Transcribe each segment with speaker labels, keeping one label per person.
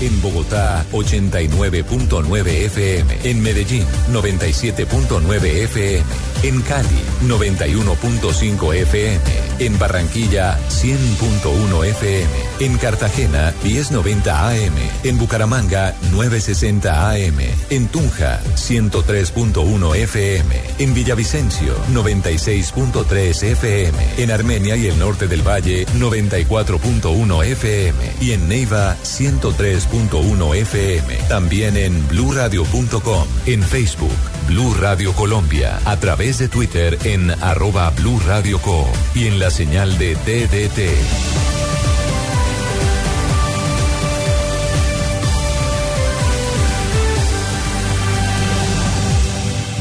Speaker 1: En Bogotá, 89.9 FM. En Medellín, 97.9 FM. En Cali, 91.5 FM. En Barranquilla, 100.1 FM. En Cartagena, 1090 AM. En Bucaramanga, 960 AM. En Tunja, 103.1 FM. En Villavicencio, 96.3 FM. En Armenia y el norte del Valle, 94.1 FM. Y en Neiva, 103.1 FM. También en bluradio.com. En Facebook, Blue Radio Colombia. A través de Twitter en arroba Blue Radio Co. Y en la señal de TDT.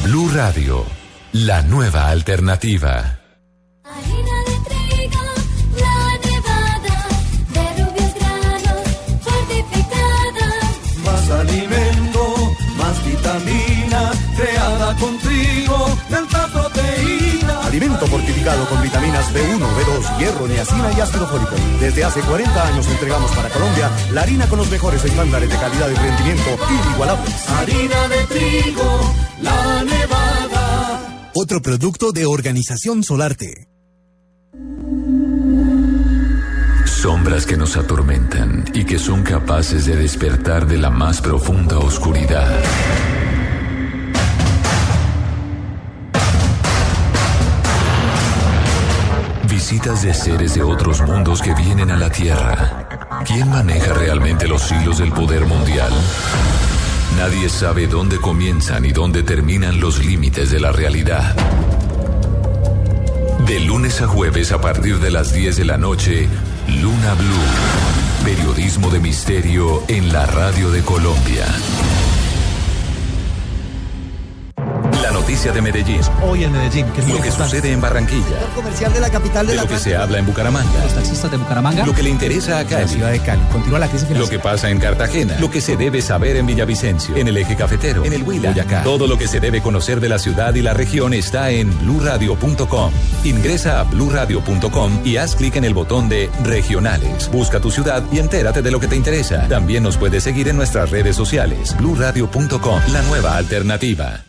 Speaker 1: Blue Radio, la nueva alternativa.
Speaker 2: Harina de trigo, la nevada, de rubios granos, fortificada.
Speaker 3: Más alimento, más vitamina, creada con trigo, alta proteína.
Speaker 4: Alimento fortificado con vitaminas B1, B2, hierro, niacina y ácido fólico. Desde hace 40 años entregamos para Colombia la harina con los mejores estándares de calidad y rendimiento inigualables.
Speaker 3: Harina de trigo, la nevada.
Speaker 5: Otro producto de Organización Solarte.
Speaker 1: Sombras que nos atormentan y que son capaces de despertar de la más profunda oscuridad. Visitas de seres de otros mundos que vienen a la Tierra. ¿Quién maneja realmente los hilos del poder mundial? Nadie sabe dónde comienzan y dónde terminan los límites de la realidad. De lunes a jueves a partir de las 10 de la noche, Luna Blue. Periodismo de misterio en la radio de Colombia. La noticia de Medellín.
Speaker 6: hoy en Medellín, que es muy
Speaker 1: Lo que
Speaker 6: importante.
Speaker 1: sucede en Barranquilla.
Speaker 6: comercial de la capital
Speaker 1: De lo que se habla en Bucaramanga.
Speaker 6: los taxistas de Bucaramanga,
Speaker 1: Lo que le interesa a
Speaker 6: la
Speaker 1: Cali.
Speaker 6: ciudad de Cali. Continúa la crisis
Speaker 1: Lo que
Speaker 6: financiera.
Speaker 1: pasa en Cartagena. Lo que se debe saber en Villavicencio. En el eje cafetero. En el Huila. Boyacá. Todo lo que se debe conocer de la ciudad y la región está en bluradio.com. Ingresa a bluradio.com y haz clic en el botón de regionales. Busca tu ciudad y entérate de lo que te interesa. También nos puedes seguir en nuestras redes sociales. bluradio.com, la nueva alternativa.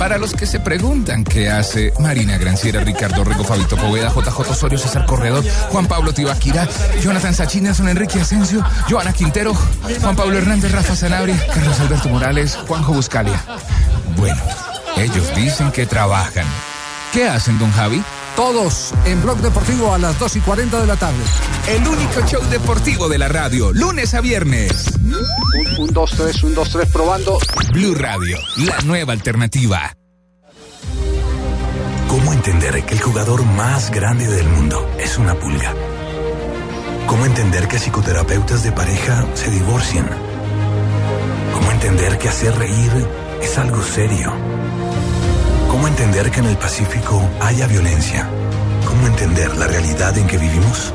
Speaker 7: Para los que se preguntan qué hace Marina Granciera, Ricardo Rego, Fabito Poveda, JJ Osorio, César Corredor, Juan Pablo Tibaquira, Jonathan Sachina, Son Enrique Asensio, Joana Quintero, Juan Pablo Hernández, Rafa Sanabria, Carlos Alberto Morales, Juanjo Buscalia. Bueno, ellos dicen que trabajan. ¿Qué hacen, don Javi? Todos en Blog Deportivo a las 2 y 40 de la tarde. El único show deportivo de la radio, lunes a viernes.
Speaker 8: Un, 2, 3, un, 2, 3, probando.
Speaker 7: Blue Radio, la nueva alternativa.
Speaker 1: ¿Cómo entender que el jugador más grande del mundo es una pulga? ¿Cómo entender que psicoterapeutas de pareja se divorcian? ¿Cómo entender que hacer reír es algo serio? ¿Cómo entender que en el Pacífico haya violencia? ¿Cómo entender la realidad en que vivimos?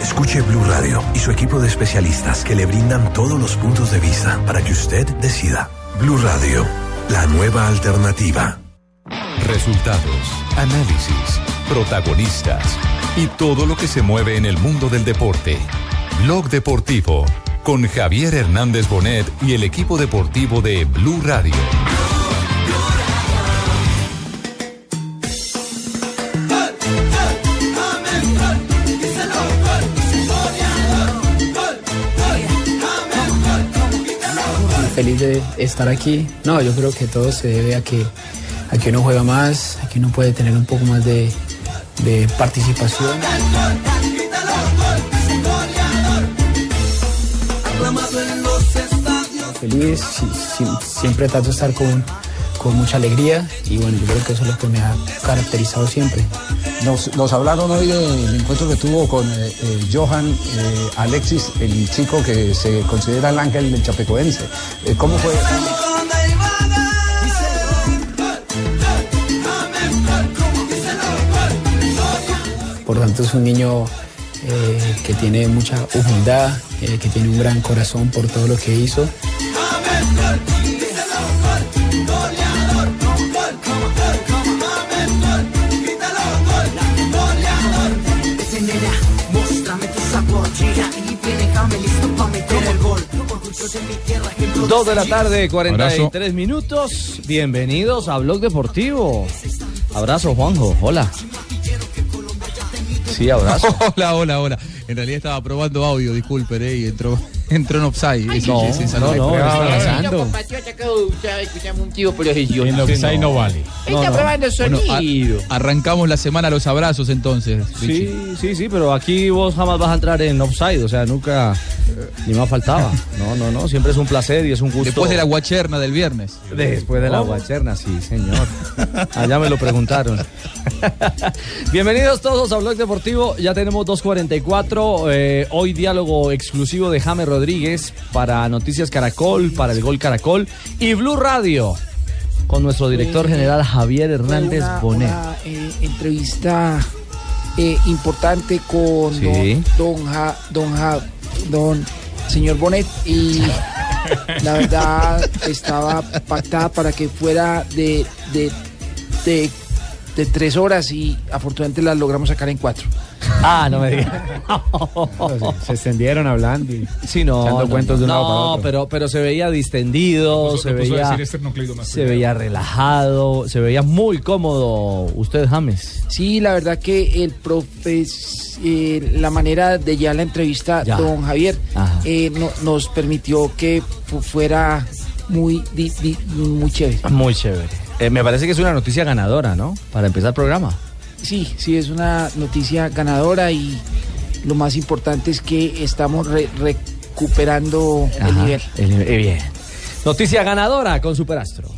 Speaker 1: Escuche Blue Radio y su equipo de especialistas que le brindan todos los puntos de vista para que usted decida. Blue Radio, la nueva alternativa. Resultados, análisis, protagonistas y todo lo que se mueve en el mundo del deporte. Blog Deportivo con Javier Hernández Bonet y el equipo deportivo de Blue Radio.
Speaker 9: feliz de estar aquí. No, yo creo que todo se debe a que, a que uno juega más, a que uno puede tener un poco más de, de participación. Feliz, si- si- siempre trato de estar con, con mucha alegría y bueno, yo creo que eso es lo que me ha caracterizado siempre.
Speaker 10: Nos, nos hablaron hoy del encuentro que tuvo con eh, eh, Johan eh, Alexis, el chico que se considera el ángel del Chapecoense. Eh, ¿Cómo fue?
Speaker 9: Por tanto, es un niño eh, que tiene mucha humildad, eh, que tiene un gran corazón por todo lo que hizo.
Speaker 6: Dos de la tarde, 43
Speaker 11: Abrazo.
Speaker 6: minutos. Bienvenidos a Blog Deportivo. Abrazo, Juanjo. Hola. Sí, abrazo.
Speaker 12: hola, hola, hola. En realidad estaba probando audio, disculpe, eh, y entró, entró en offside. Sí,
Speaker 6: No,
Speaker 12: sí, sí, sí,
Speaker 6: no,
Speaker 12: sí,
Speaker 6: no,
Speaker 12: sí,
Speaker 6: está
Speaker 12: sí, sí.
Speaker 6: abrazando.
Speaker 12: En offside no vale.
Speaker 6: No, no. Bueno, a-
Speaker 12: arrancamos la semana a los abrazos entonces.
Speaker 6: Sí, sí, sí, pero aquí vos jamás vas a entrar en offside, o sea, nunca eh, ni más faltaba. No, no, no, siempre es un placer y es un gusto.
Speaker 12: Después de la guacherna del viernes.
Speaker 6: Después de la
Speaker 12: ¿Cómo?
Speaker 6: guacherna, sí, señor. Allá me lo preguntaron. Bienvenidos todos a Blog Deportivo. Ya tenemos 2.44. eh, hoy diálogo exclusivo de James Rodríguez para Noticias Caracol, para el Gol Caracol y Blue Radio con nuestro director general Javier Hernández
Speaker 13: una-
Speaker 6: Bonet.
Speaker 13: una, eh, entrevista eh, importante con
Speaker 6: Sí.
Speaker 13: don, don, Ja- don, Ja- don señor Bonet y la verdad estaba pactada para que fuera de, de, de, de tres horas y afortunadamente la logramos sacar en cuatro.
Speaker 6: Ah, no me digas.
Speaker 9: Se extendieron hablando y
Speaker 6: Oh. sí, no,
Speaker 9: echando
Speaker 6: no,
Speaker 9: cuentos de un
Speaker 6: no,
Speaker 9: lado para otro.
Speaker 6: pero, pero se veía distendido, se veía... Se veía relajado, se veía muy cómodo usted, James.
Speaker 13: Sí, la verdad que el profes, eh, la manera de ya la entrevista,
Speaker 6: Ya.
Speaker 13: don Javier,
Speaker 6: Ajá.
Speaker 13: eh, no- nos permitió que fu- fuera muy, di- di- muy chévere.
Speaker 6: Muy chévere. Eh, me parece que es una noticia ganadora, ¿no? Para empezar el programa.
Speaker 13: Sí, sí, es una noticia ganadora y lo más importante es que estamos re- recuperando el
Speaker 6: Ajá,
Speaker 13: nivel.
Speaker 6: el nivel, eh, bien. Noticia ganadora con Superastro.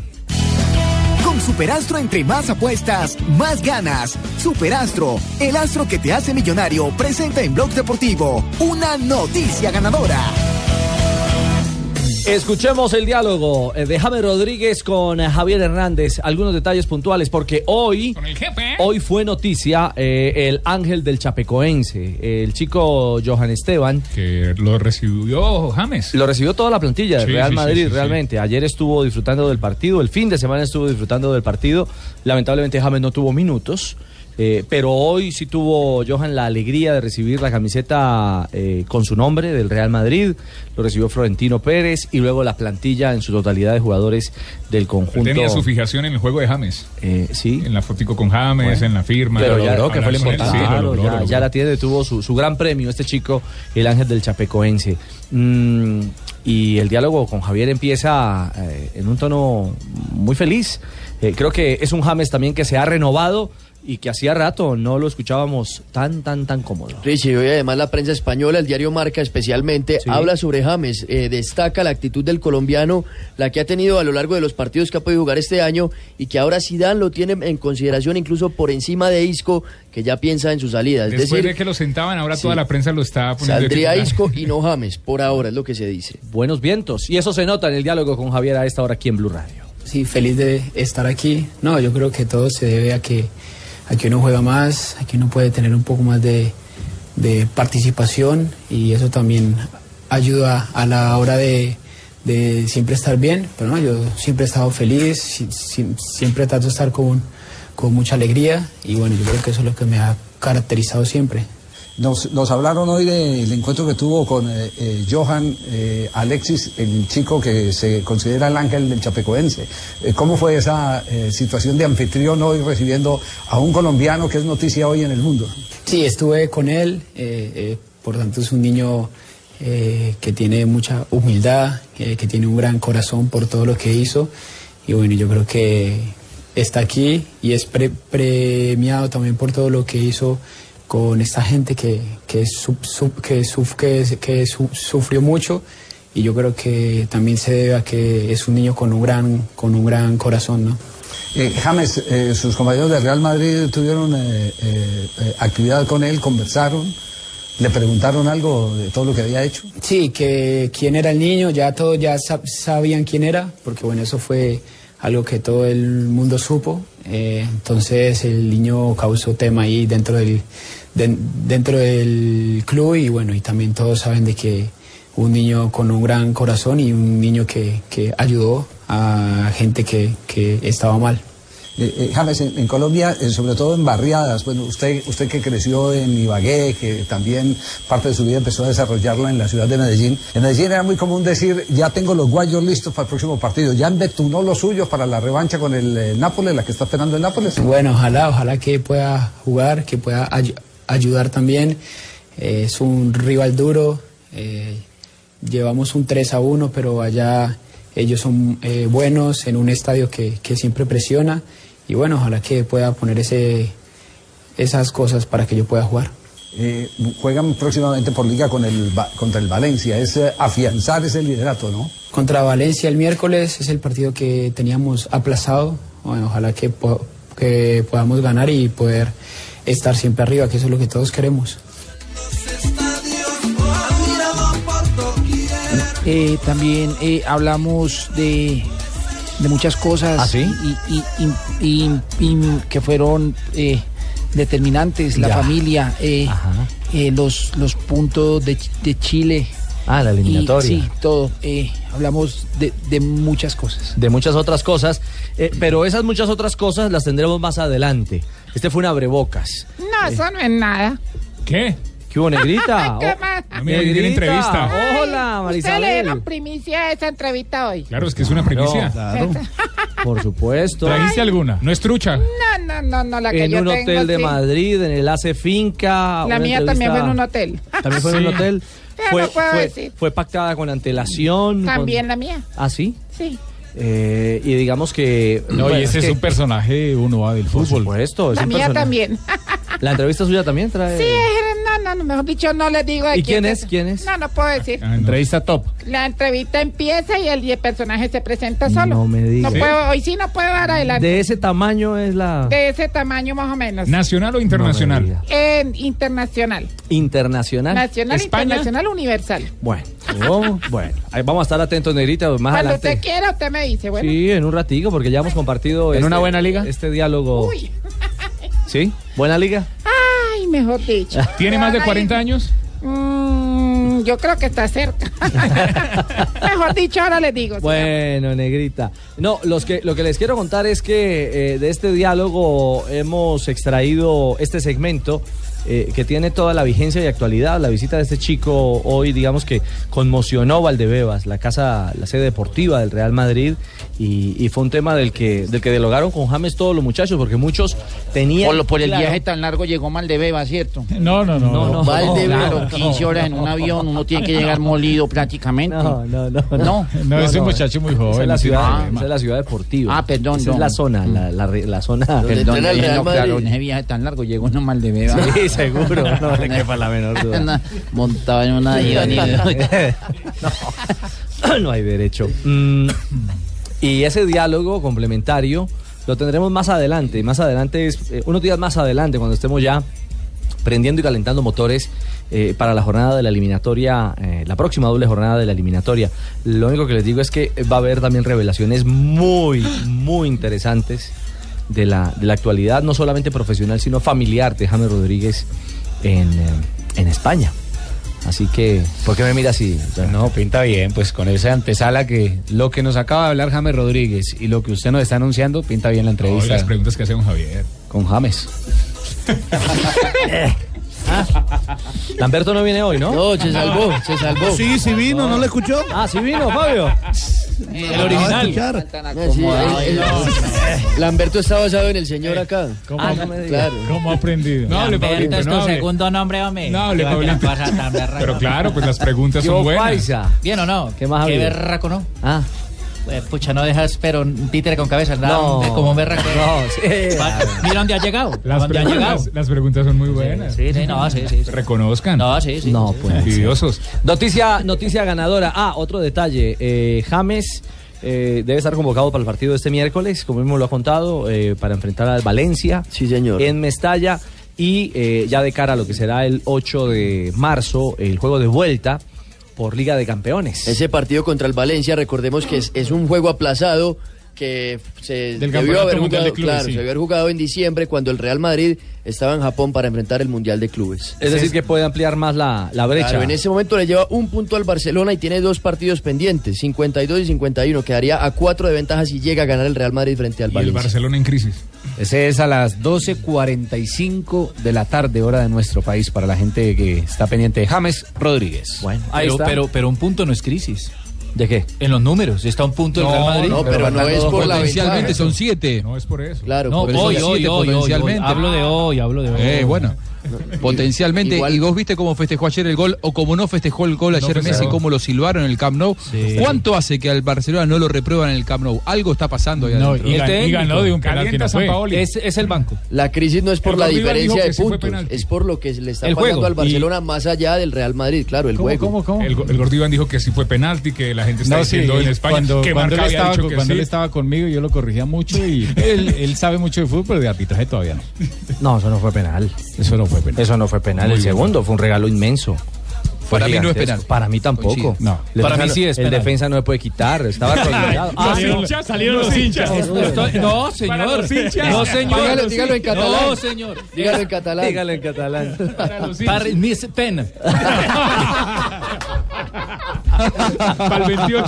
Speaker 4: Con Superastro entre más apuestas, más ganas. Superastro, el astro que te hace millonario, presenta en Blog Deportivo una noticia ganadora.
Speaker 6: Escuchemos el diálogo eh, de James Rodríguez con eh, Javier Hernández. Algunos detalles puntuales, porque hoy, hoy fue noticia eh, el ángel del Chapecoense, el chico Johan Esteban. Que lo recibió James. Lo recibió toda la plantilla de
Speaker 14: Sí,
Speaker 6: Real
Speaker 14: sí, sí,
Speaker 6: Madrid,
Speaker 14: sí, sí.
Speaker 6: realmente. Ayer estuvo disfrutando del partido, el fin de semana estuvo disfrutando del partido. Lamentablemente James no tuvo minutos. eh, pero hoy sí tuvo Johan la alegría de recibir la camiseta eh, con su nombre del Real Madrid, lo recibió Florentino Pérez y luego la plantilla en su totalidad de jugadores del conjunto.
Speaker 7: Tenía su fijación en el juego de James.
Speaker 6: Eh, sí.
Speaker 7: En la fotico con James,
Speaker 6: Bueno.
Speaker 7: en la firma.
Speaker 6: Pero ya,
Speaker 7: Hablar con él, sí, lo
Speaker 6: Claro,
Speaker 7: logró,
Speaker 6: ya-
Speaker 7: lo logró.
Speaker 6: ya la tiene, tuvo su, su gran premio este chico, el ángel del Chapecoense. Mm, y el diálogo con Javier empieza eh, en un tono muy feliz. Eh, creo que es un James también que se ha renovado y que hacía rato no lo escuchábamos tan, tan, tan cómodo.
Speaker 15: Richie, hoy además la prensa española, el diario Marca especialmente, habla sobre James, eh, destaca la actitud del colombiano, la que ha tenido a lo largo de los partidos que ha podido jugar este año y que ahora Zidane lo tiene en consideración incluso por encima de Isco, que ya piensa en su salida. Es
Speaker 7: Después
Speaker 15: decir,
Speaker 7: de que lo sentaban, ahora
Speaker 15: Sí.
Speaker 7: toda la prensa lo está poniendo. de
Speaker 15: saldría
Speaker 7: titular.
Speaker 15: Isco y no James, por ahora es lo que se dice.
Speaker 6: Buenos vientos. Y eso se nota en el diálogo con Javier a esta hora aquí en Blue Radio.
Speaker 9: Sí, feliz de estar aquí. No, yo creo que todo se debe a que aquí uno juega más, aquí uno puede tener un poco más de, de participación y eso también ayuda a la hora de, de siempre estar bien. Pero no, yo siempre he estado feliz, si- si- siempre trato de estar con, con mucha alegría y bueno, yo creo que eso es lo que me ha caracterizado siempre.
Speaker 10: Nos, nos hablaron hoy del encuentro que tuvo con eh, eh, Johan eh, Alexis, el chico que se considera el ángel del Chapecoense. Eh, ¿Cómo fue esa eh, situación de anfitrión hoy recibiendo a un colombiano que es noticia hoy en el mundo?
Speaker 9: Sí, estuve con él, eh, eh, por tanto es un niño eh, que tiene mucha humildad, eh, que tiene un gran corazón por todo lo que hizo y bueno, yo creo que está aquí y es pre- premiado también por todo lo que hizo con esta gente que, que, su- su- que, suf- que- que su- sufrió mucho y yo creo que también se debe a que es un niño con un gran, con un gran corazón, ¿no?
Speaker 4: Eh, James, eh, sus compañeros del Real Madrid tuvieron eh, eh, eh, actividad con él, conversaron, le preguntaron algo de todo lo que había hecho.
Speaker 9: Sí, que quién era el niño, ya todos ya sab- sabían quién era, porque bueno, eso fue algo que todo el mundo supo. Eh, entonces el niño causó tema ahí dentro del, den- dentro del club y bueno, y también todos saben de que un niño con un gran corazón y un niño que, que ayudó a gente que, que estaba mal.
Speaker 4: Eh, eh, James, en, en Colombia, eh, sobre todo en barriadas, bueno, usted, usted que creció en Ibagué, que también parte de su vida empezó a desarrollarla en la ciudad de Medellín, en Medellín era muy común decir, ya tengo los guayos listos para el próximo partido, ya embetunó los suyos para la revancha con el eh, Nápoles, la que está esperando el Nápoles.
Speaker 9: Bueno, ojalá, ojalá que pueda jugar, que pueda ay- ayudar también. Eh, es un rival duro. eh, llevamos un 3 a 1, pero allá ellos son eh, buenos en un estadio que, que siempre presiona. Y bueno, ojalá que pueda poner ese, esas cosas para que yo pueda jugar.
Speaker 4: Eh, juegan próximamente por liga con el, Va- contra el Valencia, es eh, afianzar ese liderato, ¿no?
Speaker 9: Contra Valencia el miércoles es el partido que teníamos aplazado. Bueno, ojalá que, po- que podamos ganar y poder estar siempre arriba, que eso es lo que todos queremos.
Speaker 16: Eh, también eh, hablamos de, de muchas cosas
Speaker 7: ¿Ah, sí?
Speaker 16: y, y- y- y- y- que fueron eh, determinantes, la
Speaker 6: Ya.
Speaker 16: familia, eh, eh, los, los puntos de, Ch- de Chile.
Speaker 6: Ah, la
Speaker 16: Y,
Speaker 6: eliminatoria.
Speaker 16: sí, todo. eh, hablamos de, de muchas cosas.
Speaker 6: de muchas otras cosas, eh, pero esas muchas otras cosas las tendremos más adelante. Este fue un abrebocas.
Speaker 17: No, eso no es nada.
Speaker 6: ¿Qué? ¿Qué hubo, negrita?
Speaker 17: ¿Qué
Speaker 6: Oh,
Speaker 17: más?
Speaker 6: Ah, mira, viene entrevista. Hola,
Speaker 17: Ustedes le
Speaker 6: Marisabel.
Speaker 17: dieron primicia a esa entrevista hoy.
Speaker 14: Claro, es que es una primicia.
Speaker 6: claro. Por supuesto.
Speaker 14: ¿Trajiste alguna? No es trucha.
Speaker 17: No, no, no, no, la que
Speaker 6: en
Speaker 17: yo
Speaker 6: un
Speaker 17: tengo,
Speaker 6: hotel de
Speaker 17: sí.
Speaker 6: Madrid, en el ACE Finca.
Speaker 17: La
Speaker 6: una
Speaker 17: mía también fue en un
Speaker 6: entrevista-
Speaker 17: hotel.
Speaker 6: También fue en un
Speaker 17: Sí.
Speaker 6: hotel.
Speaker 17: Pero
Speaker 6: Fue,
Speaker 17: no puedo
Speaker 6: fue-
Speaker 17: decir.
Speaker 6: fue pactada con antelación. con-
Speaker 17: También la mía,
Speaker 6: ¿Ah, sí?
Speaker 17: sí.
Speaker 6: Eh, y digamos que.
Speaker 14: No, y ese es un personaje uno va del fútbol. Por
Speaker 6: supuesto,
Speaker 17: La mía también.
Speaker 6: La entrevista suya también trae.
Speaker 17: Sí, no, no, no, mejor dicho, no les digo de
Speaker 6: ¿Y quién es?
Speaker 17: ¿Quién es? Ah, No, no puedo decir.
Speaker 14: Ah, Entrevista top.
Speaker 17: La entrevista empieza y el, y el personaje se presenta solo.
Speaker 6: No me digas.
Speaker 17: No puedo, hoy sí no puedo dar adelante.
Speaker 6: De ese tamaño es la.
Speaker 17: De ese tamaño más o menos.
Speaker 14: ¿Nacional o internacional?
Speaker 17: Eh, internacional.
Speaker 6: Internacional.
Speaker 17: Nacional,
Speaker 6: España. Ah,
Speaker 17: internacional, universal.
Speaker 6: Bueno, oh, bueno. Ahí vamos a estar atentos, Negrita, más
Speaker 17: Cuando
Speaker 6: adelante.
Speaker 17: usted quiera, usted me dice, bueno.
Speaker 6: Sí, en un ratico, porque ya hemos compartido. ¿En una buena liga? Este diálogo.
Speaker 17: Uy.
Speaker 6: ¿Sí? ¿Buena liga?
Speaker 17: Ay, mejor dicho.
Speaker 14: ¿Tiene más de 40 años?
Speaker 17: Mm, yo creo que está cerca. mejor dicho, ahora les digo.
Speaker 6: Bueno, negrita. No, los que, lo que les quiero contar es que eh, de este diálogo hemos extraído este segmento eh, que tiene toda la vigencia y actualidad. La visita de este chico hoy, digamos que conmocionó Valdebebas, la casa, la sede deportiva del Real Madrid, y, y fue un tema del que, del que dialogaron con James todos los muchachos, porque muchos tenían.
Speaker 13: Por, lo- por el
Speaker 6: claro,
Speaker 13: viaje tan largo llegó Maldebeba, ¿cierto?
Speaker 14: No, no,
Speaker 6: No, no,
Speaker 13: Valdebeba,
Speaker 6: no,
Speaker 13: pero 15 horas en un avión, uno tiene que llegar molido prácticamente. No,
Speaker 6: no, no.
Speaker 13: No,
Speaker 14: No, ese muchacho muy joven.
Speaker 6: Esa es la
Speaker 14: no tiene
Speaker 6: ciudad,
Speaker 14: problema.
Speaker 6: esa es la ciudad deportiva.
Speaker 13: Ah, perdón,
Speaker 6: Esa es
Speaker 13: no.
Speaker 6: la zona, la, la re- la zona.
Speaker 13: Perdón, no, no, claro, en ese viaje tan largo llegó uno Maldebeba.
Speaker 6: Sí, seguro, no le quepa la menor duda.
Speaker 13: Una- montado en una
Speaker 6: no. no hay derecho. Mm, y ese diálogo complementario lo tendremos más adelante. Más adelante es eh, unos días más adelante cuando estemos ya prendiendo y calentando motores eh, para la jornada de la eliminatoria, eh, la próxima doble jornada de la eliminatoria. Lo único que les digo es que va a haber también revelaciones muy, muy interesantes de la, de la actualidad, no solamente profesional, sino familiar de James Rodríguez en, eh, en España. Así que, ¿por qué me mira así?
Speaker 18: No, pinta bien, pues con esa antesala que lo que nos acaba de hablar James Rodríguez y lo que usted nos está anunciando, pinta bien la entrevista.
Speaker 14: Oh, las preguntas que hacemos Javier.
Speaker 18: Con James.
Speaker 6: Eh. Lamberto no viene hoy, ¿no?
Speaker 13: No, se salvó, se salvó.
Speaker 6: Sí, sí vino, ¿no le escuchó? Ah, sí vino, Fabio.
Speaker 13: El original.
Speaker 15: No, sí, el- el- eh, Lamberto está basado en el señor acá.
Speaker 13: Ah,
Speaker 15: Ah,
Speaker 13: no me digas.
Speaker 15: claro.
Speaker 14: ¿Cómo ha aprendido? No hable,
Speaker 15: Lamberto
Speaker 14: Pablito,
Speaker 15: es
Speaker 14: no
Speaker 15: tu
Speaker 14: hable.
Speaker 15: segundo
Speaker 19: nombre, hombre.
Speaker 14: No hable,
Speaker 19: Que va, que la
Speaker 14: Pablito.
Speaker 19: pasa tan berraco.
Speaker 14: Pero claro, pues las preguntas
Speaker 19: Yo,
Speaker 14: son buenas.
Speaker 19: paisa. ¿Bien o no?
Speaker 14: ¿Qué más ha
Speaker 19: Qué
Speaker 14: habido?
Speaker 19: berraco, ¿no?
Speaker 6: Ah.
Speaker 19: Pues, pucha, no dejas, pero un títere con cabeza, ¿verdad?
Speaker 14: No.
Speaker 19: Como un berraco.
Speaker 14: No, sí.
Speaker 19: Va- Mira dónde ha llegado. a
Speaker 14: Las
Speaker 19: dónde ha
Speaker 14: preguntas,
Speaker 19: llegado.
Speaker 14: las, preguntas son muy buenas.
Speaker 19: Sí, sí, no, sí, sí. sí.
Speaker 14: Reconozcan. No,
Speaker 19: sí,
Speaker 14: sí.
Speaker 6: No, pues.
Speaker 14: Envidiosos.
Speaker 6: Noticia, noticia ganadora. Ah, otro detalle. eh, James eh, debe estar convocado para el partido de este miércoles, como mismo lo ha contado, eh, para enfrentar al Valencia.
Speaker 15: Sí, señor.
Speaker 6: En Mestalla. Y eh, ya de cara a lo que será el 8 de marzo, el juego de vuelta por Liga de Campeones.
Speaker 15: Ese partido contra el Valencia, recordemos que es, es un juego aplazado que se
Speaker 6: Del
Speaker 15: debió
Speaker 6: Campeonato
Speaker 15: haber
Speaker 6: Mundial
Speaker 15: jugado,
Speaker 6: de Clubes,
Speaker 15: claro,
Speaker 6: sí.
Speaker 15: se debió haber jugado en diciembre cuando el Real Madrid estaba en Japón para enfrentar el Mundial de Clubes.
Speaker 6: Es decir, que puede ampliar más la, la brecha.
Speaker 15: Claro, en ese momento le lleva un punto al Barcelona y tiene dos partidos pendientes, 52 y 51. Quedaría a cuatro de ventaja si llega a ganar el Real Madrid frente al
Speaker 18: Y el
Speaker 15: Valencia.
Speaker 18: Barcelona en crisis. Ese es a las 12.45 de la tarde, hora de nuestro país, para la gente que está pendiente de James Rodríguez. Bueno,
Speaker 14: pero, Pero, pero un punto no es crisis.
Speaker 6: ¿De qué?
Speaker 14: En los números. Está un punto del
Speaker 20: No,
Speaker 14: Real Madrid.
Speaker 20: no, pero no es por la Potencialmente ventaja. son siete.
Speaker 14: No es por eso.
Speaker 20: Claro,
Speaker 14: no,
Speaker 20: por eso
Speaker 14: hoy,
Speaker 20: son
Speaker 14: hoy,
Speaker 20: siete
Speaker 14: hoy, hoy, hoy.
Speaker 20: potencialmente.
Speaker 14: Hablo de hoy, hablo de hoy.
Speaker 20: Eh, bueno. Potencialmente,
Speaker 14: Igual-
Speaker 20: y vos viste cómo festejó ayer el gol, o cómo no festejó el gol
Speaker 14: No
Speaker 20: ayer
Speaker 14: festejó.
Speaker 20: Messi, cómo lo silbaron en el Camp Nou. ¿Cuánto hace que al Barcelona no lo reprueban en el Camp Nou? Algo está pasando ahí
Speaker 14: No,
Speaker 20: adentro.
Speaker 14: y El ga- y técnico. ganó de un penal que no fue. Es-
Speaker 15: el banco. La crisis no es por
Speaker 20: El
Speaker 15: la
Speaker 20: Rodrigo dijo
Speaker 15: diferencia
Speaker 20: que
Speaker 15: de
Speaker 20: sí fue
Speaker 15: puntos,
Speaker 20: penalti.
Speaker 15: es por lo que le está
Speaker 14: El
Speaker 15: pagando
Speaker 14: juego,
Speaker 15: al Barcelona
Speaker 14: y-
Speaker 15: más allá del Real Madrid, claro, el juego.
Speaker 14: El, go- el gordo Iván dijo que sí fue penalti, que la gente está
Speaker 18: No, sí,
Speaker 14: diciendo en España
Speaker 18: cuando,
Speaker 14: que
Speaker 18: cuando él
Speaker 14: Marca había
Speaker 18: estaba,
Speaker 14: dicho que
Speaker 18: cuando
Speaker 14: sí.
Speaker 18: él estaba conmigo yo lo corrigía mucho y él, él sabe mucho de fútbol, pero de arbitraje todavía no.
Speaker 6: No, eso no fue penal.
Speaker 18: Eso no fue penal.
Speaker 6: Eso no fue penal.
Speaker 18: Muy
Speaker 6: el
Speaker 18: bien.
Speaker 6: segundo fue un regalo inmenso. Fue
Speaker 18: Para mí no es
Speaker 6: gigantesco.
Speaker 18: penal.
Speaker 6: Para mí tampoco.
Speaker 18: Coincido. No.
Speaker 6: Le
Speaker 18: Para mí
Speaker 6: dejaron-
Speaker 18: sí es
Speaker 6: El
Speaker 18: penal.
Speaker 6: defensa no se puede quitar. Estaba Ah, arrodillado.
Speaker 14: Los hinchas, salieron los hinchas. Estoy- no, señor.
Speaker 6: Para los hinchas.
Speaker 14: No, señor.
Speaker 6: Dígalo- dígalo en catalán.
Speaker 14: No, señor.
Speaker 6: Dígalo en catalán. Dígalo en catalán.
Speaker 14: Para los hinchas. Para mí es pena. Para el 28.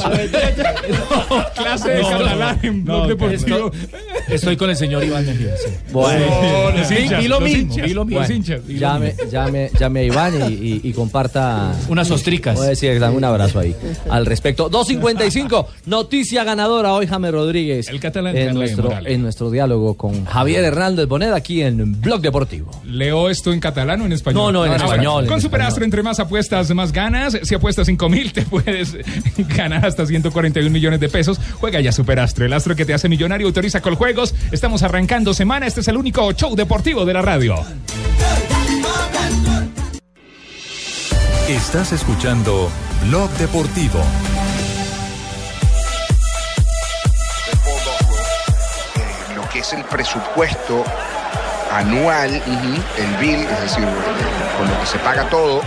Speaker 14: clase de catalán en blog deportivo. Estoy, con el señor Iván Mejía. sí.
Speaker 6: Bueno.
Speaker 14: Sí, vi- vi lo
Speaker 6: Los
Speaker 14: mismo.
Speaker 6: hinchas.
Speaker 14: Vi lo mismo.
Speaker 6: Bueno, Llame, llame, llame a Iván y, y- y comparta.
Speaker 14: Unas ostricas.
Speaker 6: Voy a decir, dame un abrazo ahí. Al respecto. 2.55. Noticia ganadora hoy, James Rodríguez. El catalán en
Speaker 14: Carlos
Speaker 6: nuestro,
Speaker 14: Morales.
Speaker 6: en nuestro diálogo con Javier Hernández Bonet aquí en Blog Deportivo.
Speaker 14: ¿Leo esto en catalán o en español?
Speaker 6: No, no, en
Speaker 14: Ah, bueno.
Speaker 6: español, en
Speaker 14: Con Superastro, entre más apuestas, más ganas. Si apuestas 5 mil, te puedes ganar hasta 141 millones de pesos. Juega ya Superastro, el astro que te hace millonario. Autoriza Coljuegos. Estamos arrancando semana. Este es el único show deportivo de la radio.
Speaker 1: Estás escuchando Blog Deportivo.
Speaker 21: lo que es el presupuesto anual, el bill, es decir, eh, con lo que se paga todo,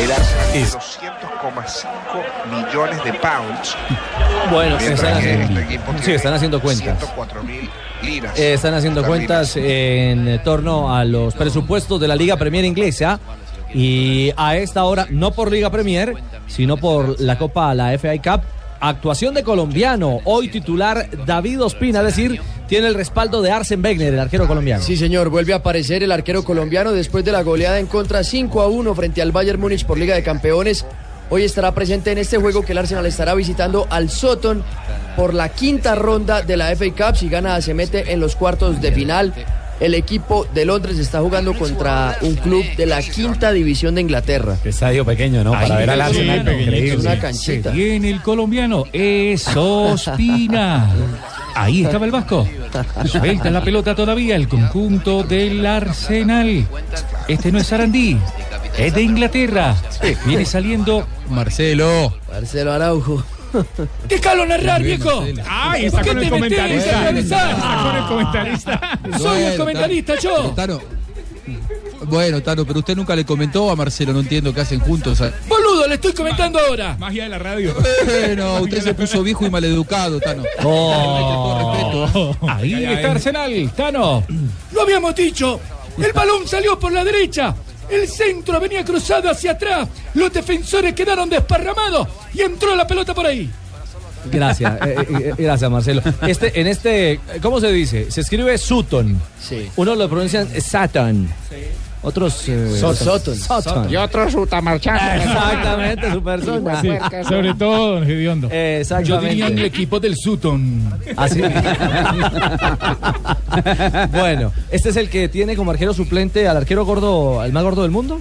Speaker 21: era 200,5 millones de pounds.
Speaker 6: Bueno,
Speaker 21: Mientras
Speaker 6: están
Speaker 21: que
Speaker 6: haciendo-
Speaker 21: este equipo
Speaker 6: sí,
Speaker 21: tiene
Speaker 6: están haciendo cuentas.
Speaker 21: 104.000 liras.
Speaker 6: Eh, están haciendo cuentas en torno a los presupuestos de la Liga Premier inglesa. Y a esta hora, no por Liga Premier, sino por la Copa, la FA Cup. Actuación de colombiano, hoy titular David Ospina, es decir, tiene el respaldo de Arsen Wenger, el arquero colombiano.
Speaker 15: Sí, señor, vuelve a aparecer el arquero colombiano después de la goleada en contra 5 a 1 frente al Bayern Múnich por Liga de Campeones. Hoy estará presente en este juego que el Arsenal estará visitando al Soton por la quinta ronda de la FA Cup. Si gana, se mete en los cuartos de final. El equipo de Londres está jugando contra un club de la quinta división de Inglaterra.
Speaker 18: Estadio pequeño, ¿no? Para ver al Arsenal. increíble.
Speaker 15: Una canchita.
Speaker 14: Viene el colombiano. Es Ospina. Ahí estaba el Vasco. Suelta la pelota todavía el conjunto del Arsenal. Este no es Sarandí. Es de Inglaterra. Viene saliendo
Speaker 20: Marcelo.
Speaker 15: Marcelo Araujo.
Speaker 14: Déjalo narrar,
Speaker 15: Muy bien,
Speaker 14: viejo.
Speaker 15: Marcelo.
Speaker 14: Ay,
Speaker 15: ¿Por
Speaker 14: está
Speaker 15: qué
Speaker 14: con
Speaker 15: te
Speaker 14: el
Speaker 15: metes
Speaker 14: comentarista.
Speaker 15: a analizar?
Speaker 14: Está con el comentarista. Soy el comentarista, yo.
Speaker 20: eh, Tano. Bueno, Tano, pero usted nunca le comentó a Marcelo, no entiendo qué hacen juntos.
Speaker 14: Boludo, le estoy comentando ahora. Magia de la radio.
Speaker 20: Bueno, usted se puso viejo y maleducado, Tano.
Speaker 14: Oh. Ahí está Arsenal, Tano. Lo habíamos dicho. El balón salió por la derecha. El centro venía cruzado hacia atrás. Los defensores quedaron desparramados y entró la pelota por ahí.
Speaker 6: Gracias, eh, eh, eh, gracias Marcelo. Este, en este, ¿cómo se dice? Se escribe Sutton. Uno lo pronuncian Satan. Otros. eh,
Speaker 13: Soton.
Speaker 6: Sutton.
Speaker 17: Y otro sutamarchando.
Speaker 6: Exactamente, su persona.
Speaker 14: Sí, sobre todo, don Gediondo. Yo
Speaker 6: Exactamente.
Speaker 14: diría en el equipo del Sutton.
Speaker 6: Así. bueno, este es el que tiene como arquero suplente al arquero gordo, al más gordo del mundo.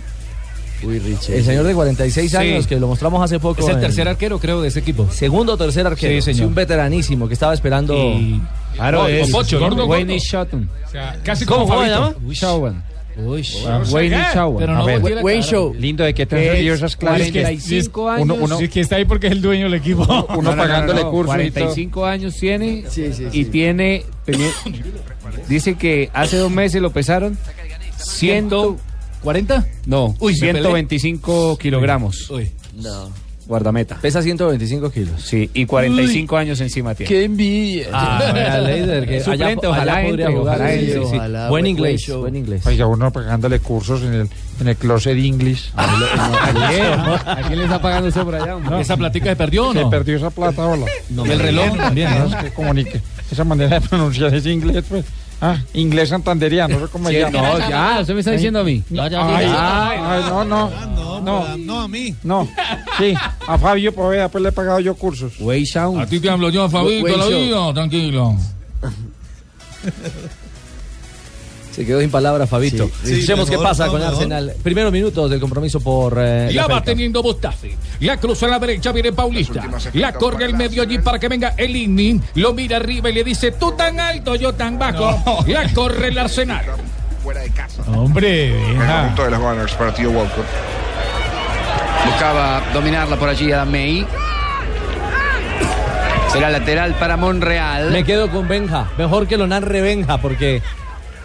Speaker 15: Uy, Richie.
Speaker 6: El señor de 46
Speaker 14: Sí.
Speaker 6: años que lo mostramos hace poco.
Speaker 14: Es el
Speaker 6: en-
Speaker 14: tercer arquero, creo, de ese equipo.
Speaker 6: Segundo o tercer arquero.
Speaker 14: Sí, señor.
Speaker 6: un veteranísimo que estaba esperando.
Speaker 14: Y- Claro, es- Gordo, gordo. O sea, casi como
Speaker 6: ¿Cómo, cómo se
Speaker 14: Fabito.
Speaker 6: llama?
Speaker 14: Uy.
Speaker 19: Uy,
Speaker 18: Wayne y Chau.
Speaker 19: Pero no
Speaker 18: A ver.
Speaker 19: volteé la
Speaker 18: Wayne
Speaker 19: cara.
Speaker 18: Show. Lindo de que te han salido esas clases.
Speaker 19: 45 años.
Speaker 18: Uno- uno-
Speaker 19: Sí, que está ahí porque es el dueño del equipo.
Speaker 18: uno pagándole cursos y todo.
Speaker 19: 45
Speaker 18: años tiene y tiene teni- dice que hace dos meses lo pesaron 140 no
Speaker 19: Uy, me
Speaker 18: 125 kilogramos
Speaker 15: No.
Speaker 18: guardameta
Speaker 6: pesa 125 kilos
Speaker 18: sí y 45 años encima tiene
Speaker 15: ¡Qué envidia!
Speaker 18: Ah, vea, Leider, que allá-
Speaker 6: Suplente,
Speaker 18: allá
Speaker 6: ojalá
Speaker 18: podría
Speaker 6: entre,
Speaker 18: jugar.
Speaker 6: ojalá
Speaker 18: Sí, sí,
Speaker 6: entre, sí.
Speaker 18: ojalá,
Speaker 6: Buen
Speaker 18: buen
Speaker 6: inglés,
Speaker 18: show.
Speaker 6: buen inglés.
Speaker 12: Oiga, uno pagándole cursos en el, en el closet English.
Speaker 13: Ah,
Speaker 18: ¿A quién le está pagando eso por allá?
Speaker 12: ¿Esa platica se perdió
Speaker 18: o
Speaker 12: Se
Speaker 18: no?
Speaker 12: perdió esa plata, hola.
Speaker 18: No, el reloj también,
Speaker 12: No,
Speaker 18: ¿no?
Speaker 12: es que comunique. Esa manera de pronunciar es inglés, pues. Ah, inglés santanderiano, no sé cómo
Speaker 18: Sí,
Speaker 12: se llama.
Speaker 18: no, ya, usted me está diciendo a mí.
Speaker 12: No,
Speaker 18: No,
Speaker 12: ya,
Speaker 18: ya,
Speaker 12: ay,
Speaker 18: ya.
Speaker 12: Ah, ay, no, no. Ah, No, no a mí. No, sí, a Fabio Poveda, pues le he pagado yo cursos.
Speaker 18: Wey Sound.
Speaker 12: A ti te hablo
Speaker 14: yo, Fabito, la vida, tranquilo.
Speaker 6: Eh, Se quedó sin palabras, Fabito.
Speaker 14: Sí. Sí,
Speaker 6: Escuchemos qué
Speaker 14: mejor,
Speaker 6: pasa
Speaker 14: no,
Speaker 6: con
Speaker 14: mejor.
Speaker 6: Arsenal. Primeros minutos del compromiso por. eh,
Speaker 14: Ya
Speaker 6: la
Speaker 14: va
Speaker 6: FA Cup.
Speaker 14: teniendo Mustafi. La cruza a la derecha, viene Paulista. La corre al medio allí para que venga el Inning. Lo mira arriba y le dice, tú tan alto, yo tan bajo. La corre el Arsenal.
Speaker 21: Fuera de casa.
Speaker 14: Hombre,
Speaker 21: El conjunto de los Gunners, partido Walcott.
Speaker 2: Buscaba dominarla por allí Adam May. Será lateral para Monreal.
Speaker 6: Me quedo con Benja. Mejor que lo nan revenja, porque.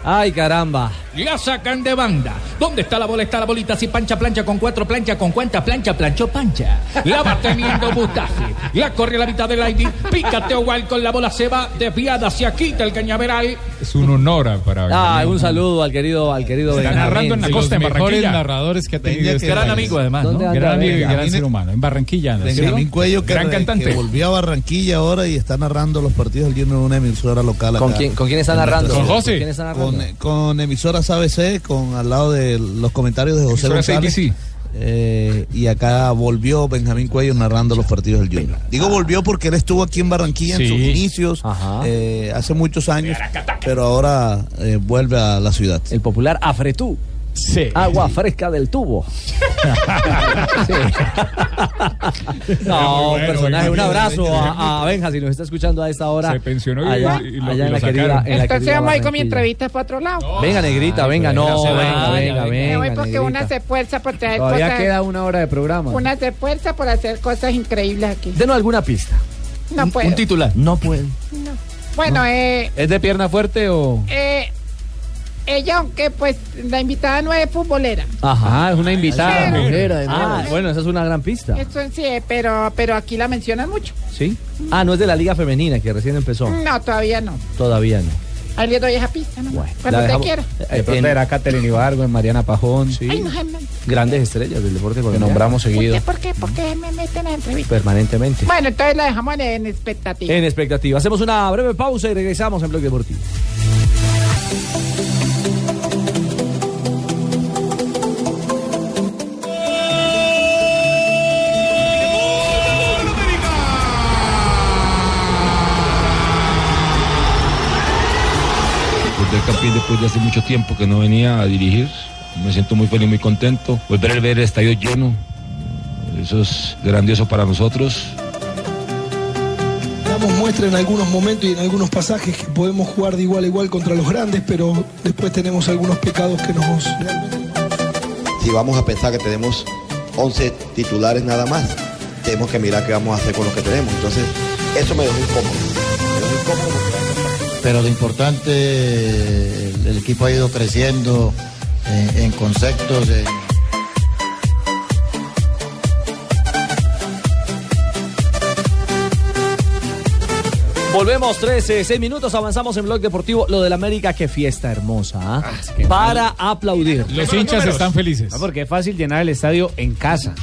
Speaker 6: Ay, caramba.
Speaker 14: La sacan de banda. ¿Dónde está la bola? Está la bolita. Si pancha, plancha con cuatro plancha, con cuántas plancha, planchó pancha. La va teniendo Mustafi. La corre a la mitad del aire. Pícate Oval con la bola. Se va desviada hacia quita el cañaveral.
Speaker 6: Es un honor para. Ah, un saludo al querido, al querido.
Speaker 14: Está
Speaker 6: Benjamín.
Speaker 14: narrando en la
Speaker 6: Sí,
Speaker 14: costa de
Speaker 6: los mejores
Speaker 14: Barranquilla.
Speaker 6: narra-
Speaker 14: narradores que ha
Speaker 6: Tenía
Speaker 14: tenido
Speaker 6: que
Speaker 14: este
Speaker 6: ver.
Speaker 14: país.
Speaker 6: ¿Dónde anda
Speaker 14: Gran amigo y
Speaker 6: Benjamín?
Speaker 14: gran ser humano. En Barranquilla. anda.
Speaker 22: Benjamín
Speaker 14: ¿Sí?
Speaker 22: Cuello que,
Speaker 14: gran
Speaker 22: re-
Speaker 14: cantante.
Speaker 22: que volvió a Barranquilla ahora y está narrando los partidos de una emisora local.
Speaker 6: ¿Con
Speaker 22: acá
Speaker 6: quién- con quién está
Speaker 22: en nuestra
Speaker 6: narrando?
Speaker 22: ciudad.
Speaker 6: ¿Con José? ¿Con quién está narrando?
Speaker 22: Con, eh, con emisoras ABC, con al lado de los comentarios de José Emisoras González. Eh, y acá volvió Benjamín Cuello narrando los partidos del Junior. Digo volvió porque él estuvo aquí en Barranquilla en Sí. sus inicios eh, hace muchos años, pero ahora eh, vuelve a la ciudad. El
Speaker 6: popular Afretú. Agua fresca del tubo. Sí. No, un personaje. Un abrazo a, a Benja si nos está escuchando a esta hora.
Speaker 14: Se pensionó y-
Speaker 6: allá,
Speaker 14: y lo-
Speaker 6: allá
Speaker 14: y
Speaker 6: en
Speaker 14: lo
Speaker 6: la querida.
Speaker 14: sacaron.
Speaker 6: en la
Speaker 17: Entonces
Speaker 6: querida
Speaker 17: vamos a ir con mi
Speaker 6: Barranquilla.
Speaker 17: entrevista para otro lado.
Speaker 6: Venga, negrita, venga, no,
Speaker 18: se
Speaker 6: venga,
Speaker 18: vaya, venga.
Speaker 6: venga,
Speaker 17: Me voy
Speaker 6: venga.
Speaker 17: porque
Speaker 6: negrita.
Speaker 17: una se esfuerza por traer
Speaker 18: Todavía
Speaker 17: cosas.
Speaker 18: queda una hora de programa.
Speaker 17: Una se esfuerza por hacer cosas increíbles aquí.
Speaker 6: Denos alguna pista.
Speaker 17: No puedo.
Speaker 18: titular. No puede.
Speaker 17: Bueno, eh,
Speaker 18: ¿Es de pierna fuerte o.?
Speaker 17: eh, ella, aunque pues la invitada no es futbolera.
Speaker 6: Ajá, Ah, es una
Speaker 17: invitada.
Speaker 6: invitada.
Speaker 17: Sí. Mujer,
Speaker 6: ah,
Speaker 17: además.
Speaker 6: bueno, esa es una gran pista.
Speaker 17: Eso sí, eh, pero, pero aquí la mencionan mucho.
Speaker 6: ¿Sí? Ah, no es de la Liga Femenina que recién empezó.
Speaker 17: No, todavía no.
Speaker 6: Todavía no.
Speaker 17: Ahí le doy esa pista, ¿no? Cuando
Speaker 18: la
Speaker 17: usted
Speaker 18: dejamos-
Speaker 17: quiera.
Speaker 18: Eh,
Speaker 6: Eh,
Speaker 18: De pronto era Catherine Ibargüen, Mariana Pajón.
Speaker 17: Ay, no, Germán.
Speaker 6: Grandes estrellas del deporte
Speaker 18: Que nombramos seguido.
Speaker 17: ¿Por qué? ¿Por qué me meten en entrevista?
Speaker 6: Permanentemente.
Speaker 17: Bueno, entonces la dejamos en, en expectativa.
Speaker 6: En expectativa. Hacemos una breve pausa y regresamos en Bloque Deportivo.
Speaker 23: Volver campeón después de hace mucho tiempo que no venía a dirigir. Me siento muy feliz, muy contento. Volver a ver el estadio lleno. Eso es grandioso para nosotros.
Speaker 24: Damos muestra en algunos momentos y en algunos pasajes que podemos jugar de igual a igual contra los grandes, pero después tenemos algunos pecados que nos...
Speaker 25: Si vamos a pensar que tenemos 11 titulares nada más, tenemos que mirar qué vamos a hacer con lo que tenemos. Entonces, eso me dejó incómodo. Me dejó incómodo
Speaker 26: pero lo importante, el, el equipo ha ido creciendo en, en conceptos. en-
Speaker 6: Volvemos 13, 6 minutos, avanzamos en Blog Deportivo. Lo del América, qué fiesta hermosa. ¿ah? Para aplaudir.
Speaker 18: felices. Ah, porque es fácil llenar el estadio en casa.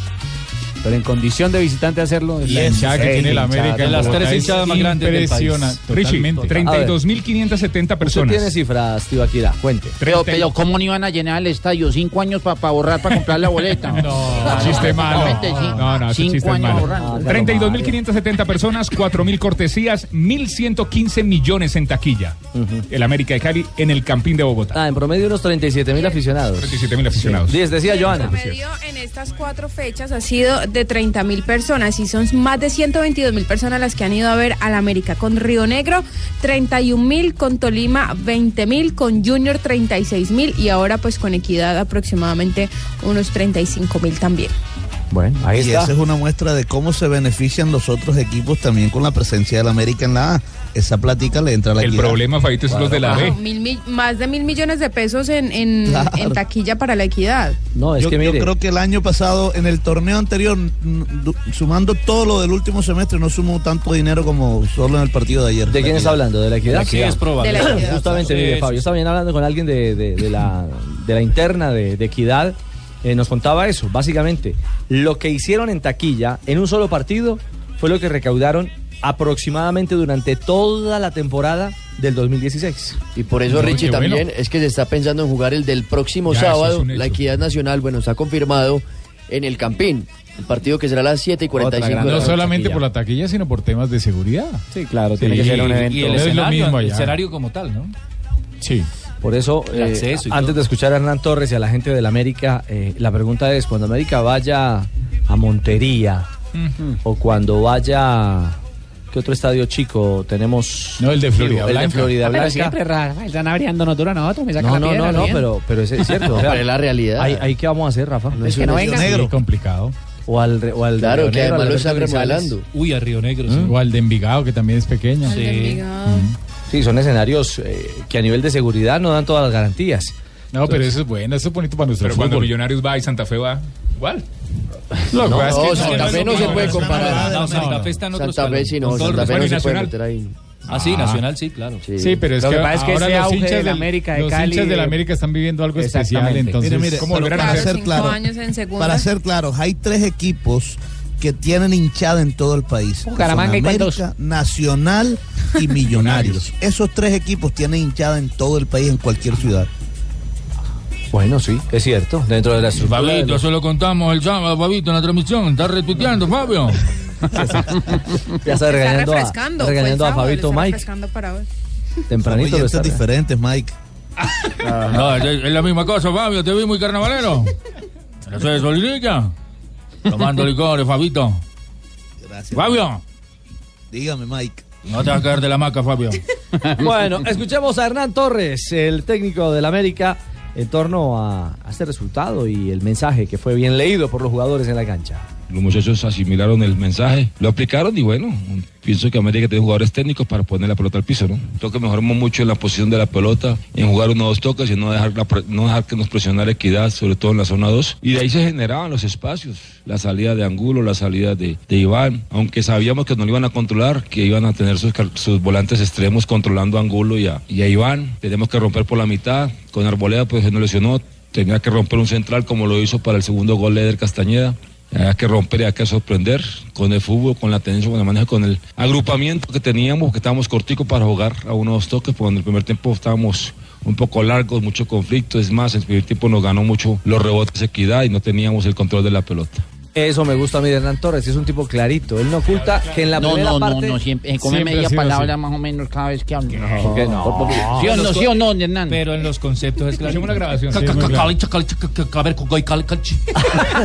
Speaker 18: Pero en condición de visitante hacerlo. es
Speaker 14: Y
Speaker 18: la
Speaker 14: la hinchada que
Speaker 18: seis
Speaker 14: tiene la
Speaker 18: hinchadas,
Speaker 14: América.
Speaker 18: como
Speaker 14: Las
Speaker 18: Bogotá
Speaker 14: tres
Speaker 18: es
Speaker 14: hinchadas más grandes del país.
Speaker 18: impresionante.
Speaker 14: Totalmente.
Speaker 18: Totalmente.
Speaker 14: 32.570
Speaker 18: personas.
Speaker 6: Usted tiene cifras, Tibaquira, cuente.
Speaker 13: Pero, pero ¿cómo no iban a llenar el estadio? Cinco años para ahorrar, para comprar la boleta. no,
Speaker 14: Chiste malo. No, no, ese
Speaker 13: Cinco
Speaker 14: chiste es
Speaker 13: años
Speaker 14: malo.
Speaker 13: ahorrando.
Speaker 14: 32.570 personas, 4.000 cortesías, 1.115 millones en taquilla. El América de Cali en el Campín de Bogotá.
Speaker 6: Ah, en promedio unos 37 mil aficionados.
Speaker 14: 37.000 aficionados.
Speaker 6: Sí, les decía
Speaker 27: El
Speaker 6: Joana.
Speaker 27: promedio en estas cuatro fechas ha sido
Speaker 28: de 30 mil personas y son más de 122 mil personas las que han ido a ver al América con Río Negro, 31 mil con Tolima, 20 mil con Junior, 36 mil y ahora pues con Equidad aproximadamente unos 35 mil también.
Speaker 22: Bueno, ahí y está. esa es una muestra de cómo se benefician los otros equipos también con la presencia del América en la A. Esa plática le entra a la
Speaker 29: El
Speaker 22: equidad.
Speaker 29: problema, Fabito, es
Speaker 22: Claro.
Speaker 29: los de la B.
Speaker 28: Mil mi- más de mil millones de pesos en, en-
Speaker 22: Claro.
Speaker 28: en taquilla para la equidad.
Speaker 22: No,
Speaker 28: es
Speaker 22: yo,
Speaker 28: que
Speaker 22: yo
Speaker 28: mire.
Speaker 22: creo que el año pasado, en el torneo anterior, n- du- sumando todo lo del último semestre, no sumó tanto dinero como solo en el partido de ayer.
Speaker 6: ¿De quién está hablando? ¿De la equidad?
Speaker 28: De la equidad.
Speaker 6: Justamente,
Speaker 22: Sí,
Speaker 6: mire,
Speaker 22: sí,
Speaker 6: Fabio, yo estaba bien hablando con alguien de, de- de la, de la interna de, de Equidad. eh, nos contaba eso, básicamente. Lo que hicieron en taquilla en un solo partido fue lo que recaudaron aproximadamente durante toda la temporada del 2016.
Speaker 15: Y por eso, Richie, también es que se está pensando en jugar el del próximo
Speaker 6: Ya, eso es
Speaker 15: sábado,
Speaker 6: un hecho.
Speaker 15: la Equidad Nacional, bueno, está confirmado en el Campín, el partido que será a las 7 y 45 de la
Speaker 29: No
Speaker 15: noche.
Speaker 29: solamente por la taquilla, sino por temas de seguridad.
Speaker 6: Sí, claro,
Speaker 15: tiene que ser un evento.
Speaker 29: Y
Speaker 14: Y el
Speaker 29: no es lo
Speaker 14: escenario,
Speaker 29: mismo
Speaker 14: el
Speaker 29: allá.
Speaker 14: escenario como tal, ¿no?
Speaker 29: Sí.
Speaker 6: Por eso,
Speaker 14: El
Speaker 6: eh,
Speaker 14: acceso y
Speaker 6: antes de escuchar a Hernán Torres y a la gente del América, eh, la pregunta es, cuando América vaya a Montería o cuando vaya... ¿Qué otro estadio chico tenemos? No, el de
Speaker 29: Florida
Speaker 6: El de
Speaker 29: Blanca.
Speaker 6: Florida Blanca.
Speaker 19: Ah, Pero siempre Rafa, están abriéndonos duro a nosotros. Me sacan
Speaker 6: No,
Speaker 19: la
Speaker 6: no,
Speaker 19: piedra,
Speaker 6: no, no,
Speaker 19: bien.
Speaker 6: pero, pero es, es cierto. o sea,
Speaker 19: Pero es la realidad.
Speaker 6: Ahí, ahí qué vamos a hacer, Rafa.
Speaker 19: Es que no venga.
Speaker 6: negro. complicado. O al, re- o al de Río Negro, al Alberto Grisales.
Speaker 29: Uy, a Río Negro. O al de Envigado, que también es pequeño.
Speaker 6: Sí, son escenarios eh, que a nivel de seguridad no dan todas las garantías.
Speaker 29: No, pero eso es bueno, eso es bonito para nuestro
Speaker 6: Pero
Speaker 29: fútbol.
Speaker 6: cuando
Speaker 29: Millonarios va y Santa Fe va, igual.
Speaker 15: No, no, Santa Fe no se puede comparar.
Speaker 29: No,
Speaker 15: No,
Speaker 29: Santa
Speaker 15: no,
Speaker 29: Fe
Speaker 15: no.
Speaker 29: está en otro
Speaker 15: Santa Fe
Speaker 29: escalón.
Speaker 15: sí,
Speaker 29: Con
Speaker 15: no,
Speaker 29: todo el
Speaker 15: Santa Fe no
Speaker 29: respeto,
Speaker 15: se puede
Speaker 29: Nacional.
Speaker 15: meter ahí.
Speaker 29: Ah, sí, Nacional sí, claro.
Speaker 15: Sí,
Speaker 29: Sí, pero es
Speaker 19: Lo
Speaker 29: que,
Speaker 19: que pasa es que
Speaker 29: ahora
Speaker 19: ese
Speaker 29: los
Speaker 19: auge
Speaker 29: hinchas
Speaker 19: del
Speaker 29: del
Speaker 19: América de
Speaker 29: los
Speaker 19: Cali,
Speaker 29: hinchas del
Speaker 19: eh,
Speaker 29: América están viviendo algo especial,
Speaker 22: Exactamente.
Speaker 29: entonces
Speaker 22: Mire, mire,
Speaker 29: ¿cómo
Speaker 22: pero
Speaker 29: volverán a
Speaker 22: para
Speaker 29: hacer?
Speaker 22: ser claro,
Speaker 28: años en segunda.
Speaker 22: Para ser claros, hay tres equipos que tienen hinchada en todo el país. que son
Speaker 19: Bucaramanga y cuál dos.
Speaker 22: América, Nacional y Millonarios. Esos tres equipos tienen hinchada en todo el país, en cualquier ciudad.
Speaker 6: Bueno, sí, es cierto. Dentro de la estructura de
Speaker 20: Fabito,
Speaker 6: los-
Speaker 20: eso lo contamos el sábado, Fabito, en la transmisión. Está retuiteando, Fabio.
Speaker 6: Ya está regañando a,
Speaker 28: refrescando. fue
Speaker 6: regañando
Speaker 2: pues,
Speaker 28: el
Speaker 6: a
Speaker 28: sábado,
Speaker 6: Fabito
Speaker 28: lo está
Speaker 6: Mike.
Speaker 28: refrescando para hoy.
Speaker 6: Tempranito lo
Speaker 22: Son
Speaker 6: está.
Speaker 22: proyectos diferentes, Mike.
Speaker 20: Ah, No, es, es la misma cosa, Fabio. Te vi muy carnavalero. No soy de Solinica. Tomando licores, Fabito.
Speaker 22: Gracias.
Speaker 20: Fabio,
Speaker 22: Dígame, Mike.
Speaker 20: no te vas a caer de la maca, Fabio.
Speaker 6: Bueno, escuchemos a Hernán Torres, el técnico del América, en torno a, a este resultado y el mensaje que fue bien leído por los jugadores en la cancha.
Speaker 23: Los muchachos asimilaron el mensaje, lo aplicaron y bueno, pienso que América tiene jugadores técnicos para poner la pelota al piso, ¿no? Creo que mejoramos mucho en la posición de la pelota, en jugar uno o dos toques y no dejar, la pre- no dejar que nos presionara equidad, sobre todo en la zona 2. Y de ahí se generaban los espacios, la salida de Angulo, la salida de, de Iván, aunque sabíamos que no lo iban a controlar, que iban a tener sus, car- sus volantes extremos controlando a Angulo y a, y a Iván. Tenemos que romper por la mitad, con Arboleda pues se nos lesionó, tenía que romper un central como lo hizo para el segundo gol de Eder Castañeda. Había que romper, había que sorprender con el fútbol, con la tendencia, con el manejo, con el agrupamiento que teníamos, que estábamos corticos para jugar a unos toques, porque en el primer tiempo estábamos un poco largos, mucho conflicto, es más, en el primer tiempo nos ganó mucho los rebotes de equidad y no teníamos el control de la pelota.
Speaker 6: Eso me gusta a mí de Hernán Torres, es un tipo clarito. Él no oculta que en la
Speaker 13: No,
Speaker 6: primera
Speaker 13: no, no,
Speaker 6: parte.
Speaker 13: no,
Speaker 29: eh,
Speaker 13: siempre, come media palabra más o menos cada vez que hablo.
Speaker 6: ¿Por qué no?
Speaker 13: ¿Sí o no, sí o no, Hernán?
Speaker 14: Pero en los conceptos es claro.
Speaker 13: Hacemos una
Speaker 29: grabación,
Speaker 13: sí, es muy claro.
Speaker 14: A ver, con Goy Cal- Calchi.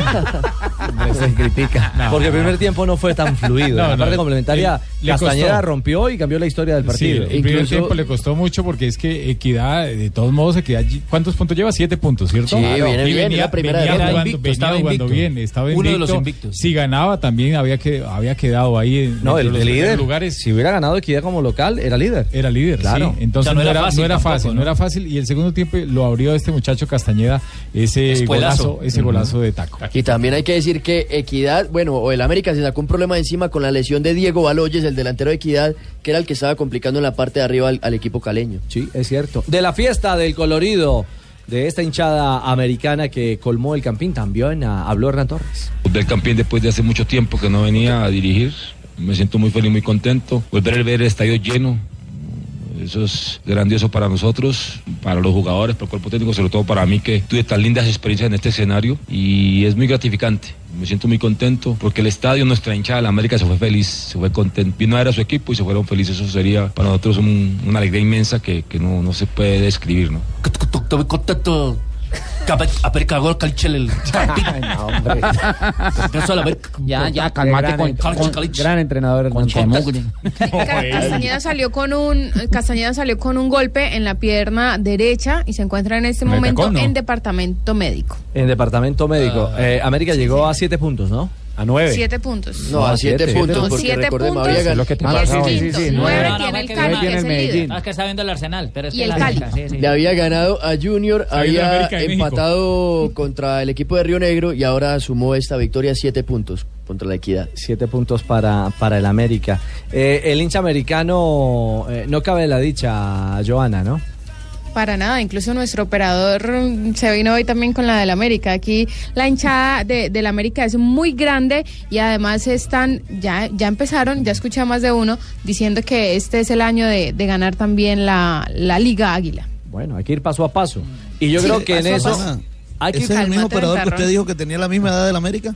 Speaker 6: Se critica. Porque el primer tiempo no fue tan fluido.
Speaker 29: No,
Speaker 6: en la
Speaker 29: no,
Speaker 6: parte complementaria,
Speaker 29: le- le
Speaker 6: Castañeda
Speaker 29: costó.
Speaker 6: rompió y cambió la historia del
Speaker 29: Sí,
Speaker 6: partido.
Speaker 29: el primer tiempo le costó mucho porque es que Equidad, de todos modos, Equidad, ¿cuántos puntos lleva? Siete puntos, ¿cierto?
Speaker 23: Sí, viene
Speaker 29: y
Speaker 23: bien, es
Speaker 29: venía,
Speaker 23: la primera
Speaker 29: venía
Speaker 23: derrota.
Speaker 29: jugando,
Speaker 23: Invicto,
Speaker 29: venía
Speaker 23: estaba
Speaker 29: jugando
Speaker 23: invicto.
Speaker 29: bien, estaba
Speaker 23: Uno de
Speaker 29: invicto.
Speaker 23: los invictos.
Speaker 29: Si ganaba también había, que, había quedado ahí en
Speaker 6: No,
Speaker 29: entre
Speaker 6: el,
Speaker 29: los
Speaker 6: el
Speaker 29: primeros
Speaker 6: líder.
Speaker 29: lugares.
Speaker 6: Si hubiera ganado Equidad como local, era líder.
Speaker 29: Era líder,
Speaker 6: Claro.
Speaker 29: sí. Entonces no, era, fácil, no era fácil, no era fácil. Y el segundo tiempo lo abrió este muchacho Castañeda, ese
Speaker 15: Espuelazo.
Speaker 29: golazo, ese
Speaker 15: Ujú.
Speaker 29: golazo de taco.
Speaker 15: Y también hay que decir que Equidad, bueno, o el América se sacó un problema de encima con la lesión de Diego Baloyes, el delantero de Equidad, que era el que estaba complicando en la parte de arriba al, al equipo caleño.
Speaker 6: Sí, es cierto. De la fiesta del colorido de esta hinchada americana que colmó el campín, también ah, habló Hernán Torres.
Speaker 23: Del campeón después de hace mucho tiempo que no venía a dirigir, me siento muy feliz, muy contento. Volver a ver el estadio lleno, Eso es grandioso para nosotros, para los jugadores, para el cuerpo técnico, sobre todo para mí que tuve tan lindas experiencias en este escenario y es muy gratificante. Me siento muy contento porque el estadio, nuestra hinchada de la América se fue feliz, se fue contento. Vino a ver a su equipo y se fueron felices. Eso sería para nosotros un- una alegría inmensa que, que no, no se puede describir, ¿no?
Speaker 19: Estoy contento.
Speaker 30: Aperca el calchel. el- Empezó a la ver-
Speaker 13: Ya, ya,
Speaker 30: Qué
Speaker 13: calmate
Speaker 30: gran
Speaker 13: con,
Speaker 30: en-
Speaker 13: con-
Speaker 30: gran
Speaker 13: gran entrenador con Chemugre.
Speaker 28: Ca- Castañeda salió con un Castañeda salió con un golpe en la pierna derecha y se encuentra en este
Speaker 6: En el
Speaker 28: momento
Speaker 6: tacón, ¿no?
Speaker 28: en departamento médico.
Speaker 6: En departamento médico. Eh, América llegó a siete puntos, ¿no? A nueve.
Speaker 28: Siete puntos.
Speaker 6: No, a siete puntos,
Speaker 28: Con
Speaker 6: porque
Speaker 28: siete
Speaker 6: recordemos,
Speaker 28: puntos.
Speaker 6: había ganado. Es lo que
Speaker 15: Ah,
Speaker 6: te
Speaker 28: y
Speaker 6: pasa
Speaker 28: es
Speaker 6: hoy.
Speaker 28: quinto.
Speaker 6: Sí, sí, no.
Speaker 28: Nueve
Speaker 6: No, no,
Speaker 28: tiene el
Speaker 15: que
Speaker 28: Cali, que es el líder.
Speaker 15: Ah, es que está viendo el Arsenal. Pero es
Speaker 28: Y
Speaker 15: que
Speaker 28: el
Speaker 15: la-
Speaker 28: Cali.
Speaker 15: Le había ganado a Junior,
Speaker 28: Ahí en
Speaker 15: había
Speaker 28: América de México.
Speaker 15: empatado contra el equipo de Río Negro y ahora sumó esta victoria siete puntos contra la Equidad.
Speaker 6: Siete puntos para, para el América. Eh, el hincha americano eh, no cabe la dicha, Joana, ¿no?
Speaker 28: Para nada, incluso nuestro operador mm, se vino hoy también con la del América. Aquí la hinchada de, del América es muy grande y además están, ya, ya empezaron, ya escuché a más de uno diciendo que este es el año de, de ganar también la, la Liga Águila.
Speaker 6: Bueno, hay que ir paso a paso. Y yo
Speaker 28: Sí,
Speaker 6: creo que en
Speaker 28: paso a
Speaker 6: eso
Speaker 28: paso.
Speaker 6: hay que
Speaker 22: ¿Ese es el mismo
Speaker 28: Cálmate,
Speaker 22: operador que
Speaker 28: Ventarrón.
Speaker 22: usted dijo que tenía la misma edad del América?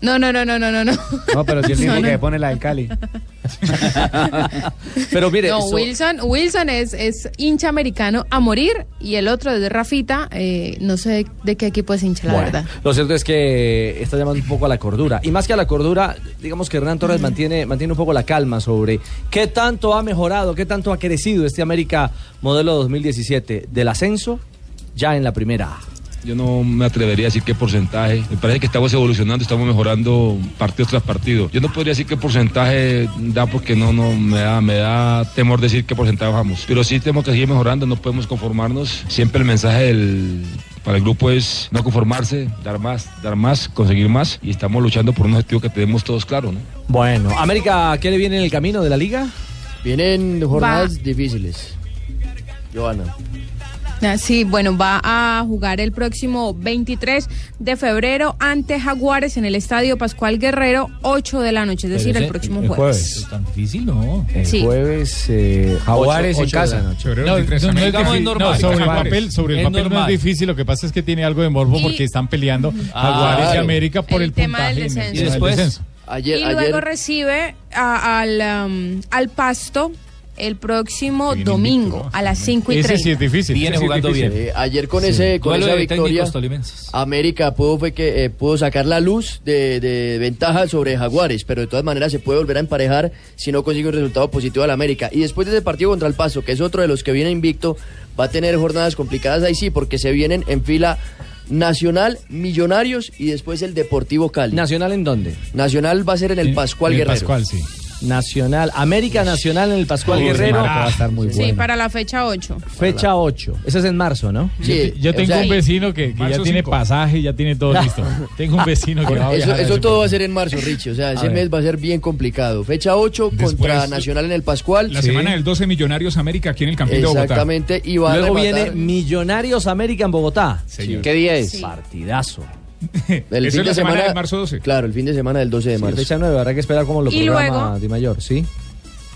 Speaker 28: No, no, no, no, no, no, no.
Speaker 22: No, pero
Speaker 18: si el mismo
Speaker 28: No, no.
Speaker 18: que pone la del Cali.
Speaker 6: Pero mire,
Speaker 28: no,
Speaker 6: so-
Speaker 28: Wilson, Wilson es, es hincha americano a morir y el otro es Rafita, eh, no sé de, qué equipo es hincha, la
Speaker 6: Bueno,
Speaker 28: verdad.
Speaker 6: Lo cierto es que está llamando un poco a la cordura. Y más que a la cordura, digamos que Hernán Torres mantiene, mantiene un poco la calma sobre qué tanto ha mejorado, qué tanto ha crecido este América modelo 2017 del ascenso ya en la primera A.
Speaker 23: Yo no me atrevería a decir qué porcentaje. Me parece que estamos evolucionando, estamos mejorando partido tras partido. Yo no podría decir qué porcentaje da porque no, no me da, me da temor decir qué porcentaje vamos. Pero sí tenemos que seguir mejorando, no podemos conformarnos. Siempre el mensaje del- para el grupo es no conformarse, dar más, dar más, conseguir más. Y estamos luchando por un objetivo que tenemos todos claro, ¿no?
Speaker 6: Bueno, América, ¿qué le viene en el camino de la liga?
Speaker 15: Vienen jornadas difíciles. Joana.
Speaker 28: Ah, Sí, bueno, va a jugar el próximo 23 de febrero ante Jaguares en el Estadio Pascual Guerrero, 8 de la noche, es decir, el próximo jueves.
Speaker 29: Es tan difícil, ¿no?
Speaker 6: El
Speaker 28: Sí.
Speaker 6: jueves, eh, Jaguares
Speaker 29: Ocho-
Speaker 6: en
Speaker 29: ocho de
Speaker 6: casa.
Speaker 29: la noche. No, no, no es difícil. No, sobre el papel, sobre el papel no es difícil. Lo que pasa es que tiene algo de morbo porque están peleando
Speaker 23: Ah,
Speaker 29: Jaguares y
Speaker 23: claro.
Speaker 29: América por el,
Speaker 28: tema
Speaker 29: puntaje
Speaker 28: del
Speaker 29: en el-
Speaker 28: descenso.
Speaker 29: en el
Speaker 23: Y después,
Speaker 29: descenso.
Speaker 28: y luego recibe a- al, am, al Pasto el próximo domingo a las 5 y 30.
Speaker 23: Viene jugando bien.
Speaker 15: Eh, ayer con ese con
Speaker 23: Duelo
Speaker 15: esa
Speaker 23: de
Speaker 15: victoria
Speaker 23: técnicos tolimenses.
Speaker 15: América pudo fue que eh, pudo sacar la luz de, de ventaja sobre Jaguares, pero de todas maneras se puede volver a emparejar si no consigue un resultado positivo al América. Y después de ese partido contra el Paso, que es otro de los que viene invicto, va a tener jornadas complicadas ahí sí, porque se vienen en fila Nacional, Millonarios y después el Deportivo Cali.
Speaker 6: Nacional en dónde?
Speaker 15: Nacional va a ser en el Pascual
Speaker 6: en el
Speaker 15: Guerrero.
Speaker 6: Pascual, sí. Nacional, América Nacional en el Pascual
Speaker 15: Uy,
Speaker 6: Guerrero.
Speaker 15: marca va a estar
Speaker 6: muy
Speaker 28: Sí, para la fecha 8.
Speaker 6: Fecha 8. Ese es en marzo, ¿no?
Speaker 29: Yo, te- yo tengo un vecino que, que ya
Speaker 6: Marzo
Speaker 29: tiene
Speaker 6: cinco.
Speaker 29: pasaje, ya tiene todo listo. tengo un vecino Pues que va a
Speaker 15: Eso,
Speaker 29: viajar a
Speaker 15: eso
Speaker 29: ese
Speaker 15: todo va a ser en marzo, Richie. O sea, ese
Speaker 29: ver.
Speaker 15: mes va a ser bien complicado. Fecha 8 contra Nacional en el Pascual.
Speaker 31: La semana del 12 Millonarios América aquí en el Campín de Bogotá.
Speaker 15: Exactamente, y va a
Speaker 6: Luego
Speaker 15: rematar-
Speaker 6: viene Millonarios América en Bogotá.
Speaker 31: Señor.
Speaker 15: ¿Qué día es?
Speaker 6: Partidazo.
Speaker 15: El
Speaker 6: Esa
Speaker 15: fin
Speaker 6: es
Speaker 15: de
Speaker 6: la semana
Speaker 15: semana
Speaker 6: del
Speaker 31: marzo 12.
Speaker 15: Claro, el fin de semana del 12 de
Speaker 6: Sí,
Speaker 15: marzo.
Speaker 6: fecha 9, habrá que esperar cómo lo
Speaker 28: Y
Speaker 6: programa
Speaker 28: luego-
Speaker 6: Di Mayor, ¿sí?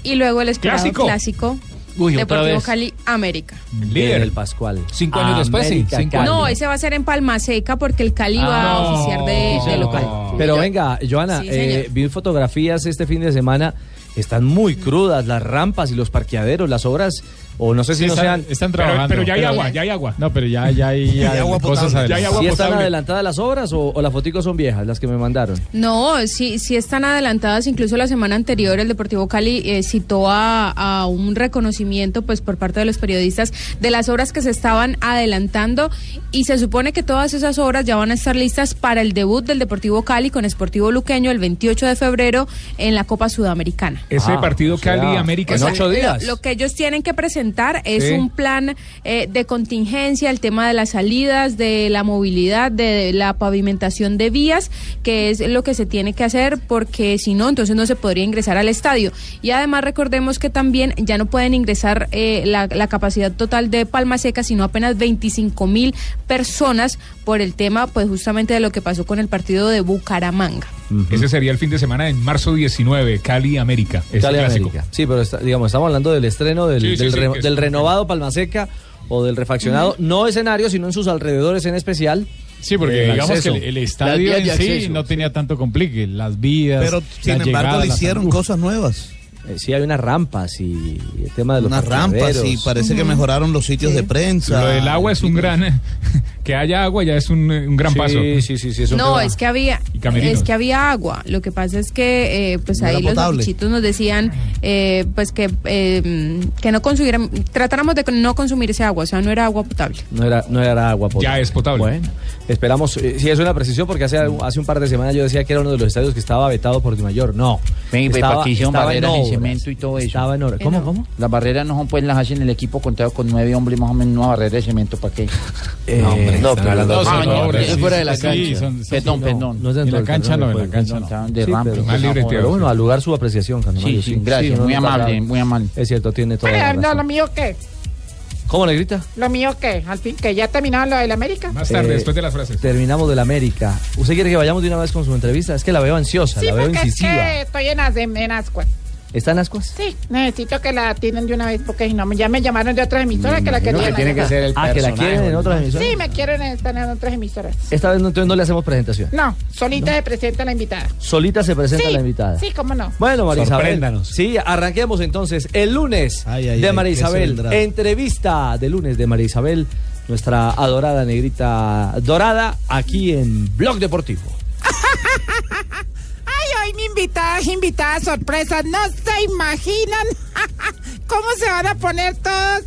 Speaker 28: Y luego el esperado
Speaker 6: Clásico.
Speaker 28: clásico,
Speaker 6: Uy, otra
Speaker 28: Deportivo
Speaker 6: vez.
Speaker 28: Cali América.
Speaker 6: Líder. El Pascual.
Speaker 18: Cinco años después, sí,
Speaker 6: América,
Speaker 18: cinco
Speaker 6: Cali.
Speaker 28: No, ese va a ser en Palma Seca porque el Cali va
Speaker 31: Ah,
Speaker 28: a oficiar de, de local.
Speaker 6: Pero venga, Joana,
Speaker 28: Sí,
Speaker 6: eh,
Speaker 28: señor.
Speaker 6: vi fotografías este fin de semana. Están muy crudas las rampas y los parqueaderos, las obras, o no sé si
Speaker 29: Sí,
Speaker 6: no
Speaker 29: están-
Speaker 6: sean.
Speaker 29: están trabajando.
Speaker 31: Pero ya hay
Speaker 29: Pero-
Speaker 31: agua, ya hay agua.
Speaker 29: No, pero ya, ya hay,
Speaker 31: Ya hay agua
Speaker 29: cosas
Speaker 31: potable, ya hay
Speaker 29: adelantadas.
Speaker 31: agua
Speaker 6: ¿Sí están adelantadas las obras o, o las foticos son viejas, las que me mandaron?
Speaker 28: No, sí, sí están adelantadas. Incluso la semana anterior el Deportivo Cali eh, citó a, a un reconocimiento, pues, por parte de los periodistas de las obras que se estaban adelantando y se supone que todas esas obras ya van a estar listas para el debut del Deportivo Cali con Sportivo Luqueño el 28 de febrero en la Copa Sudamericana.
Speaker 31: Ese
Speaker 18: Ah.
Speaker 31: partido Cali-América.
Speaker 28: Ah, O sea, lo- Lo, que ellos tienen que presentar es
Speaker 31: Sí.
Speaker 28: un plan eh, de contingencia, el tema de las salidas, de la movilidad, de, la pavimentación de vías, que es lo que se tiene que hacer porque si no, entonces no se podría ingresar al estadio. Y además recordemos que también ya no pueden ingresar eh, la, la capacidad total de Palma Seca, sino apenas 25 mil personas por el tema, pues justamente de lo que pasó con el partido de Bucaramanga.
Speaker 31: Ese sería el fin de semana en marzo 19, Cali-América.
Speaker 7: este
Speaker 31: Es
Speaker 6: Cali,
Speaker 31: clásico.
Speaker 6: América. Sí, pero está- digamos, estamos hablando del estreno del,
Speaker 31: Sí, sí,
Speaker 6: del
Speaker 31: sí,
Speaker 6: re-
Speaker 31: que es-
Speaker 6: del renovado Palmaseca o del refaccionado, no escenario, sino en sus alrededores en especial.
Speaker 29: Mm. Sí, porque digamos que el, el estadio en sí no tenía tanto complique, las vías.
Speaker 6: Pero, sin
Speaker 29: la
Speaker 6: embargo,
Speaker 29: llegada,
Speaker 6: le
Speaker 29: las-
Speaker 6: hicieron
Speaker 29: Uf.
Speaker 22: Cosas nuevas.
Speaker 6: Eh, sí, hay unas rampas y el tema de los
Speaker 22: Unas rampas
Speaker 6: parqueaderos.
Speaker 22: y parece que mejoraron los sitios de prensa.
Speaker 31: Lo del agua es un gran.
Speaker 7: que haya agua ya es un, un gran
Speaker 6: Sí,
Speaker 7: paso.
Speaker 6: sí, sí, sí, es un
Speaker 28: No, es que había
Speaker 7: Y camerinos.
Speaker 28: es que había agua. Lo que pasa es que eh, pues
Speaker 7: No era
Speaker 28: ahí los
Speaker 7: potable.
Speaker 28: bichitos nos decían eh, pues que eh, que no consumieran tratáramos de no consumir ese agua, o sea, no era agua potable.
Speaker 6: No era, no era agua potable. Ya es potable. Bueno, esperamos. eh, sí, es una precisión porque hace, hace un par de semanas yo decía que era uno de los estadios que estaba vetado por Dimayor. No.
Speaker 18: Ven, ve,
Speaker 6: Estaba-
Speaker 18: pa' aquí hicieron
Speaker 6: estaba en
Speaker 18: barreras en
Speaker 6: obras.
Speaker 18: cemento y todo eso.
Speaker 6: Estaba en obras. ¿Cómo, cómo?
Speaker 18: Las barreras no son pues las hacen el equipo contado con nueve hombres más o menos una barrera de cemento para qué.
Speaker 6: Eh, No, hombre,
Speaker 18: no,
Speaker 6: están
Speaker 18: pero
Speaker 6: hablando de
Speaker 18: Ah,
Speaker 6: obras,
Speaker 18: no,
Speaker 6: sí,
Speaker 18: es fuera
Speaker 6: sí,
Speaker 18: de la
Speaker 6: sí,
Speaker 18: cancha.
Speaker 6: son- son-
Speaker 18: perdón,
Speaker 6: no,
Speaker 18: perdón.
Speaker 6: no es dentro del terreno de juego.
Speaker 18: Estaban de
Speaker 6: Sí,
Speaker 18: rampa,
Speaker 6: pero-
Speaker 18: estaban
Speaker 6: pero
Speaker 18: jugando.
Speaker 6: bueno, a lugar su apreciación, Carlos
Speaker 18: Sí,
Speaker 6: Mario,
Speaker 18: sí, gracias,
Speaker 6: uno
Speaker 18: muy
Speaker 6: nunca
Speaker 18: amable,
Speaker 6: sabe.
Speaker 18: muy amable.
Speaker 6: Es cierto, tiene toda la
Speaker 17: Eh, no,
Speaker 6: razón.
Speaker 17: lo mío qué.
Speaker 6: ¿Cómo le grita?
Speaker 17: Lo mío qué. Al fin, que ya terminaron lo del América.
Speaker 6: Más
Speaker 19: Eh,
Speaker 6: tarde, después de las frases. Eh, Terminamos del América. ¿Usted quiere que vayamos de una vez con su entrevista? Es que la veo ansiosa,
Speaker 17: Sí,
Speaker 6: la veo
Speaker 17: porque es
Speaker 6: incisiva.
Speaker 17: que estoy en, as- en, en ascuas.
Speaker 6: ¿Están ascuas?
Speaker 17: Sí, necesito que la tienen de una vez porque si no, me- ya me llamaron de otras emisoras que la querían. acá.
Speaker 6: Ah, que la quieren en otras emisoras.
Speaker 17: Sí, me quieren estar en otras emisoras.
Speaker 6: Esta vez no, entonces no le hacemos presentación.
Speaker 17: No, solita se presenta la invitada.
Speaker 6: Solita se presenta
Speaker 17: sí,
Speaker 6: la invitada.
Speaker 17: Sí, cómo no.
Speaker 6: Bueno, María Isabel.
Speaker 17: Sorpréndanos.
Speaker 6: Sí, arranquemos entonces el lunes
Speaker 17: ay,
Speaker 6: de
Speaker 17: ay,
Speaker 6: María
Speaker 17: ¿qué se
Speaker 6: Isabel.
Speaker 17: vendrá?
Speaker 6: Entrevista de lunes de María Isabel, nuestra adorada negrita dorada, aquí en Blog Deportivo.
Speaker 17: Ay, hoy mi invitada, invitada sorpresa, no se imaginan cómo se van a poner todos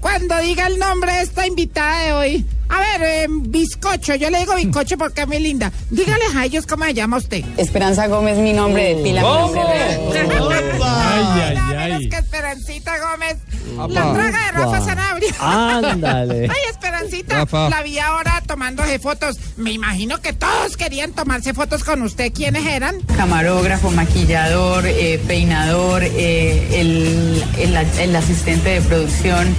Speaker 17: cuando diga el nombre de esta invitada de hoy. A ver, eh, bizcocho, yo le digo bizcocho porque es muy linda. Dígales a ellos cómo se llama usted.
Speaker 30: Esperanza Gómez, mi nombre de pila. mi nombre de-
Speaker 17: Ay, ay, ay. que Esperancita Gómez, la traga de Rafa
Speaker 30: Opa.
Speaker 17: Sanabria.
Speaker 30: Ándale.
Speaker 17: Ay, Esperancita,
Speaker 30: Rafa.
Speaker 17: la vi ahora tomándose fotos. Me imagino que todos querían tomarse fotos con usted. ¿Quiénes eran?
Speaker 30: Camarógrafo, maquillador, eh, peinador, eh, el, el- el asistente de producción.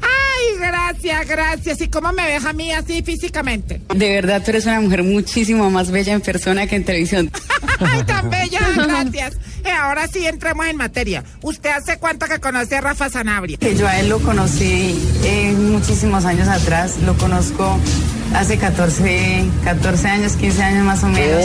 Speaker 17: Ay, gracias, gracias. ¿Y cómo me ves a mí así físicamente?
Speaker 30: De verdad, tú eres una mujer muchísimo más bella en persona que en televisión.
Speaker 17: Ay, tan bella, gracias. Eh, ahora sí entremos en materia. ¿Usted hace cuánto que conoce a Rafa Sanabria?
Speaker 30: Que yo a él lo conocí eh, muchísimos años atrás, lo conozco hace 14, 14 años, 15 años más o menos.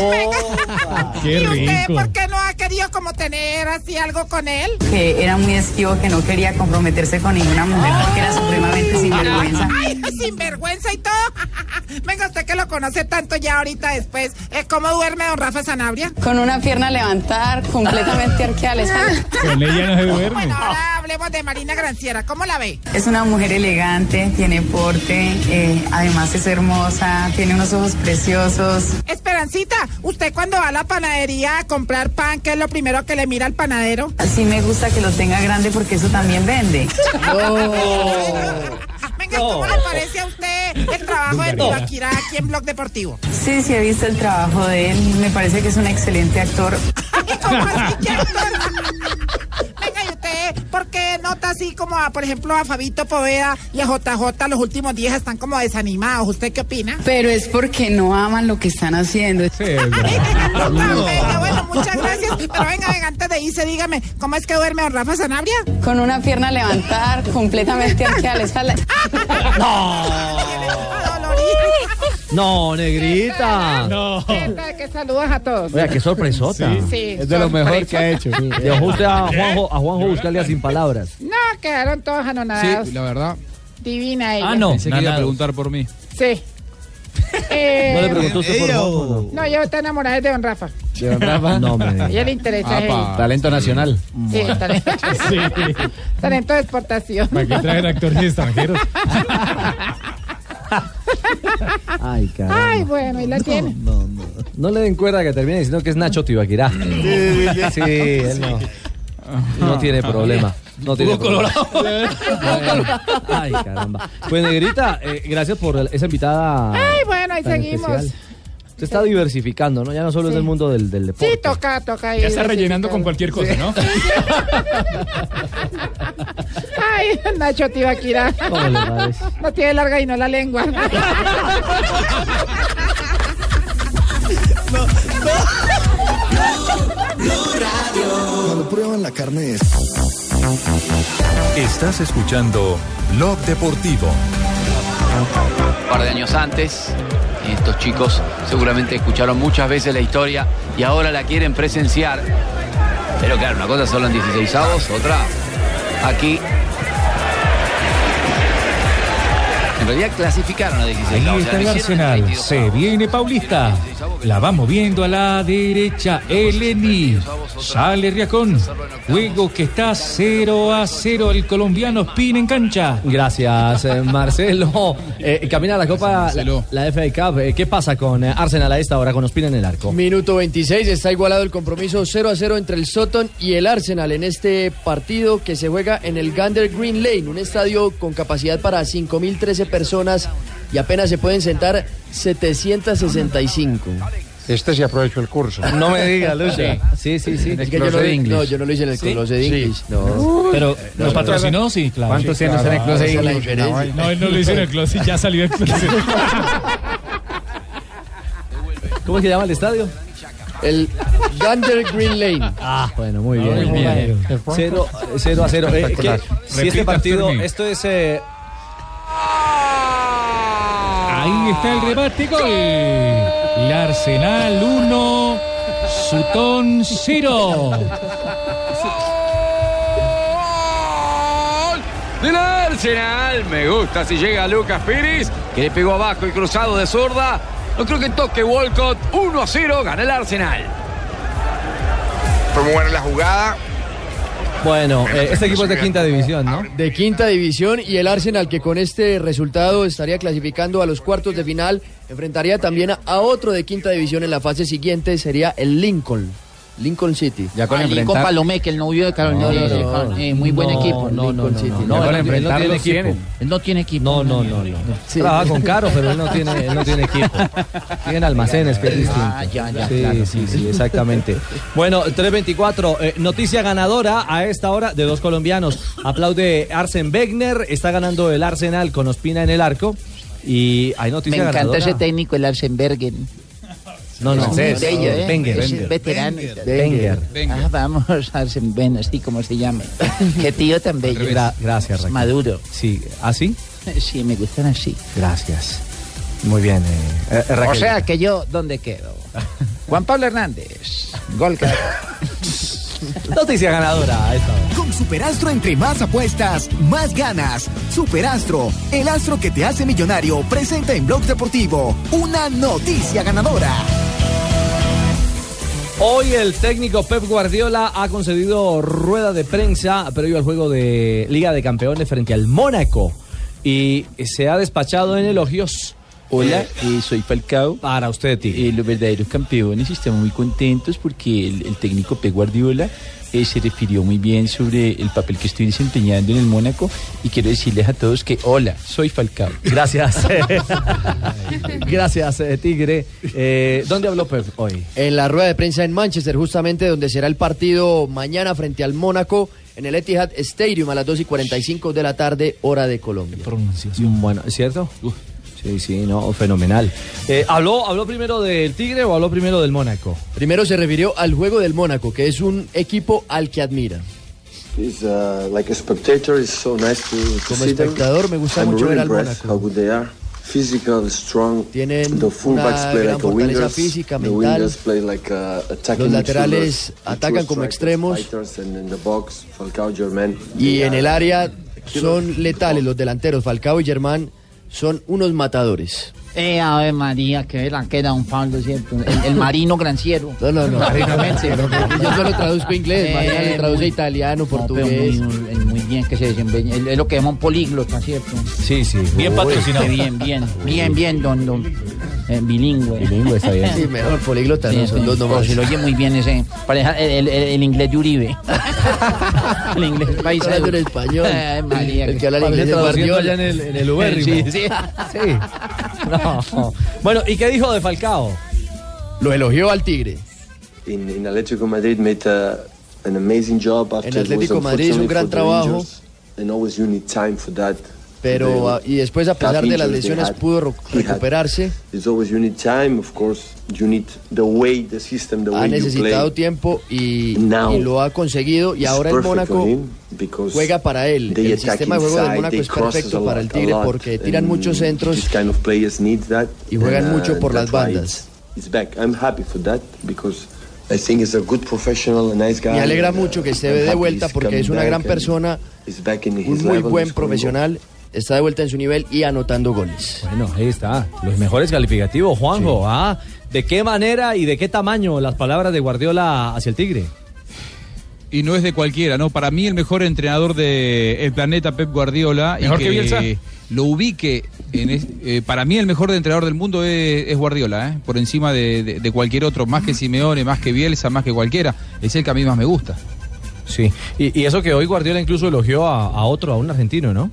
Speaker 17: ¿Y usted por qué no ha querido como tener así algo con él?
Speaker 30: Que era muy esquivo, que no quería comprometerse con ninguna mujer, que era supremamente sinvergüenza.
Speaker 17: Ay, sinvergüenza y todo. Venga, usted que lo conoce tanto ya ahorita después. Eh, ¿Cómo duerme don Rafa Sanabria?
Speaker 30: Con una pierna levantada, completamente arqueada la espalda.
Speaker 7: Con ella no se duerme.
Speaker 17: Ahora hablemos de Marina Granciera. ¿Cómo la ve?
Speaker 30: Es una mujer elegante, tiene porte, eh, además es hermosa, tiene unos ojos preciosos.
Speaker 17: Esperancita, usted cuando va a la panadería a comprar pan, ¿qué es lo primero que le mira al panadero?
Speaker 30: Sí me gusta que lo tenga grande porque eso también vende.
Speaker 17: Venga, ¿cómo le parece a usted Ah, el trabajo de
Speaker 30: No.
Speaker 17: Tibaquirá aquí en Blog Deportivo?
Speaker 30: Sí, sí he visto el trabajo de él, me parece que es un excelente actor.
Speaker 17: Venga, ¿y usted por qué nota así como a, por ejemplo, a Fabito Poveda y a JJ los últimos días están como desanimados? ¿Usted qué opina?
Speaker 30: Pero es porque no aman lo que están haciendo.
Speaker 17: Bueno, Ah, muchas gracias. Pero venga, venga, antes de irse, dígame, ¿cómo es que duerme don Rafa Sanabria?
Speaker 30: Con una pierna levantada, completamente arqueada la espalda.
Speaker 6: No, negrita. No.
Speaker 17: Que saludas a todos.
Speaker 6: Oiga, Oh. qué sorpresota.
Speaker 30: Sí, sí, Es de lo mejor sorpresota. que ha hecho.
Speaker 6: Dejó usted a Juanjo, a Juanjo Buscalia sin palabras.
Speaker 17: No, quedaron todos anonados.
Speaker 6: la verdad.
Speaker 17: Divina ella.
Speaker 6: Ah, no.
Speaker 12: Pensé que iba a
Speaker 6: Nada.
Speaker 12: preguntar por mí.
Speaker 17: Sí. Eh,
Speaker 12: ¿No le preguntó usted por
Speaker 17: ella
Speaker 12: Juanjo,
Speaker 17: o-
Speaker 14: oh.
Speaker 17: No, yo estoy enamorada es de don Rafa.
Speaker 18: No,
Speaker 17: A ella le interesa
Speaker 18: Ah,
Speaker 17: él.
Speaker 18: Talento nacional.
Speaker 17: Sí, talento. talento de exportación.
Speaker 7: ¿Para qué traer actores extranjeros?
Speaker 6: Ay, caramba.
Speaker 17: Ay, bueno, y la tiene.
Speaker 6: No le den cuerda que termine diciendo que es Nacho Tibaquirá. Sí, él no. No tiene problema. No tiene problema. Ay, caramba. Pues, Negrita, eh, gracias por el- esa invitada.
Speaker 17: Ay, bueno, ahí
Speaker 6: tan
Speaker 17: seguimos.
Speaker 6: especial. Se está diversificando, ¿no? Ya no solo es del mundo del, del
Speaker 17: Sí,
Speaker 6: deporte.
Speaker 17: toca, toca. ahí
Speaker 7: Ya está rellenando con
Speaker 17: diversificar.
Speaker 7: cualquier cosa, ¿no?
Speaker 17: Ay, Nacho Tibaquira.
Speaker 7: ¿Cómo le parece?
Speaker 17: No tiene larga y no la lengua.
Speaker 4: Cuando prueban la carne es.
Speaker 1: Estás escuchando Blog Deportivo.
Speaker 13: Un par de años antes, estos chicos seguramente escucharon muchas veces la historia y ahora la quieren presenciar. Pero claro, una cosa solo en 16 avos, otra aquí. En
Speaker 2: realidad clasificaron a 16.
Speaker 14: Ahí
Speaker 2: o sea,
Speaker 14: está
Speaker 2: lo
Speaker 14: el
Speaker 2: hicieron en
Speaker 14: Arsenal.
Speaker 2: 22.
Speaker 14: Se viene Paulista. La va moviendo a la derecha. Eleni. Sale Riacón. Juego que está 0 a 0. El colombiano Espina en cancha.
Speaker 6: Gracias, eh, Marcelo. Eh, camina la Copa, la, la FA Cup. Eh, ¿Qué pasa con eh, Arsenal a esta hora, con Ospina en el arco?
Speaker 15: Minuto 26, está igualado el compromiso 0 a 0 entre el Sutton y el Arsenal en este partido que se juega en el Gander Green Lane, un estadio con capacidad para 5.013 personas y apenas se pueden sentar 765.
Speaker 32: Este sí aprovechó el curso.
Speaker 15: No me diga, Lucho.
Speaker 6: Sí, sí, sí.
Speaker 15: Es que yo no, lo- no, yo no lo hice en el
Speaker 32: ¿Sí?
Speaker 15: Closet
Speaker 32: Sí.
Speaker 15: English. No.
Speaker 32: Uy. Pero,
Speaker 15: No,
Speaker 32: ¿lo
Speaker 15: no,
Speaker 32: patrocinó?
Speaker 15: no.
Speaker 32: Sí, claro. ¿Cuántos años en el
Speaker 15: Claro, esa
Speaker 32: Closet
Speaker 15: es la
Speaker 32: English?
Speaker 15: diferencia.
Speaker 29: No, él no lo hizo en el closet, ya salió del closet.
Speaker 6: ¿Cómo se llama el estadio?
Speaker 15: El Gander Green Lane.
Speaker 6: Ah, bueno, muy bien.
Speaker 15: Muy bien.
Speaker 6: 0 a 0.
Speaker 32: Espectacular.
Speaker 6: si este
Speaker 32: Repita
Speaker 6: partido,
Speaker 32: after me.
Speaker 6: esto es eh,
Speaker 14: ¡Ah! Ahí está el remate. Gol. El Arsenal 1. Sutón 0.
Speaker 2: del Arsenal. Me gusta si llega Lucas Pérez, que le pegó abajo el cruzado de zurda. No creo que toque Walcott. 1 a 0, gana el Arsenal.
Speaker 33: Promover la jugada.
Speaker 6: Bueno, eh, este equipo es de quinta división, ¿no?
Speaker 15: De quinta división y el Arsenal que con este resultado estaría clasificando a los cuartos de final enfrentaría también a- a otro de quinta división en la fase siguiente sería el Lincoln, Lincoln City. Ya
Speaker 13: con enfrentar-
Speaker 15: Lincoln Palomé que el novio de Carolina
Speaker 13: No, no,
Speaker 15: del
Speaker 13: no.
Speaker 15: Norte. Eh, muy buen
Speaker 13: No,
Speaker 15: equipo.
Speaker 13: no,
Speaker 15: Lincoln
Speaker 13: no,
Speaker 15: City.
Speaker 13: no,
Speaker 15: él
Speaker 13: no, él no
Speaker 15: él
Speaker 13: tiene equipo.
Speaker 15: Él no tiene equipo. No, no, no, no.
Speaker 6: Trabaja con Caro, pero él no tiene, él no tiene equipo. Tienen almacenes, que es distinto.
Speaker 13: Ah, ya, ya,
Speaker 6: sí,
Speaker 13: claro.
Speaker 6: sí, sí, exactamente. Bueno, 3.24, eh, noticia ganadora a esta hora de dos colombianos. Aplaude Arsen Wegner, está ganando el Arsenal con Ospina en el arco. Y hay
Speaker 13: Me
Speaker 6: noticia
Speaker 13: encanta
Speaker 6: ganadora.
Speaker 13: ese técnico, el Arsenbergen.
Speaker 6: No, no,
Speaker 13: es muy
Speaker 6: francés.
Speaker 13: bello, ¿eh?
Speaker 6: Wenger.
Speaker 13: Ese
Speaker 6: Wenger.
Speaker 13: es veterano.
Speaker 6: Wenger.
Speaker 13: Ah, vamos, Arsenben, así como se llame. Qué tío tan bello.
Speaker 6: Gra- gracias, Raquel.
Speaker 13: Maduro.
Speaker 6: Sí, ¿así?
Speaker 13: Sí, me gustan así.
Speaker 6: Gracias. Muy bien. eh, eh, Raquel.
Speaker 13: O sea que yo, ¿dónde quedo? Juan Pablo Hernández. Gol, carajo.
Speaker 6: Noticia ganadora a esta hora.
Speaker 4: Con Superastro entre más apuestas, más ganas. Superastro, el astro que te hace millonario, presenta en Blog Deportivo una noticia ganadora.
Speaker 6: Hoy el técnico Pep Guardiola ha concedido rueda de prensa previo al juego de Liga de Campeones frente al Mónaco y se ha despachado en elogios.
Speaker 4: Hola, eh, soy Falcao.
Speaker 6: Para usted,
Speaker 4: eh, Los verdaderos campeones estamos muy contentos porque el, el técnico P. Guardiola eh, se refirió muy bien sobre el papel que estoy desempeñando en el Mónaco y quiero decirles a todos que hola, soy Falcao.
Speaker 6: Gracias. Gracias, eh, Tigre. Eh, ¿Dónde habló Pep hoy?
Speaker 15: En la rueda de prensa en Manchester, justamente donde será el partido mañana frente al Mónaco en el Etihad Stadium a las 2 y 45 de la tarde, hora de Colombia.
Speaker 6: Mm, Bueno, ¿es cierto? Sí, sí, no, fenomenal. Eh, ¿habló, ¿Habló primero del Tigre o habló primero del Mónaco?
Speaker 15: Primero se refirió al juego del Mónaco, que es un equipo al que admira.
Speaker 19: It's uh, like a spectator. It's so nice to, to
Speaker 15: Como
Speaker 19: see them.
Speaker 15: espectador, me gusta
Speaker 19: I'm
Speaker 15: mucho ver
Speaker 19: really
Speaker 15: al
Speaker 19: impressed
Speaker 15: Mónaco.
Speaker 19: how good they are. Physical, strong.
Speaker 15: Tienen
Speaker 19: the fullbacks
Speaker 15: una
Speaker 19: play
Speaker 15: gran
Speaker 19: like a
Speaker 15: fortaleza
Speaker 19: wingers.
Speaker 15: física,
Speaker 19: the
Speaker 15: mental.
Speaker 19: wingers play like uh, attacking
Speaker 15: Los laterales
Speaker 19: midfielders. The
Speaker 15: atacan
Speaker 19: two
Speaker 15: como
Speaker 19: strikers,
Speaker 15: extremos.
Speaker 19: fighters, and in the box, Falcao, Germain.
Speaker 15: Y
Speaker 19: They
Speaker 15: en
Speaker 19: are
Speaker 15: el área
Speaker 19: killers.
Speaker 15: son letales los delanteros. Falcao y Germán son unos matadores.
Speaker 13: Eh, Ave María, que la queda un Pablo, ¿cierto? El, el marino granciero.
Speaker 15: No, no, no.
Speaker 13: Marino Eh, granciero.
Speaker 15: Yo solo traduzco inglés, Mariana le traduce italiano, portugués.
Speaker 13: muy, muy bien que se desempeña. Es lo que llaman políglota, ¿cierto?
Speaker 6: Sí, sí.
Speaker 13: Uy, qué Bien, bien. Bien, bien, don, don. eh, bilingüe.
Speaker 6: Bilingüe está bien.
Speaker 13: Sí, mejor
Speaker 15: políglota,
Speaker 13: no, son dos
Speaker 15: nomás.
Speaker 13: Se lo oye muy bien ese. pareja- el, el- el inglés de Uribe. el inglés paisa.
Speaker 15: Hablando en español.
Speaker 13: Ay, María,
Speaker 15: El que habla en
Speaker 13: Parece
Speaker 15: inglés es
Speaker 13: traduciendo
Speaker 15: Guardiola.
Speaker 13: allá en el- en el
Speaker 6: Sí,
Speaker 13: Ubérrimo.
Speaker 6: sí. No. Bueno, ¿y qué dijo de Falcao?
Speaker 15: Lo elogió al Tigre.
Speaker 19: In, in Atletico Madrid made uh, an amazing job after
Speaker 15: En
Speaker 19: it was
Speaker 15: Atlético Madrid hizo un
Speaker 19: unfortunate
Speaker 15: gran
Speaker 19: for the
Speaker 15: trabajo.
Speaker 19: injuries, And always you need time for that. They-
Speaker 15: Pero, ah, y después, a pesar
Speaker 19: that
Speaker 15: de las
Speaker 19: injuries they
Speaker 15: lesiones,
Speaker 19: had,
Speaker 15: pudo ro-
Speaker 19: he had
Speaker 15: recuperarse.
Speaker 19: It's always you need time, of course. You need the way, the system, the
Speaker 15: Ha
Speaker 19: way you
Speaker 15: necesitado
Speaker 19: play.
Speaker 15: tiempo y,
Speaker 19: Now.
Speaker 15: y lo ha conseguido. Y
Speaker 19: It's
Speaker 15: ahora el
Speaker 19: perfect
Speaker 15: Mónaco
Speaker 19: for him because
Speaker 15: juega para él.
Speaker 19: they
Speaker 15: El
Speaker 19: attack
Speaker 15: sistema de juego del
Speaker 19: inside,
Speaker 15: Mónaco
Speaker 19: they
Speaker 15: es
Speaker 19: crosses
Speaker 15: perfecto
Speaker 19: a
Speaker 15: para el
Speaker 19: lot,
Speaker 15: Tigre
Speaker 19: a lot,
Speaker 15: porque tiran
Speaker 19: and
Speaker 15: muchos centros.
Speaker 19: these kind of players need that, uh,
Speaker 15: Y juegan mucho por las
Speaker 19: that's why
Speaker 15: bandas.
Speaker 19: it's- It's back. I'm happy for that because I think he's a good professional, a nice guy.
Speaker 15: Me alegra
Speaker 19: and, uh,
Speaker 15: mucho que se
Speaker 19: I'm
Speaker 15: ve de
Speaker 19: happy
Speaker 15: vuelta
Speaker 19: he's
Speaker 15: porque
Speaker 19: coming
Speaker 15: es una
Speaker 19: back
Speaker 15: gran
Speaker 19: and
Speaker 15: persona,
Speaker 19: he's back in his
Speaker 15: un muy
Speaker 19: level,
Speaker 15: buen
Speaker 19: he's going
Speaker 15: profesional está de vuelta en su nivel y anotando goles.
Speaker 6: Bueno, ahí está. Los mejores calificativos, Juanjo. Ah, ¿de qué manera y de qué tamaño las palabras de Guardiola hacia el Tigre?
Speaker 12: y no es de cualquiera, ¿no? Para mí el mejor entrenador del el planeta, Pep Guardiola.
Speaker 14: ¿Mejor
Speaker 12: y
Speaker 14: que Bielsa?
Speaker 12: Lo ubique. En es- eh, para mí el mejor entrenador del mundo es, es Guardiola, ¿eh? por encima de, de- de cualquier otro, más que Simeone, más que Bielsa, más que cualquiera. Es el que a mí más me gusta.
Speaker 6: Sí. Y, y eso que hoy Guardiola incluso elogió a, a otro, a un argentino, ¿no?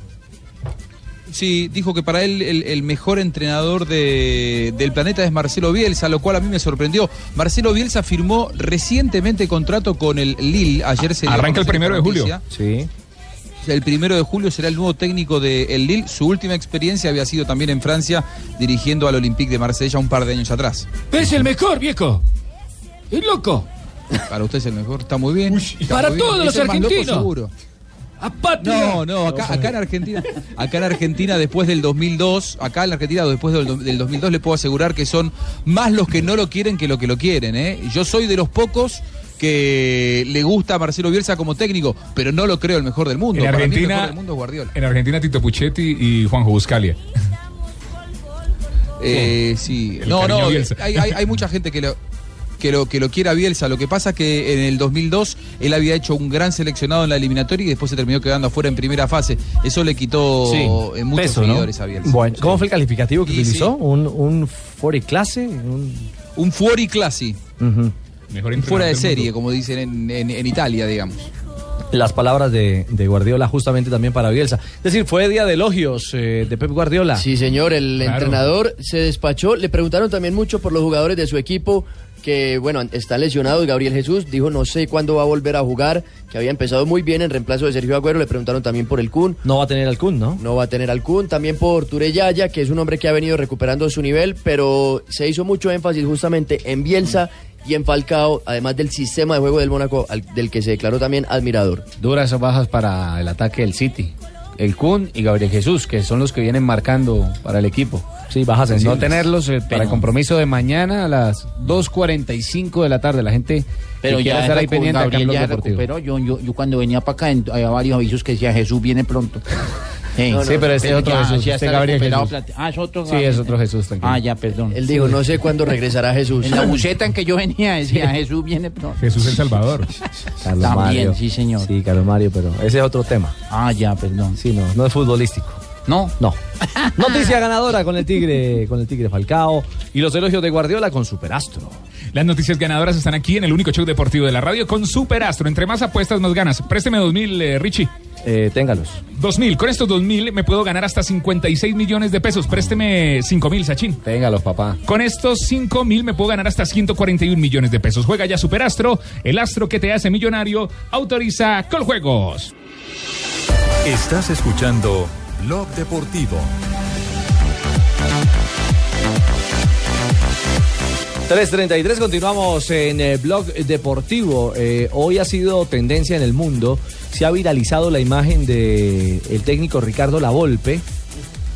Speaker 12: Sí, dijo que para él el, el mejor entrenador de- del planeta es Marcelo Bielsa, lo cual a mí me sorprendió. Marcelo Bielsa firmó recientemente contrato con el Lille. Ayer se dio a
Speaker 14: Arranca el
Speaker 12: conocer
Speaker 14: primero de
Speaker 12: esta
Speaker 14: julio.
Speaker 12: noticia.
Speaker 6: Sí.
Speaker 12: El primero de julio será el nuevo técnico de el Lille. Su última experiencia había sido también en Francia, dirigiendo al Olympique de Marsella un par de años atrás.
Speaker 14: Es el mejor, viejo. Es loco.
Speaker 12: Para usted es el mejor, está muy bien. Está
Speaker 14: Para
Speaker 12: muy bien.
Speaker 14: todos
Speaker 12: Es
Speaker 14: los
Speaker 12: el más loco
Speaker 14: argentinos.
Speaker 12: seguro.
Speaker 14: patria.
Speaker 12: No, no, acá, acá en Argentina, acá en Argentina después del 2002, acá en la Argentina después del, do- del 2002 le puedo asegurar que son más los que no lo quieren que los que lo quieren. ¿eh? Yo soy de los pocos que le gusta a Marcelo Bielsa como técnico, pero no lo creo el mejor del mundo.
Speaker 29: En
Speaker 12: Para mí el
Speaker 29: Argentina-
Speaker 12: mejor del mundo es Guardiola.
Speaker 29: En Argentina, Tito Puchetti y Juanjo Buscalia.
Speaker 12: Eh, sí.
Speaker 29: El
Speaker 12: No,
Speaker 29: cariño
Speaker 12: no,
Speaker 29: a Bielsa.
Speaker 12: hay, hay- hay mucha gente que lo, que lo que lo quiere a Bielsa. Lo que pasa es que en el 2002 él había hecho un gran seleccionado en la eliminatoria y después se terminó quedando afuera en primera fase. Eso le quitó
Speaker 6: Sí,
Speaker 12: eh, muchos
Speaker 6: peso, ¿no?
Speaker 12: seguidores a Bielsa.
Speaker 6: Bueno, ¿cómo fue el calificativo que
Speaker 12: Y
Speaker 6: utilizó?
Speaker 12: sí.
Speaker 6: ¿Un, un fuori clase? Un...
Speaker 12: Un fuori clase.
Speaker 6: Ujú.
Speaker 12: Fuera de serie, como dicen en, en- en Italia, digamos.
Speaker 6: Las palabras de, de Guardiola justamente también para Bielsa. Es decir, fue día de elogios eh, de Pep Guardiola.
Speaker 15: Sí, señor, el
Speaker 6: Claro.
Speaker 15: entrenador se despachó. Le preguntaron también mucho por los jugadores de su equipo que, bueno, están lesionados. Gabriel Jesús dijo no sé cuándo va a volver a jugar, que había empezado muy bien en reemplazo de Sergio Agüero. Le preguntaron también por el Kun.
Speaker 6: No va a tener al Kun, ¿no?
Speaker 15: No va a tener al Kun. También por Tureyaya, que es un hombre que ha venido recuperando su nivel, pero se hizo mucho énfasis justamente en Bielsa y en Falcao, además del sistema de juego del Mónaco, al- del que se declaró también admirador.
Speaker 18: Duras bajas para el ataque del City. El Kun y Gabriel Jesús, que son los que vienen marcando para el equipo.
Speaker 6: Sí, bajas
Speaker 18: No
Speaker 6: sensibles.
Speaker 18: tenerlos eh, para el compromiso de mañana a las 2.45 de la tarde. La gente que
Speaker 13: Pero
Speaker 18: quiera
Speaker 13: ya
Speaker 18: estar ahí
Speaker 13: recu-
Speaker 18: pendiente acá en
Speaker 13: Gabriel
Speaker 18: Blog
Speaker 13: ya
Speaker 18: Deportivo.
Speaker 13: recuperó. Yo, yo, yo cuando venía para acá en- había varios avisos que decía Jesús viene pronto. Eh,
Speaker 18: No, no, sí, pero ese es otro
Speaker 13: ya-
Speaker 18: Jesús,
Speaker 13: ya
Speaker 18: este
Speaker 13: está
Speaker 18: Gabriel
Speaker 13: recuperado
Speaker 18: Jesús.
Speaker 13: Plata- Ah, es otro.
Speaker 18: Sí,
Speaker 13: Gabriel.
Speaker 18: es otro Jesús, tranquilo.
Speaker 13: Ah, ya, perdón.
Speaker 15: Él dijo, no sé cuándo regresará Jesús.
Speaker 13: En la buceta en que yo venía decía Jesús viene pronto.
Speaker 29: Jesús el Salvador.
Speaker 6: Carlos
Speaker 13: También,
Speaker 6: Mario.
Speaker 13: sí, señor.
Speaker 6: Sí, Carlos Mario, pero ese es otro tema.
Speaker 13: Ah, ya, perdón.
Speaker 6: Sí, no, no es futbolístico.
Speaker 13: No.
Speaker 6: No. Noticia ganadora con el Tigre, con el Tigre Falcao y los elogios de Guardiola con Superastro.
Speaker 29: Las noticias ganadoras están aquí en el único show deportivo de la radio con Superastro. Entre más apuestas, más ganas. Présteme 2000, eh, Richie.
Speaker 6: Eh, téngalos.
Speaker 29: 2000. Con estos 2000 me puedo ganar hasta 56 millones de pesos. Présteme 5000, Sachin.
Speaker 18: Téngalos, papá.
Speaker 29: Con estos 5 mil me puedo ganar hasta 141 millones de pesos. Juega ya Superastro, el astro que te hace millonario. Autoriza Coljuegos.
Speaker 9: Estás escuchando Blog Deportivo.
Speaker 6: 3.33, continuamos en el blog deportivo. Eh, hoy ha sido tendencia en el mundo. Se ha viralizado la imagen de el técnico Ricardo Lavolpe.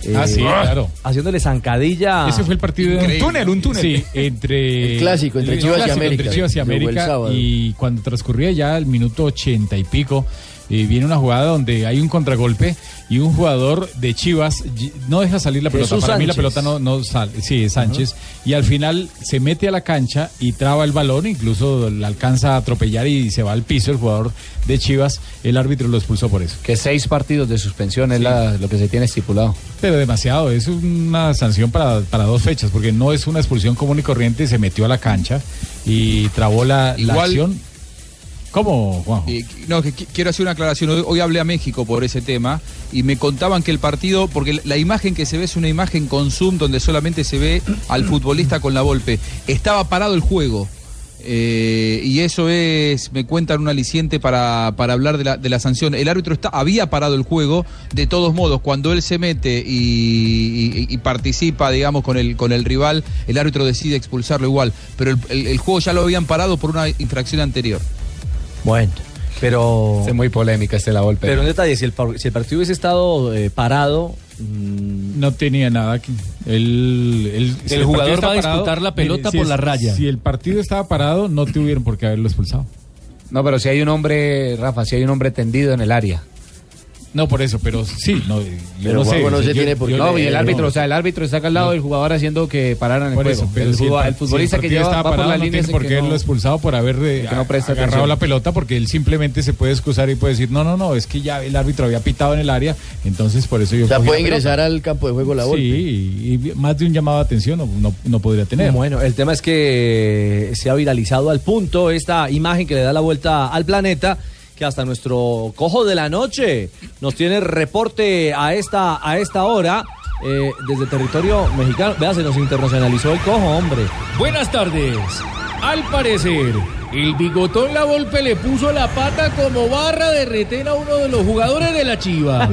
Speaker 6: eh,
Speaker 29: Ah, sí, claro.
Speaker 6: Haciéndole zancadilla.
Speaker 29: Ese fue el partido.
Speaker 6: Increíble.
Speaker 29: Un túnel, un túnel.
Speaker 6: Sí,
Speaker 29: entre.
Speaker 6: El clásico, entre
Speaker 29: el
Speaker 6: Chivas y
Speaker 29: clásico,
Speaker 6: América.
Speaker 29: entre Chivas y
Speaker 6: Que jugó el
Speaker 29: América.
Speaker 6: sábado.
Speaker 29: Y cuando transcurría ya el minuto ochenta y pico, eh, viene una jugada donde hay un contragolpe y un jugador de Chivas y- no deja salir la pelota.
Speaker 14: Jesús
Speaker 29: Para mí la
Speaker 14: Sánchez.
Speaker 29: pelota no, no sale. Sí, es Sánchez. Y al final se mete a la cancha y traba el balón, incluso la alcanza a atropellar y se va al piso el jugador de Chivas. El árbitro lo expulsó por eso.
Speaker 18: Que seis partidos de suspensión es la- lo que se tiene estipulado.
Speaker 29: Pero demasiado, es una sanción para, para dos fechas, porque no es una expulsión común y corriente, se metió a la cancha y trabó la, la
Speaker 12: Igual-
Speaker 29: acción. ¿Cómo, Juanjo?
Speaker 12: Eh, no, que qui- quiero hacer una aclaración. Hoy, hoy hablé a México por ese tema y me contaban que el partido, porque la- la imagen que se ve es una imagen con zoom donde solamente se ve al futbolista con la golpe. Estaba parado el juego. Eh, y eso es, me cuentan un aliciente para, para hablar de la, de la sanción. El árbitro está, había parado el juego, de todos modos, cuando él se mete y, y- y participa, digamos, con el, con el rival, el árbitro decide expulsarlo igual. Pero el- el- el juego ya lo habían parado por una infracción anterior.
Speaker 6: Bueno, pero.
Speaker 18: Es muy polémica este la golpe.
Speaker 6: Pero un detalle, si el, par- si el partido hubiese estado eh, parado,
Speaker 29: No tenía nada aquí. El, si partido
Speaker 6: jugador
Speaker 29: está
Speaker 6: va a disputar la pelota
Speaker 29: si
Speaker 6: por la raya.
Speaker 29: Si el partido estaba parado, no tuvieron por qué haberlo expulsado.
Speaker 18: No, pero si hay un hombre, Rafa, si hay un hombre tendido en el área.
Speaker 29: No, por eso, pero sí, no, yo
Speaker 18: Pero
Speaker 29: no sé.
Speaker 18: Juanjo no se tiene por qué
Speaker 29: yo-
Speaker 18: No, y el árbitro, o sea, el árbitro está acá al lado del jugador haciendo que pararan el
Speaker 29: Por
Speaker 18: juego.
Speaker 29: eso, pero
Speaker 18: el,
Speaker 29: si el
Speaker 18: jugador-
Speaker 29: par-
Speaker 18: el futbolista
Speaker 29: si el
Speaker 18: que
Speaker 29: partido
Speaker 18: lleva
Speaker 29: estaba
Speaker 18: va por
Speaker 29: parado,
Speaker 18: la
Speaker 29: no
Speaker 18: línea
Speaker 29: tiene
Speaker 18: es el
Speaker 29: por
Speaker 18: que
Speaker 29: qué
Speaker 18: no-
Speaker 29: haberlo expulsado por haber eh,
Speaker 18: que no presta
Speaker 29: agarrado
Speaker 18: atención.
Speaker 29: la pelota porque él simplemente se puede excusar y puede decir, no, no, no, es que ya el árbitro había pitado en el área, entonces por eso yo...
Speaker 15: O sea,
Speaker 29: cogí la
Speaker 15: puede
Speaker 29: pelota".
Speaker 15: ingresar al campo de juego la
Speaker 29: Sí,
Speaker 15: Volpe.
Speaker 29: y más de un llamado de atención no, no- no podría tener.
Speaker 6: Bueno, el tema es que eh, se ha viralizado al punto esta imagen que le da la vuelta al planeta, que hasta nuestro cojo de la noche nos tiene reporte a esta, a esta hora eh, desde territorio mexicano. Vea, se nos internacionalizó el cojo, hombre.
Speaker 14: Buenas tardes. Al parecer, el bigotón La Volpe le puso la pata como barra de retén a uno de los jugadores de la Chivas.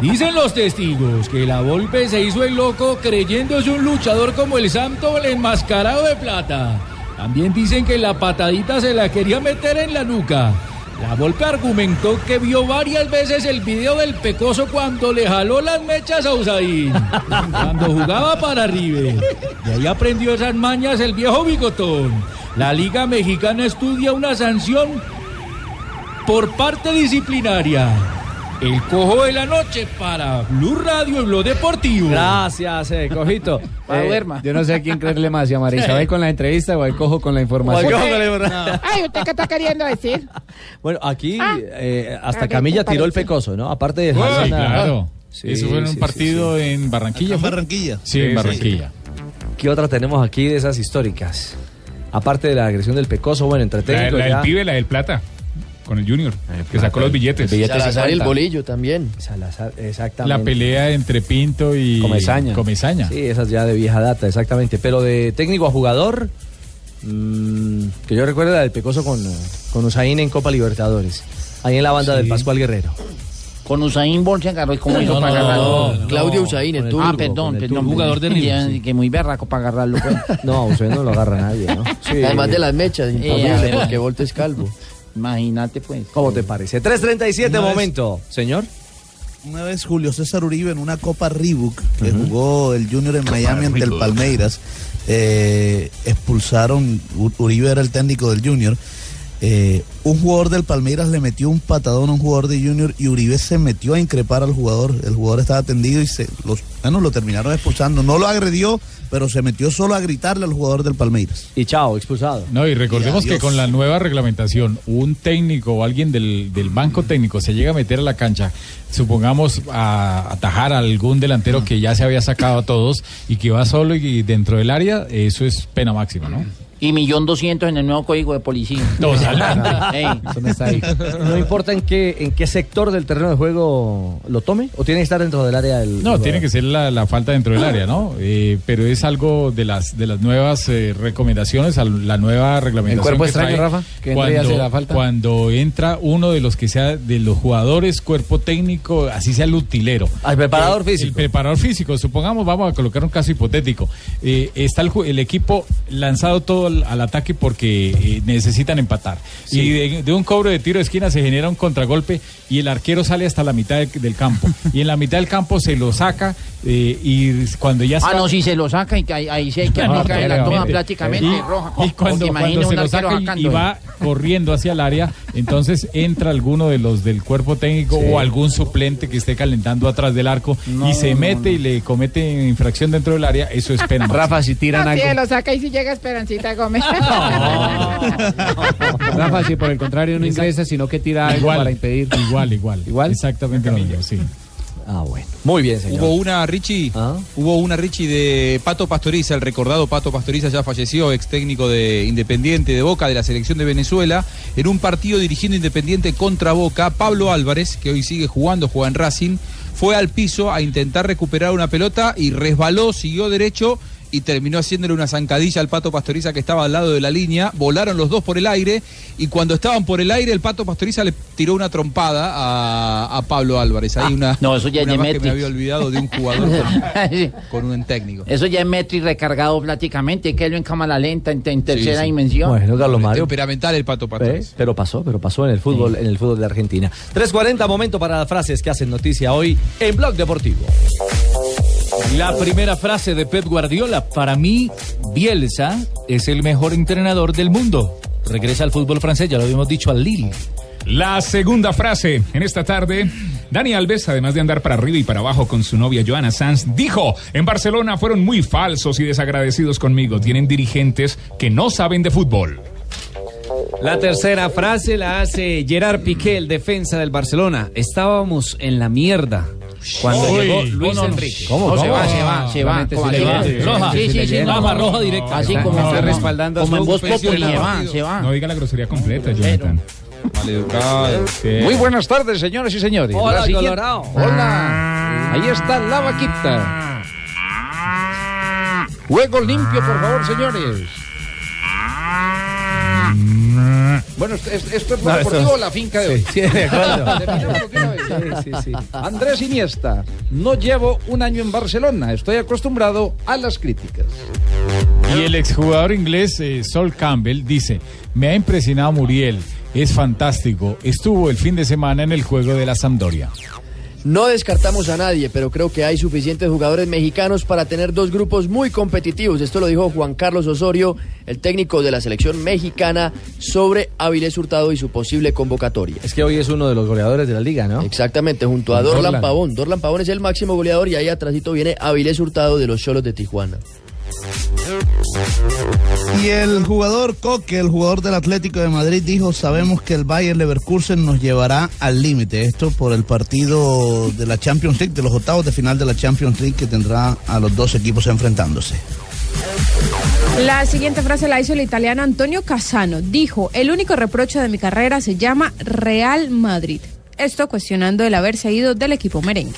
Speaker 14: Dicen los testigos que La Volpe se hizo el loco creyéndose un luchador como el santo el enmascarado de plata. También dicen que la patadita se la quería meter en la nuca. La Volpe argumentó que vio varias veces el video del pecoso cuando le jaló las mechas a Usain. Cuando jugaba para River. Y ahí aprendió esas mañas el viejo bigotón. La Liga Mexicana estudia una sanción por parte disciplinaria. El cojo de la noche para Blue Radio y Blue Deportivo.
Speaker 6: Gracias, eh, cojito.
Speaker 18: Eh, yo no sé a quién creerle más, si a María Isabel con la entrevista o al cojo con la información.
Speaker 6: O al cojo con la información.
Speaker 17: Ay, ¿usted qué está queriendo decir?
Speaker 6: Bueno, aquí
Speaker 17: Ah.
Speaker 6: eh,
Speaker 17: A
Speaker 6: hasta
Speaker 17: ver,
Speaker 6: Camilla
Speaker 17: ¿te
Speaker 6: tiró el
Speaker 17: parece?
Speaker 6: pecoso, ¿no? Aparte de...
Speaker 29: Sí,
Speaker 31: Ah,
Speaker 6: Jalan a-
Speaker 29: claro.
Speaker 6: Sí,
Speaker 29: Eso fue en un
Speaker 6: sí, sí,
Speaker 29: partido en Barranquilla. ¿fue? Sí, en Barranquilla.
Speaker 6: ¿Qué otra tenemos aquí de esas históricas? Aparte de la agresión del pecoso, bueno, entre
Speaker 31: La,
Speaker 6: técnicos
Speaker 31: la del
Speaker 6: ya-
Speaker 31: pibe, la del plata, con el Junior, que sacó los billetes.
Speaker 15: Salazar y el bolillo también.
Speaker 6: Salazar,
Speaker 29: La
Speaker 6: exactamente.
Speaker 29: pelea entre Pinto y
Speaker 6: Comesaña.
Speaker 29: Comesaña.
Speaker 6: Sí, esas ya de vieja data, exactamente. Pero de técnico a jugador, mm, que yo recuerdo la del Pecoso con, eh, con Usain en Copa Libertadores. Ahí en la banda del Pascual Guerrero.
Speaker 13: Con Usain Bolt se agarró y cómo hizo
Speaker 6: Pues No,
Speaker 13: para
Speaker 6: no,
Speaker 13: agarrarlo.
Speaker 6: no, no. Claudio Usain, el turco,
Speaker 13: Ah,
Speaker 6: con
Speaker 13: perdón,
Speaker 6: el
Speaker 13: perdón.
Speaker 6: turco.
Speaker 13: Jugador de River. Que muy berraco para agarrarlo. pues. Eh,
Speaker 6: No, Usain no lo agarra nadie, ¿no?
Speaker 13: Además de
Speaker 15: las mechas,
Speaker 13: imposible, porque
Speaker 15: Volta es calvo.
Speaker 13: Imagínate, pues.
Speaker 6: ¿Cómo te parece? 3.37
Speaker 22: Una vez-
Speaker 6: momento, señor.
Speaker 22: Una vez Julio César Uribe en una Copa Reebok que jugó el Junior en Miami ante el
Speaker 6: Reebok.
Speaker 22: Palmeiras, eh, expulsaron, U- Uribe era el técnico del Junior, eh, un jugador del Palmeiras le metió un patadón a un jugador de Junior y Uribe se metió a increpar al jugador, el jugador estaba tendido y se, los, bueno, lo terminaron expulsando, no lo agredió, pero se metió solo a gritarle al jugador del Palmeiras.
Speaker 6: Y chao, expulsado.
Speaker 29: No, y recordemos
Speaker 22: Y
Speaker 29: que
Speaker 22: adiós.
Speaker 29: con la nueva reglamentación, un técnico o alguien del, del banco técnico se llega a meter a la cancha, supongamos a atajar a algún delantero que ya se había sacado a todos y que va solo y dentro del área, eso es pena máxima, ¿no?
Speaker 13: Y millón doscientos en el nuevo código de policía.
Speaker 29: Dos
Speaker 13: Ey.
Speaker 6: No importa en qué, en qué sector del terreno de juego lo tome, o tiene que estar dentro del área del.
Speaker 29: No, tiene que ser la, la falta dentro del área, ¿no? Eh, pero es algo de las de las nuevas eh, recomendaciones, a la nueva reglamentación.
Speaker 18: cuerpo
Speaker 29: que
Speaker 18: extraño,
Speaker 29: trae
Speaker 18: Rafa, que entra y
Speaker 29: cuando,
Speaker 18: hace la falta.
Speaker 29: cuando entra uno de los que sea de los jugadores, cuerpo técnico, así sea el utilero.
Speaker 6: Al preparador
Speaker 29: Eh,
Speaker 6: físico.
Speaker 29: El preparador físico. Supongamos, vamos a colocar un caso hipotético. Eh, está el, ju- el equipo lanzado todo al, al ataque porque eh, necesitan empatar. Y de, de un cobro de tiro de esquina se genera un contragolpe y el arquero sale hasta la mitad de- del campo. y en la mitad del campo se lo saca eh, y cuando ya
Speaker 13: Ah,
Speaker 29: está-
Speaker 13: no, si se lo saca y que ahí, ahí sí hay que
Speaker 29: No,
Speaker 13: aplicar la toma
Speaker 29: claramente.
Speaker 13: prácticamente
Speaker 29: eh, Y-
Speaker 13: roja.
Speaker 29: Y cuando,
Speaker 13: Porque imagina
Speaker 29: cuando se
Speaker 13: un
Speaker 29: lo
Speaker 13: arquero
Speaker 29: saca y- y,
Speaker 13: sacando.
Speaker 29: va corriendo hacia el área, entonces entra alguno de los del cuerpo técnico o algún suplente que esté calentando atrás del arco y se mete y le comete infracción dentro del área, eso es pena. Rafa,
Speaker 18: si tiran
Speaker 17: No, sí, lo saca y si llega Esperancita Gómez.
Speaker 18: Rafa, si por el contrario no ingresa, sino que tira algo
Speaker 29: Igual.
Speaker 18: para impedir.
Speaker 29: Igual, igual.
Speaker 18: Igual.
Speaker 29: Exactamente lo mismo, sí.
Speaker 6: Ah, bueno. Muy bien, señor.
Speaker 12: Hubo una Richie, hubo una Richie de Pato Pastoriza, el recordado Pato Pastoriza ya falleció, ex técnico de Independiente de Boca de la selección de Venezuela, en un partido dirigiendo Independiente contra Boca, Pablo Álvarez, que hoy sigue jugando, juega en Racing, fue al piso a intentar recuperar una pelota y resbaló, siguió derecho y terminó haciéndole una zancadilla al Pato Pastoriza que estaba al lado de la línea. Volaron los dos por el aire y cuando estaban por el aire el Pato Pastoriza le tiró una trompada a, a Pablo Álvarez. Hay una,
Speaker 13: no, eso ya
Speaker 12: una
Speaker 13: es de
Speaker 12: más que me
Speaker 13: Matrix.
Speaker 12: había olvidado de un jugador con,
Speaker 13: Sí.
Speaker 12: con un técnico.
Speaker 13: Eso ya es metro y recargado prácticamente, que lo en cámara lenta, en, en tercera
Speaker 12: sí.
Speaker 13: dimensión.
Speaker 6: Bueno, Carlos Mario.
Speaker 12: Temperamental el Pato
Speaker 6: ¿Ves?
Speaker 12: Pastoriza.
Speaker 6: Pero pasó, pero pasó en el fútbol, en el fútbol de Argentina. 3.40, momento para las frases que hacen noticia hoy en Blog Deportivo.
Speaker 14: La primera frase de Pep Guardiola, para mí, Bielsa es el mejor entrenador del mundo. Regresa al fútbol francés, ya lo habíamos dicho al Lille.
Speaker 31: La segunda frase en esta tarde
Speaker 14: Dani Alves, además de andar para arriba y para abajo con su novia Joana Sanz, dijo, en Barcelona fueron muy falsos y desagradecidos conmigo. Tienen dirigentes que no saben de fútbol.
Speaker 18: La tercera frase la hace Gerard Piqué, el defensa del Barcelona. Estábamos en la mierda. Cuando
Speaker 7: Uy,
Speaker 18: llegó
Speaker 7: no,
Speaker 18: Luis
Speaker 7: no, no.
Speaker 18: Enrique.
Speaker 7: ¿Cómo? No, se va, se va, se va.
Speaker 18: Solamente
Speaker 7: Como
Speaker 18: se le
Speaker 7: así,
Speaker 18: va.
Speaker 7: ¿eh? Roja.
Speaker 18: Se
Speaker 7: Sí,
Speaker 18: le
Speaker 7: sí, sí,
Speaker 18: lleva.
Speaker 7: roja, roja directa. Así como-
Speaker 18: Está
Speaker 7: como-
Speaker 18: respaldando a
Speaker 7: como en
Speaker 18: su
Speaker 7: voz populi,
Speaker 18: profesional.
Speaker 7: se va, se va.
Speaker 14: No diga la grosería completa, Jonathan. Maleducado.
Speaker 13: Muy buenas tardes, señoras y señores.
Speaker 14: Hola,
Speaker 13: La siguiente-
Speaker 14: Colorado.
Speaker 13: Hola. Ahí está la vaquita. Juego limpio, por favor, señores. Bueno, esto, es- esto es
Speaker 18: No,
Speaker 13: lo
Speaker 18: esto-
Speaker 13: deportivo de la finca de hoy.
Speaker 18: Sí, de acuerdo.
Speaker 13: Terminamos de una vez. Andrés Iniesta, no llevo un año en Barcelona, estoy acostumbrado a las críticas.
Speaker 29: Y el exjugador inglés eh, Sol Campbell dice, me ha impresionado Muriel, es fantástico, estuvo el fin de semana en el juego de la Sampdoria.
Speaker 15: No descartamos a nadie, pero creo que hay suficientes jugadores mexicanos para tener dos grupos muy competitivos. Esto lo dijo Juan Carlos Osorio, el técnico de la selección mexicana, sobre Avilés Hurtado y su posible convocatoria.
Speaker 6: Es que hoy es uno de los goleadores de la liga, ¿no?
Speaker 15: Exactamente, junto a Dorlan Pavón. Dorlan Pavón es el máximo goleador y ahí atrásito viene Avilés Hurtado de los Cholos de Tijuana.
Speaker 22: Y el jugador Coque, el jugador del Atlético de Madrid, dijo, sabemos que el Bayern Leverkusen nos llevará al límite. Esto por el partido de la Champions League, de los octavos de final de la Champions League que tendrá a los dos equipos enfrentándose.
Speaker 28: La siguiente frase la hizo el italiano Antonio Casano. Dijo, el único reproche de mi carrera se llama Real Madrid. Esto cuestionando el haberse ido del equipo merengue.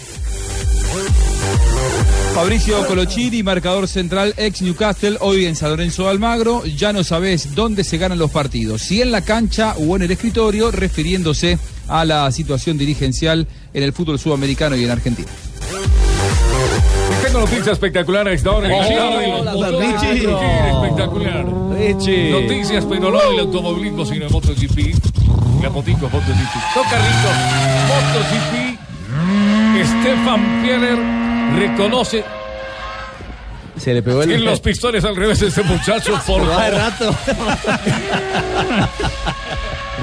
Speaker 12: Fabricio Colochini, marcador central ex Newcastle, hoy en San Lorenzo de Almagro. Ya no sabes dónde se ganan los partidos, si en la cancha o en el escritorio, refiriéndose a la situación dirigencial en el fútbol sudamericano y en Argentina.
Speaker 14: Noticia espectacular a esta
Speaker 12: Oh,
Speaker 14: hora.
Speaker 34: Hola,
Speaker 14: Sí, abre
Speaker 34: hola,
Speaker 14: los motores,
Speaker 34: Richie.
Speaker 14: sí, Espectacular. Noticias, pero no del automovilismo, sino de MotoGP. La motico, MotoGP. Toca rico. MotoGP. Estefan Pieler reconoce
Speaker 6: Se le pegó el...
Speaker 14: ir los pistones al revés a este muchacho por
Speaker 6: va de
Speaker 14: favor.
Speaker 6: rato.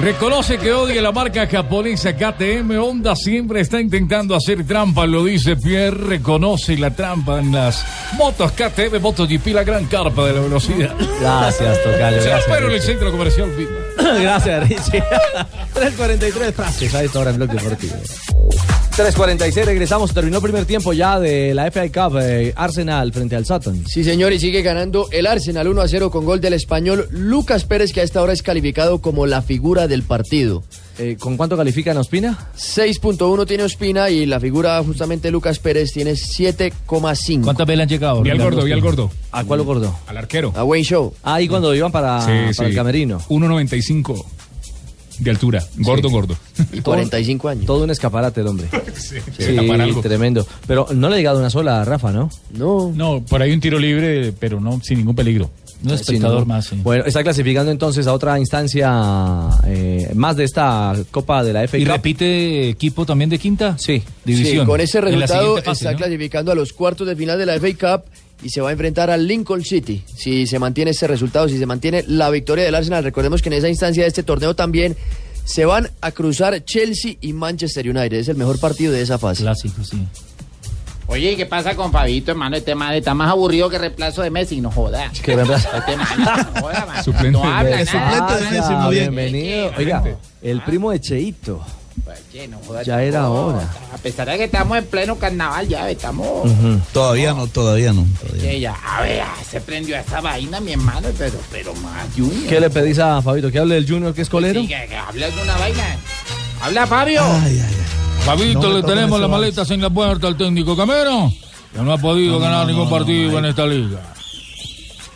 Speaker 14: Reconoce que odia la marca japonesa KTM. Honda siempre está intentando hacer trampa, lo dice Pierre. Reconoce la trampa en las motos KTM, MotoGP, la gran carpa de la velocidad.
Speaker 6: Gracias, Tocayo,
Speaker 14: Se lo
Speaker 6: gracias,
Speaker 14: espero en el
Speaker 6: Richie.
Speaker 14: centro comercial Villa.
Speaker 6: Gracias, Richie. 3.43 frases a esta hora en Bloque Deportivo. 3.46, regresamos. Terminó el primer tiempo ya de la FA Cup. eh, Arsenal frente al Sutton.
Speaker 15: Sí, señor, y sigue ganando el Arsenal 1 a 0 con gol del español Lucas Pérez, que a esta hora es calificado como la figura del partido.
Speaker 6: Eh, ¿Con cuánto califican a Ospina?
Speaker 15: 6.1 tiene Ospina y la figura justamente Lucas Pérez tiene 7,5. ¿Cuántas
Speaker 7: veces le han llegado?
Speaker 15: Y
Speaker 7: Y
Speaker 15: al
Speaker 7: al gordo, y al gordo.
Speaker 6: ¿A cuál gordo?
Speaker 14: Al arquero.
Speaker 15: A Wayne Show.
Speaker 6: Ah, y cuando iban para, para el camerino.
Speaker 14: 1.95 de altura. Gordo, gordo.
Speaker 15: Y 45 años.
Speaker 6: Todo un escaparate el hombre. sí,
Speaker 14: se tapa en algo.
Speaker 6: tremendo. Pero no le ha llegado una sola a Rafa, ¿no?
Speaker 15: No.
Speaker 29: No, por ahí un tiro libre, pero no sin ningún peligro. No
Speaker 6: Sí, ¿no? Bueno, está clasificando entonces a otra instancia eh, más de esta Copa de la FA
Speaker 7: ¿Y
Speaker 6: Cup.
Speaker 7: repite equipo también de quinta?
Speaker 6: Sí,
Speaker 15: Sí, con ese resultado está clasificando a los cuartos de final de la FA Cup y se va a enfrentar al Lincoln City. Si se mantiene ese resultado, si se mantiene la victoria del Arsenal, recordemos que en esa instancia de este torneo también se van a cruzar Chelsea y Manchester United. Es el mejor partido de esa fase.
Speaker 7: Clásico, sí.
Speaker 17: Oye, ¿y qué pasa con Fabito, hermano? Este madre está más aburrido que reemplazo de Messi, no joda.
Speaker 6: Que reemplazo.
Speaker 17: Este man, no joda, man. No habla
Speaker 6: Eh,
Speaker 17: nada.
Speaker 6: suplente de Messi, muy bien. Bienvenido. Oiga, el primo de Cheito.
Speaker 17: Oye, Pues, no joda,
Speaker 6: Ya era
Speaker 17: tampoco.
Speaker 6: hora. Mm.
Speaker 17: A pesar de que estamos en pleno carnaval, ya estamos.
Speaker 22: Todavía no, todavía no.
Speaker 17: Oye, ya, a ver, ah, se prendió esa vaina, mi hermano, pero, pero más Junior.
Speaker 6: ¿Qué le pedís a Fabito? ¿Que hable del Junior que es colero?
Speaker 17: Sí, que, que hable alguna vaina. Habla, Fabio.
Speaker 29: Fabito,
Speaker 17: No me
Speaker 29: le
Speaker 17: tomen eso,
Speaker 29: tenemos las maletas en la puerta al técnico Camero, que no ha podido ganar ningún partido en esta liga.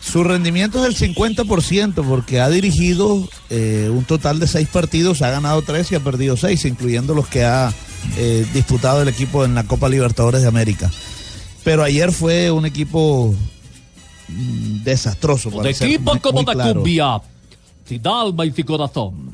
Speaker 22: Su rendimiento es del 50% porque ha dirigido eh, un total de seis partidos, ha ganado tres y ha perdido seis, incluyendo los que ha eh, disputado el equipo en la Copa Libertadores de América. Pero ayer fue un equipo mm, desastroso.
Speaker 7: De
Speaker 22: para ser
Speaker 7: equipo
Speaker 22: muy-
Speaker 7: como
Speaker 22: muy
Speaker 7: de
Speaker 22: claro.
Speaker 7: cumbia. Si alma y si corazón.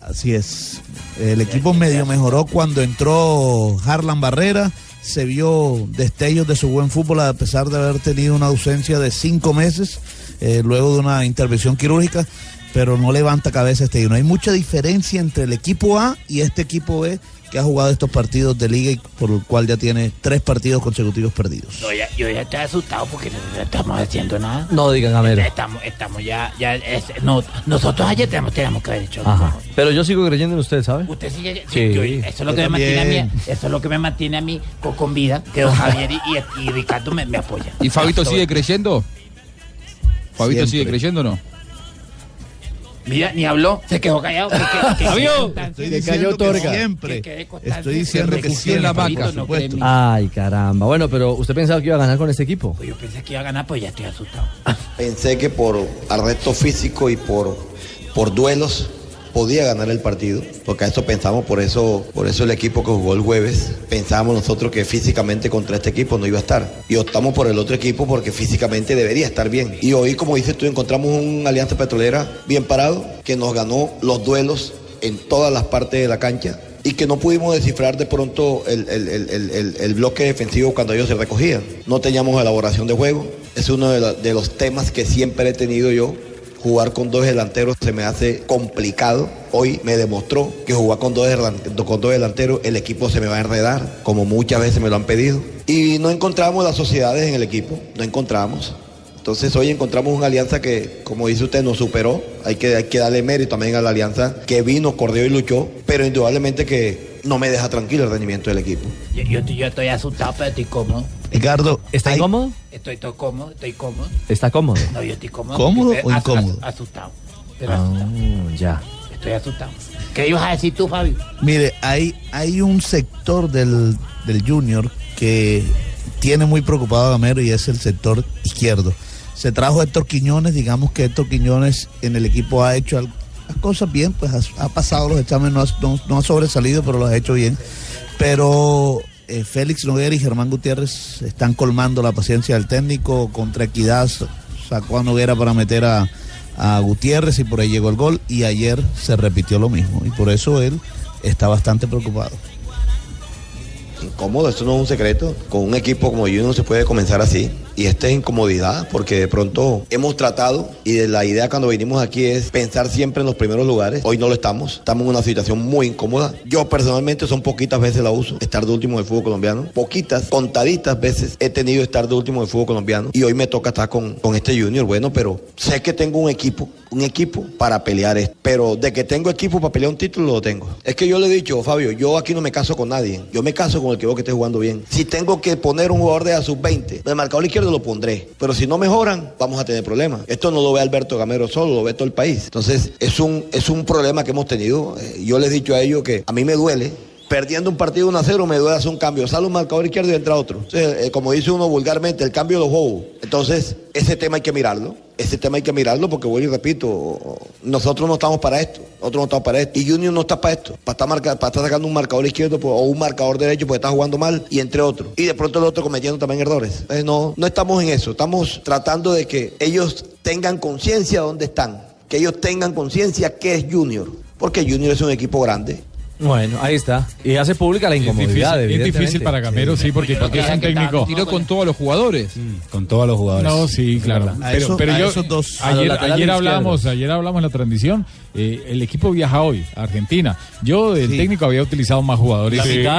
Speaker 22: Así es. El equipo medio mejoró cuando entró Harlan Barrera. Se vio destellos de su buen fútbol a pesar de haber tenido una ausencia de cinco meses eh, luego de una intervención quirúrgica. pero no levanta cabeza este no Hay mucha diferencia entre el equipo A y este equipo B que ha jugado estos partidos de liga y por el cual ya tiene tres partidos consecutivos perdidos.
Speaker 19: No, ya- yo ya estoy asustado porque no, no estamos haciendo nada. Este,
Speaker 6: No digan, a ver.
Speaker 19: Estamos, estamos ya, ya es- no, nosotros ayer tenemos, tenemos que haber hecho.
Speaker 6: Ajá. Pero yo sigo creyendo en usted, ¿sabe?
Speaker 19: Usted sí, sí,
Speaker 6: Sí,
Speaker 19: yo- eso es lo
Speaker 6: yo
Speaker 19: que me mantiene a mí,
Speaker 6: también.
Speaker 19: eso es lo que me mantiene a mí con, con vida, que don Javier y, y- y Ricardo me, me apoyan.
Speaker 12: ¿Y Fabito sigue creyendo? ¿Fabito
Speaker 19: Siempre.
Speaker 12: sigue creyendo o no?
Speaker 19: Mira, ni habló, se quedó callado. que- que- que-
Speaker 12: Fabio,
Speaker 19: que-
Speaker 12: estoy
Speaker 19: que-
Speaker 12: diciendo
Speaker 19: que-
Speaker 12: que
Speaker 19: Torga.
Speaker 22: siempre.
Speaker 19: Que quede constancia
Speaker 22: Estoy
Speaker 19: de
Speaker 22: diciendo que
Speaker 19: recurso
Speaker 22: sí en la
Speaker 19: Fabito,
Speaker 22: banca,
Speaker 19: no
Speaker 22: supuesto.
Speaker 19: cree en mí.
Speaker 6: Ay, caramba. Bueno, pero usted pensaba que iba a ganar con este equipo.
Speaker 19: Yo pensé que iba a ganar, pues ya estoy asustado.
Speaker 4: Pensé que por arresto físico y por, por duelos podía ganar el partido, porque a eso pensamos, por eso, por eso el equipo que jugó el jueves, pensábamos nosotros que físicamente contra este equipo no iba a estar. Y optamos por el otro equipo porque físicamente debería estar bien. Y hoy, como dices tú, encontramos un alianza petrolera bien parado, que nos ganó los duelos en todas las partes de la cancha y que no pudimos descifrar de pronto el, el- el- el- el- el bloque defensivo cuando ellos se recogían. No teníamos elaboración de juego. Es uno de, la- de los temas que siempre he tenido yo. Jugar con dos delanteros se me hace complicado. Hoy me demostró que jugar con dos, delan- con dos delanteros el equipo se me va a enredar, como muchas veces me lo han pedido. Y no encontramos las sociedades en el equipo, no encontramos. Entonces hoy encontramos una alianza que, como dice usted, nos superó. Hay que, hay que darle mérito también a la alianza que vino, corrió y luchó, pero indudablemente que no me deja tranquilo el rendimiento del equipo.
Speaker 19: Yo, yo, estoy- yo estoy asustado, pero estoy cómodo.
Speaker 22: Edgardo,
Speaker 6: ¿está incómodo?
Speaker 19: Estoy todo cómodo, estoy cómodo.
Speaker 6: Está cómodo.
Speaker 19: No, yo estoy cómodo.
Speaker 6: ¿Cómodo
Speaker 19: porque
Speaker 6: o
Speaker 19: as-
Speaker 6: incómodo?
Speaker 19: as- asustado. Pero
Speaker 6: Ah,
Speaker 19: asustado.
Speaker 6: ya.
Speaker 19: Estoy asustado. ¿Qué ibas a decir tú, Fabio?
Speaker 22: Mire, hay, hay un sector del, del Junior que tiene muy preocupado a Gamero y es el sector izquierdo. Se trajo a Héctor Quiñones, digamos que Héctor Quiñones en el equipo ha hecho al- las cosas bien, pues ha, ha pasado los exámenes, no ha, no- no ha sobresalido, pero los ha hecho bien. Pero eh, Félix Noguera y Germán Gutiérrez están colmando la paciencia del técnico. Contra Equidad s- sacó a Noguera para meter a, a Gutiérrez y por ahí llegó el gol. Y ayer se repitió lo mismo. Y por eso él está bastante preocupado.
Speaker 4: Incómodo, esto no es un secreto. Con un equipo como Junior se puede comenzar así. Y esta es incomodidad, porque de pronto hemos tratado, y de la idea cuando vinimos aquí es pensar siempre en los primeros lugares. Hoy no lo estamos, estamos en una situación muy incómoda. Yo personalmente son poquitas veces la uso, estar de último en el fútbol colombiano. Poquitas, contaditas veces he tenido estar de último en el fútbol colombiano. Y hoy me toca estar con, con este Junior, bueno, pero sé que tengo un equipo, un equipo para pelear esto. Pero de que tengo equipo para pelear un título, lo tengo. Es que yo le he dicho, Fabio, yo aquí no me caso con nadie. Yo me caso con el que veo que esté jugando bien. Si tengo que poner un jugador de a sub-20, del marcador izquierdo lo pondré. Pero si no mejoran, vamos a tener problemas. Esto no lo ve Alberto Gamero solo, lo ve todo el país. Entonces, es un, es un problema que hemos tenido. Eh, Yo les he dicho a ellos que a mí me duele perdiendo un partido 1 a 0 me duele hacer un cambio. Sale un marcador izquierdo y entra otro. Entonces, eh, como dice uno vulgarmente, el cambio de los juegos. Entonces, ese tema hay que mirarlo. Ese tema hay que mirarlo porque vuelvo y repito, nosotros no estamos para esto. Nosotros no estamos para esto. Y Junior no está para esto. Para estar, marca- para estar sacando un marcador izquierdo pues, o un marcador derecho porque está jugando mal y entre otros. Y de pronto el otro cometiendo también errores. Entonces, no, no estamos en eso. Estamos tratando de que ellos tengan conciencia de dónde están. Que ellos tengan conciencia que es Junior. Porque Junior es un equipo grande.
Speaker 6: Bueno, ahí está. Y hace pública la incomodidad.
Speaker 29: difícil, es
Speaker 6: evidentemente.
Speaker 29: difícil para Gamero, sí, porque- porque es un técnico.
Speaker 12: Tiró con todos los jugadores.
Speaker 29: Con todos los jugadores. No, sí, claro.
Speaker 12: A
Speaker 29: Pero,
Speaker 12: eso-
Speaker 29: pero
Speaker 12: a
Speaker 29: yo,
Speaker 12: esos dos. A los
Speaker 29: ayer,
Speaker 12: laterales
Speaker 29: ayer hablábamos,
Speaker 12: izquierdos.
Speaker 29: ayer hablamos en la transmisión, eh, el equipo viaja hoy a Argentina. Yo, el técnico, había utilizado más jugadores.
Speaker 7: Sí,
Speaker 29: No,
Speaker 7: sí, no,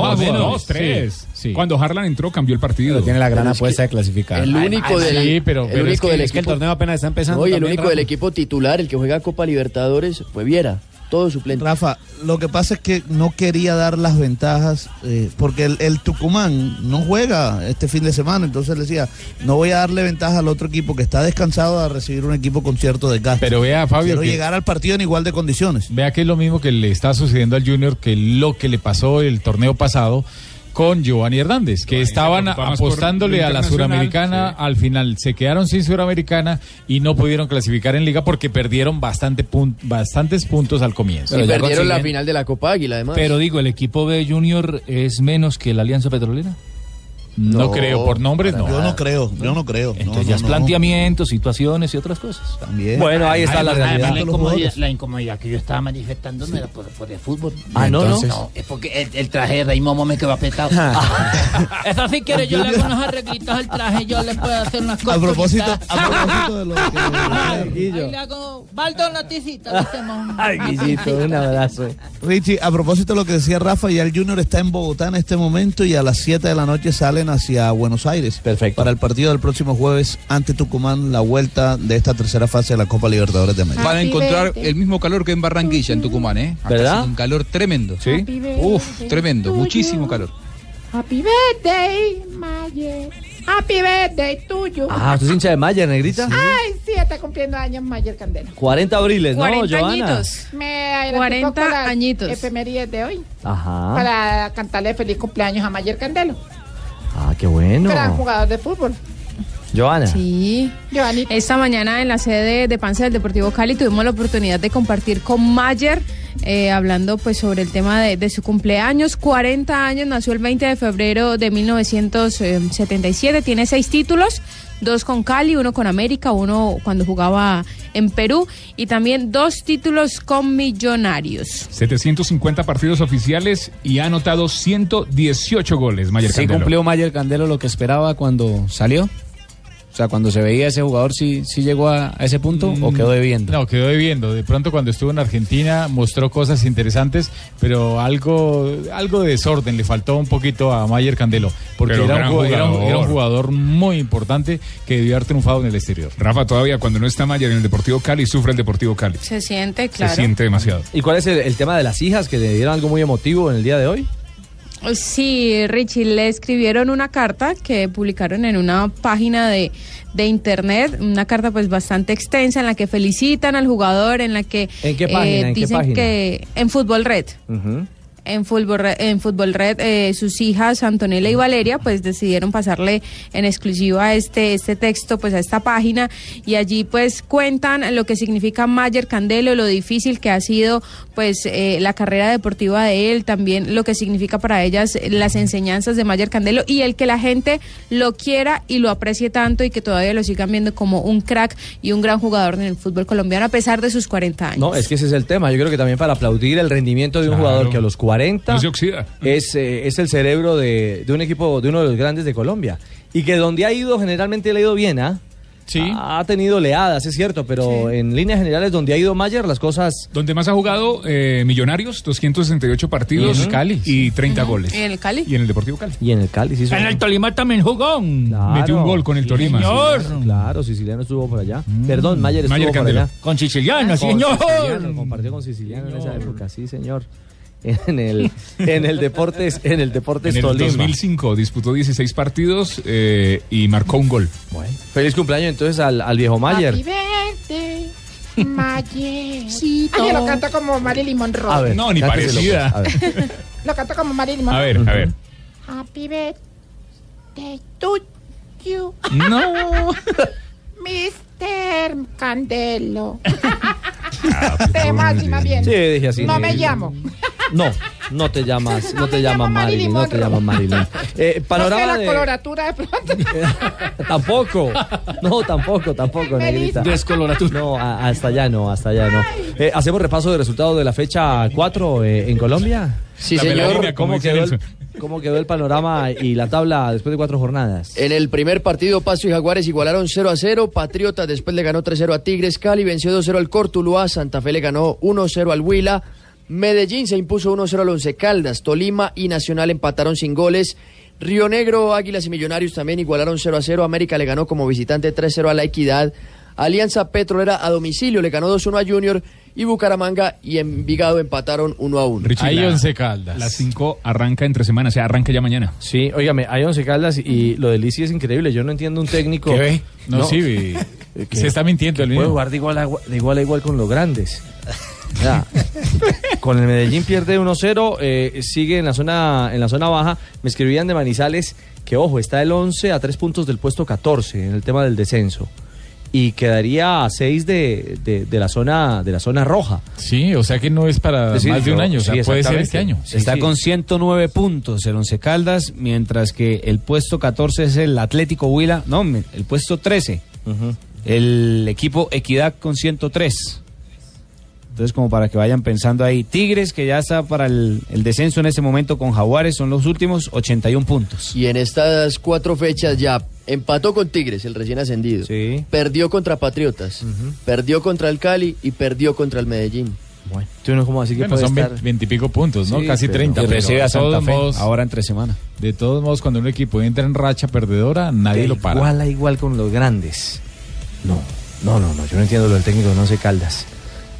Speaker 29: más
Speaker 7: menos,
Speaker 29: jugadores.
Speaker 7: dos, tres.
Speaker 29: Sí, sí.
Speaker 7: Cuando Harlan entró, cambió el partido.
Speaker 29: Pero tiene la gran Pero es apuesta
Speaker 7: de clasificar.
Speaker 15: El único
Speaker 7: de
Speaker 15: del,
Speaker 7: pero,
Speaker 15: el
Speaker 7: pero
Speaker 15: único
Speaker 7: es que,
Speaker 15: del
Speaker 7: es que el
Speaker 15: equipo-
Speaker 7: torneo apenas está empezando.
Speaker 15: No, y el
Speaker 7: también,
Speaker 15: único del equipo titular, el que juega Copa Libertadores, fue Viera. Todo suplente.
Speaker 22: Rafa, lo que pasa es que no quería dar las ventajas eh, porque el, el Tucumán no juega este fin de semana, entonces le decía, no voy a darle ventaja al otro equipo que está descansado a recibir un equipo con cierto desgaste.
Speaker 29: Pero vea, Fabio,
Speaker 22: Quiero
Speaker 29: que-
Speaker 22: llegar al partido en igual de condiciones.
Speaker 29: Vea que es lo mismo que le está sucediendo al Junior que lo que le pasó el torneo pasado con Giovanni Hernández, que estaban
Speaker 7: preocupa más por
Speaker 29: apostándole
Speaker 7: lo
Speaker 29: a la
Speaker 7: internacional,
Speaker 29: Suramericana, al final se quedaron sin Suramericana y no pudieron clasificar en liga porque perdieron bastante pun- bastantes puntos al comienzo.
Speaker 15: y perdieron la final de la Copa Águila, además.
Speaker 7: Pero digo, el equipo B Junior es menos que la Alianza Petrolera.
Speaker 29: No, creo, por nombres no.
Speaker 22: Yo no creo, yo no creo.
Speaker 14: Entonces ya es planteamientos, situaciones y otras cosas.
Speaker 22: También.
Speaker 14: Bueno, ahí está la
Speaker 19: Además,
Speaker 14: realidad.
Speaker 19: además, La
Speaker 14: Los
Speaker 19: incomodidad,
Speaker 14: jugadores.
Speaker 19: la incomodidad que yo estaba manifestando no era por, por el fútbol. Ah, no, Entonces- no. Es porque el, el traje de Raymond Momo me quedó apretado. Eso sí quiere, yo le hago unos arreglitos al traje, yo le puedo hacer unas cosas.
Speaker 22: propósito-
Speaker 19: a propósito
Speaker 22: de lo
Speaker 19: Ahí le hago, Baldo, una tisita, hacemos.
Speaker 22: un abrazo. Richie, a propósito de lo que decía Rafa, ya el Junior está en Bogotá en este momento y a las 7 de la noche salen hacia Buenos Aires. Perfecto. Para el partido del próximo jueves ante Tucumán, la vuelta de esta tercera fase de la Copa Libertadores de América.
Speaker 12: Van a encontrar el mismo calor que en Barranquilla, en Tucumán, ¿eh? Acá
Speaker 22: ¿Verdad?
Speaker 12: hace Un calor tremendo. ¿Sí? Uf, tremendo, muchísimo calor.
Speaker 17: Happy birthday, Mayer. Happy birthday tuyo.
Speaker 6: Ah, ¿tú es hincha de Maya, negrita?
Speaker 17: Ay, sí, está cumpliendo años Mayer Candela.
Speaker 6: 40 abriles, ¿no,
Speaker 17: 40
Speaker 6: Joana?
Speaker 17: añitos. Me adelanté
Speaker 28: 40
Speaker 17: un poco las
Speaker 28: añitos.
Speaker 17: Efemerías de hoy.
Speaker 6: Ajá.
Speaker 17: Para cantarle feliz cumpleaños a Mayer Candelo.
Speaker 6: Ah, qué bueno.
Speaker 17: Gran jugador de fútbol.
Speaker 6: Joana.
Speaker 28: Sí. Esta mañana en la sede de Panza del Deportivo Cali tuvimos la oportunidad de compartir con Mayer, eh, hablando pues sobre el tema de, de su cumpleaños. 40 años, nació el 20 de febrero de 1977, tiene seis títulos. Dos con Cali, uno con América, uno cuando jugaba en Perú y también dos títulos con Millonarios.
Speaker 7: 750 partidos oficiales y ha anotado 118 goles, Mayer
Speaker 18: ¿Sí
Speaker 7: Candelo.
Speaker 18: cumplió Mayer Candelo lo que esperaba cuando salió? O sea, cuando se veía ese jugador, ¿sí, sí llegó a, a ese punto o quedó debiendo?
Speaker 29: No, quedó debiendo. De pronto cuando estuvo en Argentina mostró cosas interesantes, pero algo, algo de desorden le faltó un poquito a Mayer Candelo, porque
Speaker 7: Pero
Speaker 29: era
Speaker 7: gran
Speaker 29: un, ju- era un-
Speaker 7: jugador.
Speaker 29: era un jugador muy importante que debió haber triunfado en el exterior.
Speaker 7: Rafa, todavía cuando no está Mayer en el Deportivo Cali, sufre el Deportivo Cali.
Speaker 28: Se siente, claro.
Speaker 7: Se siente demasiado.
Speaker 6: ¿Y cuál es el, el tema de las hijas que le dieron algo muy emotivo en el día de hoy?
Speaker 28: Sí, Richie, le escribieron una carta que publicaron en una página de, de internet, una carta pues bastante extensa en la que felicitan al jugador, en la que eh,
Speaker 6: ¿En qué página? ¿En qué
Speaker 28: dicen
Speaker 6: página?
Speaker 28: que en Fútbol Red. En Fútbol Red, en Fútbol Red eh, sus hijas Antonella y Valeria pues decidieron pasarle en exclusiva este, este texto pues a esta página y allí pues cuentan lo que significa Mayer Candelo, lo difícil que ha sido pues eh, la carrera deportiva de él, también lo que significa para ellas las enseñanzas de Mayer Candelo y el que la gente lo quiera y lo aprecie tanto y que todavía lo sigan viendo como un crack y un gran jugador en el fútbol colombiano a pesar de sus 40 años.
Speaker 6: No, es que ese es el tema. Yo creo que también para aplaudir el rendimiento de un jugador que a los 40 Es, eh, es el cerebro de, de un equipo, de uno de los grandes de Colombia. Y que donde ha ido, generalmente le ha ido bien, ¿ah? Ha ha tenido oleadas, es cierto, pero en líneas generales, donde ha ido Mayer, las cosas.
Speaker 7: Donde más ha jugado eh, Millonarios, 268 partidos
Speaker 6: Y en el Cali.
Speaker 7: y 30 goles.
Speaker 28: ¿Y en el Cali?
Speaker 7: Y en el Deportivo Cali.
Speaker 6: Y en el Cali, sí.
Speaker 7: En
Speaker 6: señor.
Speaker 7: el Tolima también jugó. Metió un gol con el
Speaker 6: Sí,
Speaker 7: Tolima. Mm.
Speaker 6: señor. Claro, Siciliano estuvo por allá. Perdón, Mayer estuvo
Speaker 7: Mayer
Speaker 6: por
Speaker 7: Candelo.
Speaker 6: allá.
Speaker 7: Con Siciliano,
Speaker 6: Con
Speaker 7: señor.
Speaker 6: Siciliano, compartió con Siciliano en esa época, sí, señor. En el, en el Deportes, en el Deportes
Speaker 7: En el
Speaker 6: Tolima.
Speaker 7: 2005 disputó 16 partidos eh, y marcó un gol. Bueno.
Speaker 6: Feliz cumpleaños entonces al, al viejo Mayer.
Speaker 17: Happy birthday, Mayer. Sí, Ay, lo canta como Marilyn Monroe.
Speaker 7: no, ni
Speaker 6: cánteselo,
Speaker 7: parecida.
Speaker 6: pues, a ver.
Speaker 17: Lo canta como Marilyn
Speaker 7: A
Speaker 17: Monroe.
Speaker 7: ver, a ver.
Speaker 17: Happy birthday to you.
Speaker 7: No.
Speaker 17: Mr. Candelo. Te más y más bien.
Speaker 6: Sí, dije así.
Speaker 17: No me
Speaker 6: Sí.
Speaker 17: llamo.
Speaker 6: No, no te llamas, no te llamas
Speaker 17: Marilyn
Speaker 6: Marilyn, no te
Speaker 17: Monroe.
Speaker 6: llamas Marilyn. Eh,
Speaker 17: no
Speaker 6: panorama
Speaker 17: sé la
Speaker 6: de...
Speaker 17: coloratura de pronto.
Speaker 6: Tampoco, no, tampoco, tampoco,
Speaker 17: Feliz.
Speaker 6: negrita. Descoloratura. No, a- hasta allá no, hasta allá no. Eh, ¿Hacemos repaso de resultados de la fecha 4 eh, en Colombia?
Speaker 15: Sí, La señor. melanina, como
Speaker 6: ¿Cómo
Speaker 15: dice
Speaker 6: quedó, el,
Speaker 15: Nelson.
Speaker 6: ¿Cómo quedó el panorama y la tabla después de cuatro jornadas?
Speaker 15: En el primer partido, Pasto y Jaguares igualaron 0 a 0. Patriota después le ganó 3 0 a Tigres. Cali venció 2 0 al Cortuluá. Santa Fe le ganó 1 0 al Huila. Medellín se impuso 1 0 al Once Caldas. Tolima y Nacional empataron sin goles. Río Negro, Águilas y Millonarios también igualaron 0 a 0. América le ganó como visitante 3 0 a La Equidad. Alianza Petrolera a domicilio le ganó 2 1 a Junior. Y Bucaramanga y Envigado empataron 1 a 1.
Speaker 7: Richie, la- Las 5 arranca entre semana, o sea, arranca ya mañana.
Speaker 6: Sí, óigame, hay once caldas y lo de Lisi es increíble. Yo no entiendo un técnico.
Speaker 7: ¿Qué ve? No, sí, ve. Se está mintiendo el
Speaker 6: Puede
Speaker 7: mismo.
Speaker 6: jugar de igual, a, igua- de igual a igual con los grandes. O sea, con el Medellín pierde 1-0, eh, sigue en la, zona, en la zona baja. Me escribían de Manizales que, ojo, está el 11 a 3 puntos del puesto 14 en el tema del descenso. y quedaría a 6 de, de- de la zona de la zona roja.
Speaker 29: Sí, o sea que no es para
Speaker 18: decir,
Speaker 29: más de un
Speaker 18: no,
Speaker 29: año, o sea,
Speaker 18: sí,
Speaker 29: puede ser
Speaker 18: exactamente.
Speaker 29: este año.
Speaker 18: Está con 109 puntos el Once Caldas, mientras que el puesto 14 es el Atlético Huila, no, me- el puesto 13. El equipo Equidad con 103. Entonces, como para que vayan pensando ahí, Tigres, que ya está para el, el descenso en este momento con Jaguares, son los últimos 81 puntos.
Speaker 15: Y en estas cuatro fechas ya empató con Tigres, el recién ascendido. Perdió contra Patriotas, perdió contra el Cali y perdió contra el Medellín.
Speaker 6: Bueno, yo no como así
Speaker 29: Bueno, son vein- veintipico puntos, ¿no?
Speaker 15: Sí,
Speaker 29: Casi
Speaker 15: pero-
Speaker 29: 30.
Speaker 15: Y recibe
Speaker 29: pero
Speaker 15: a
Speaker 29: de
Speaker 15: Santa
Speaker 29: todos
Speaker 15: Fe
Speaker 29: modos-
Speaker 18: ahora entre semana.
Speaker 29: De todos modos, cuando un equipo entra en racha perdedora, nadie
Speaker 6: De
Speaker 29: lo para.
Speaker 6: Igual a igual con los grandes. No, no, no, no, yo no entiendo lo del técnico, no sé Caldas.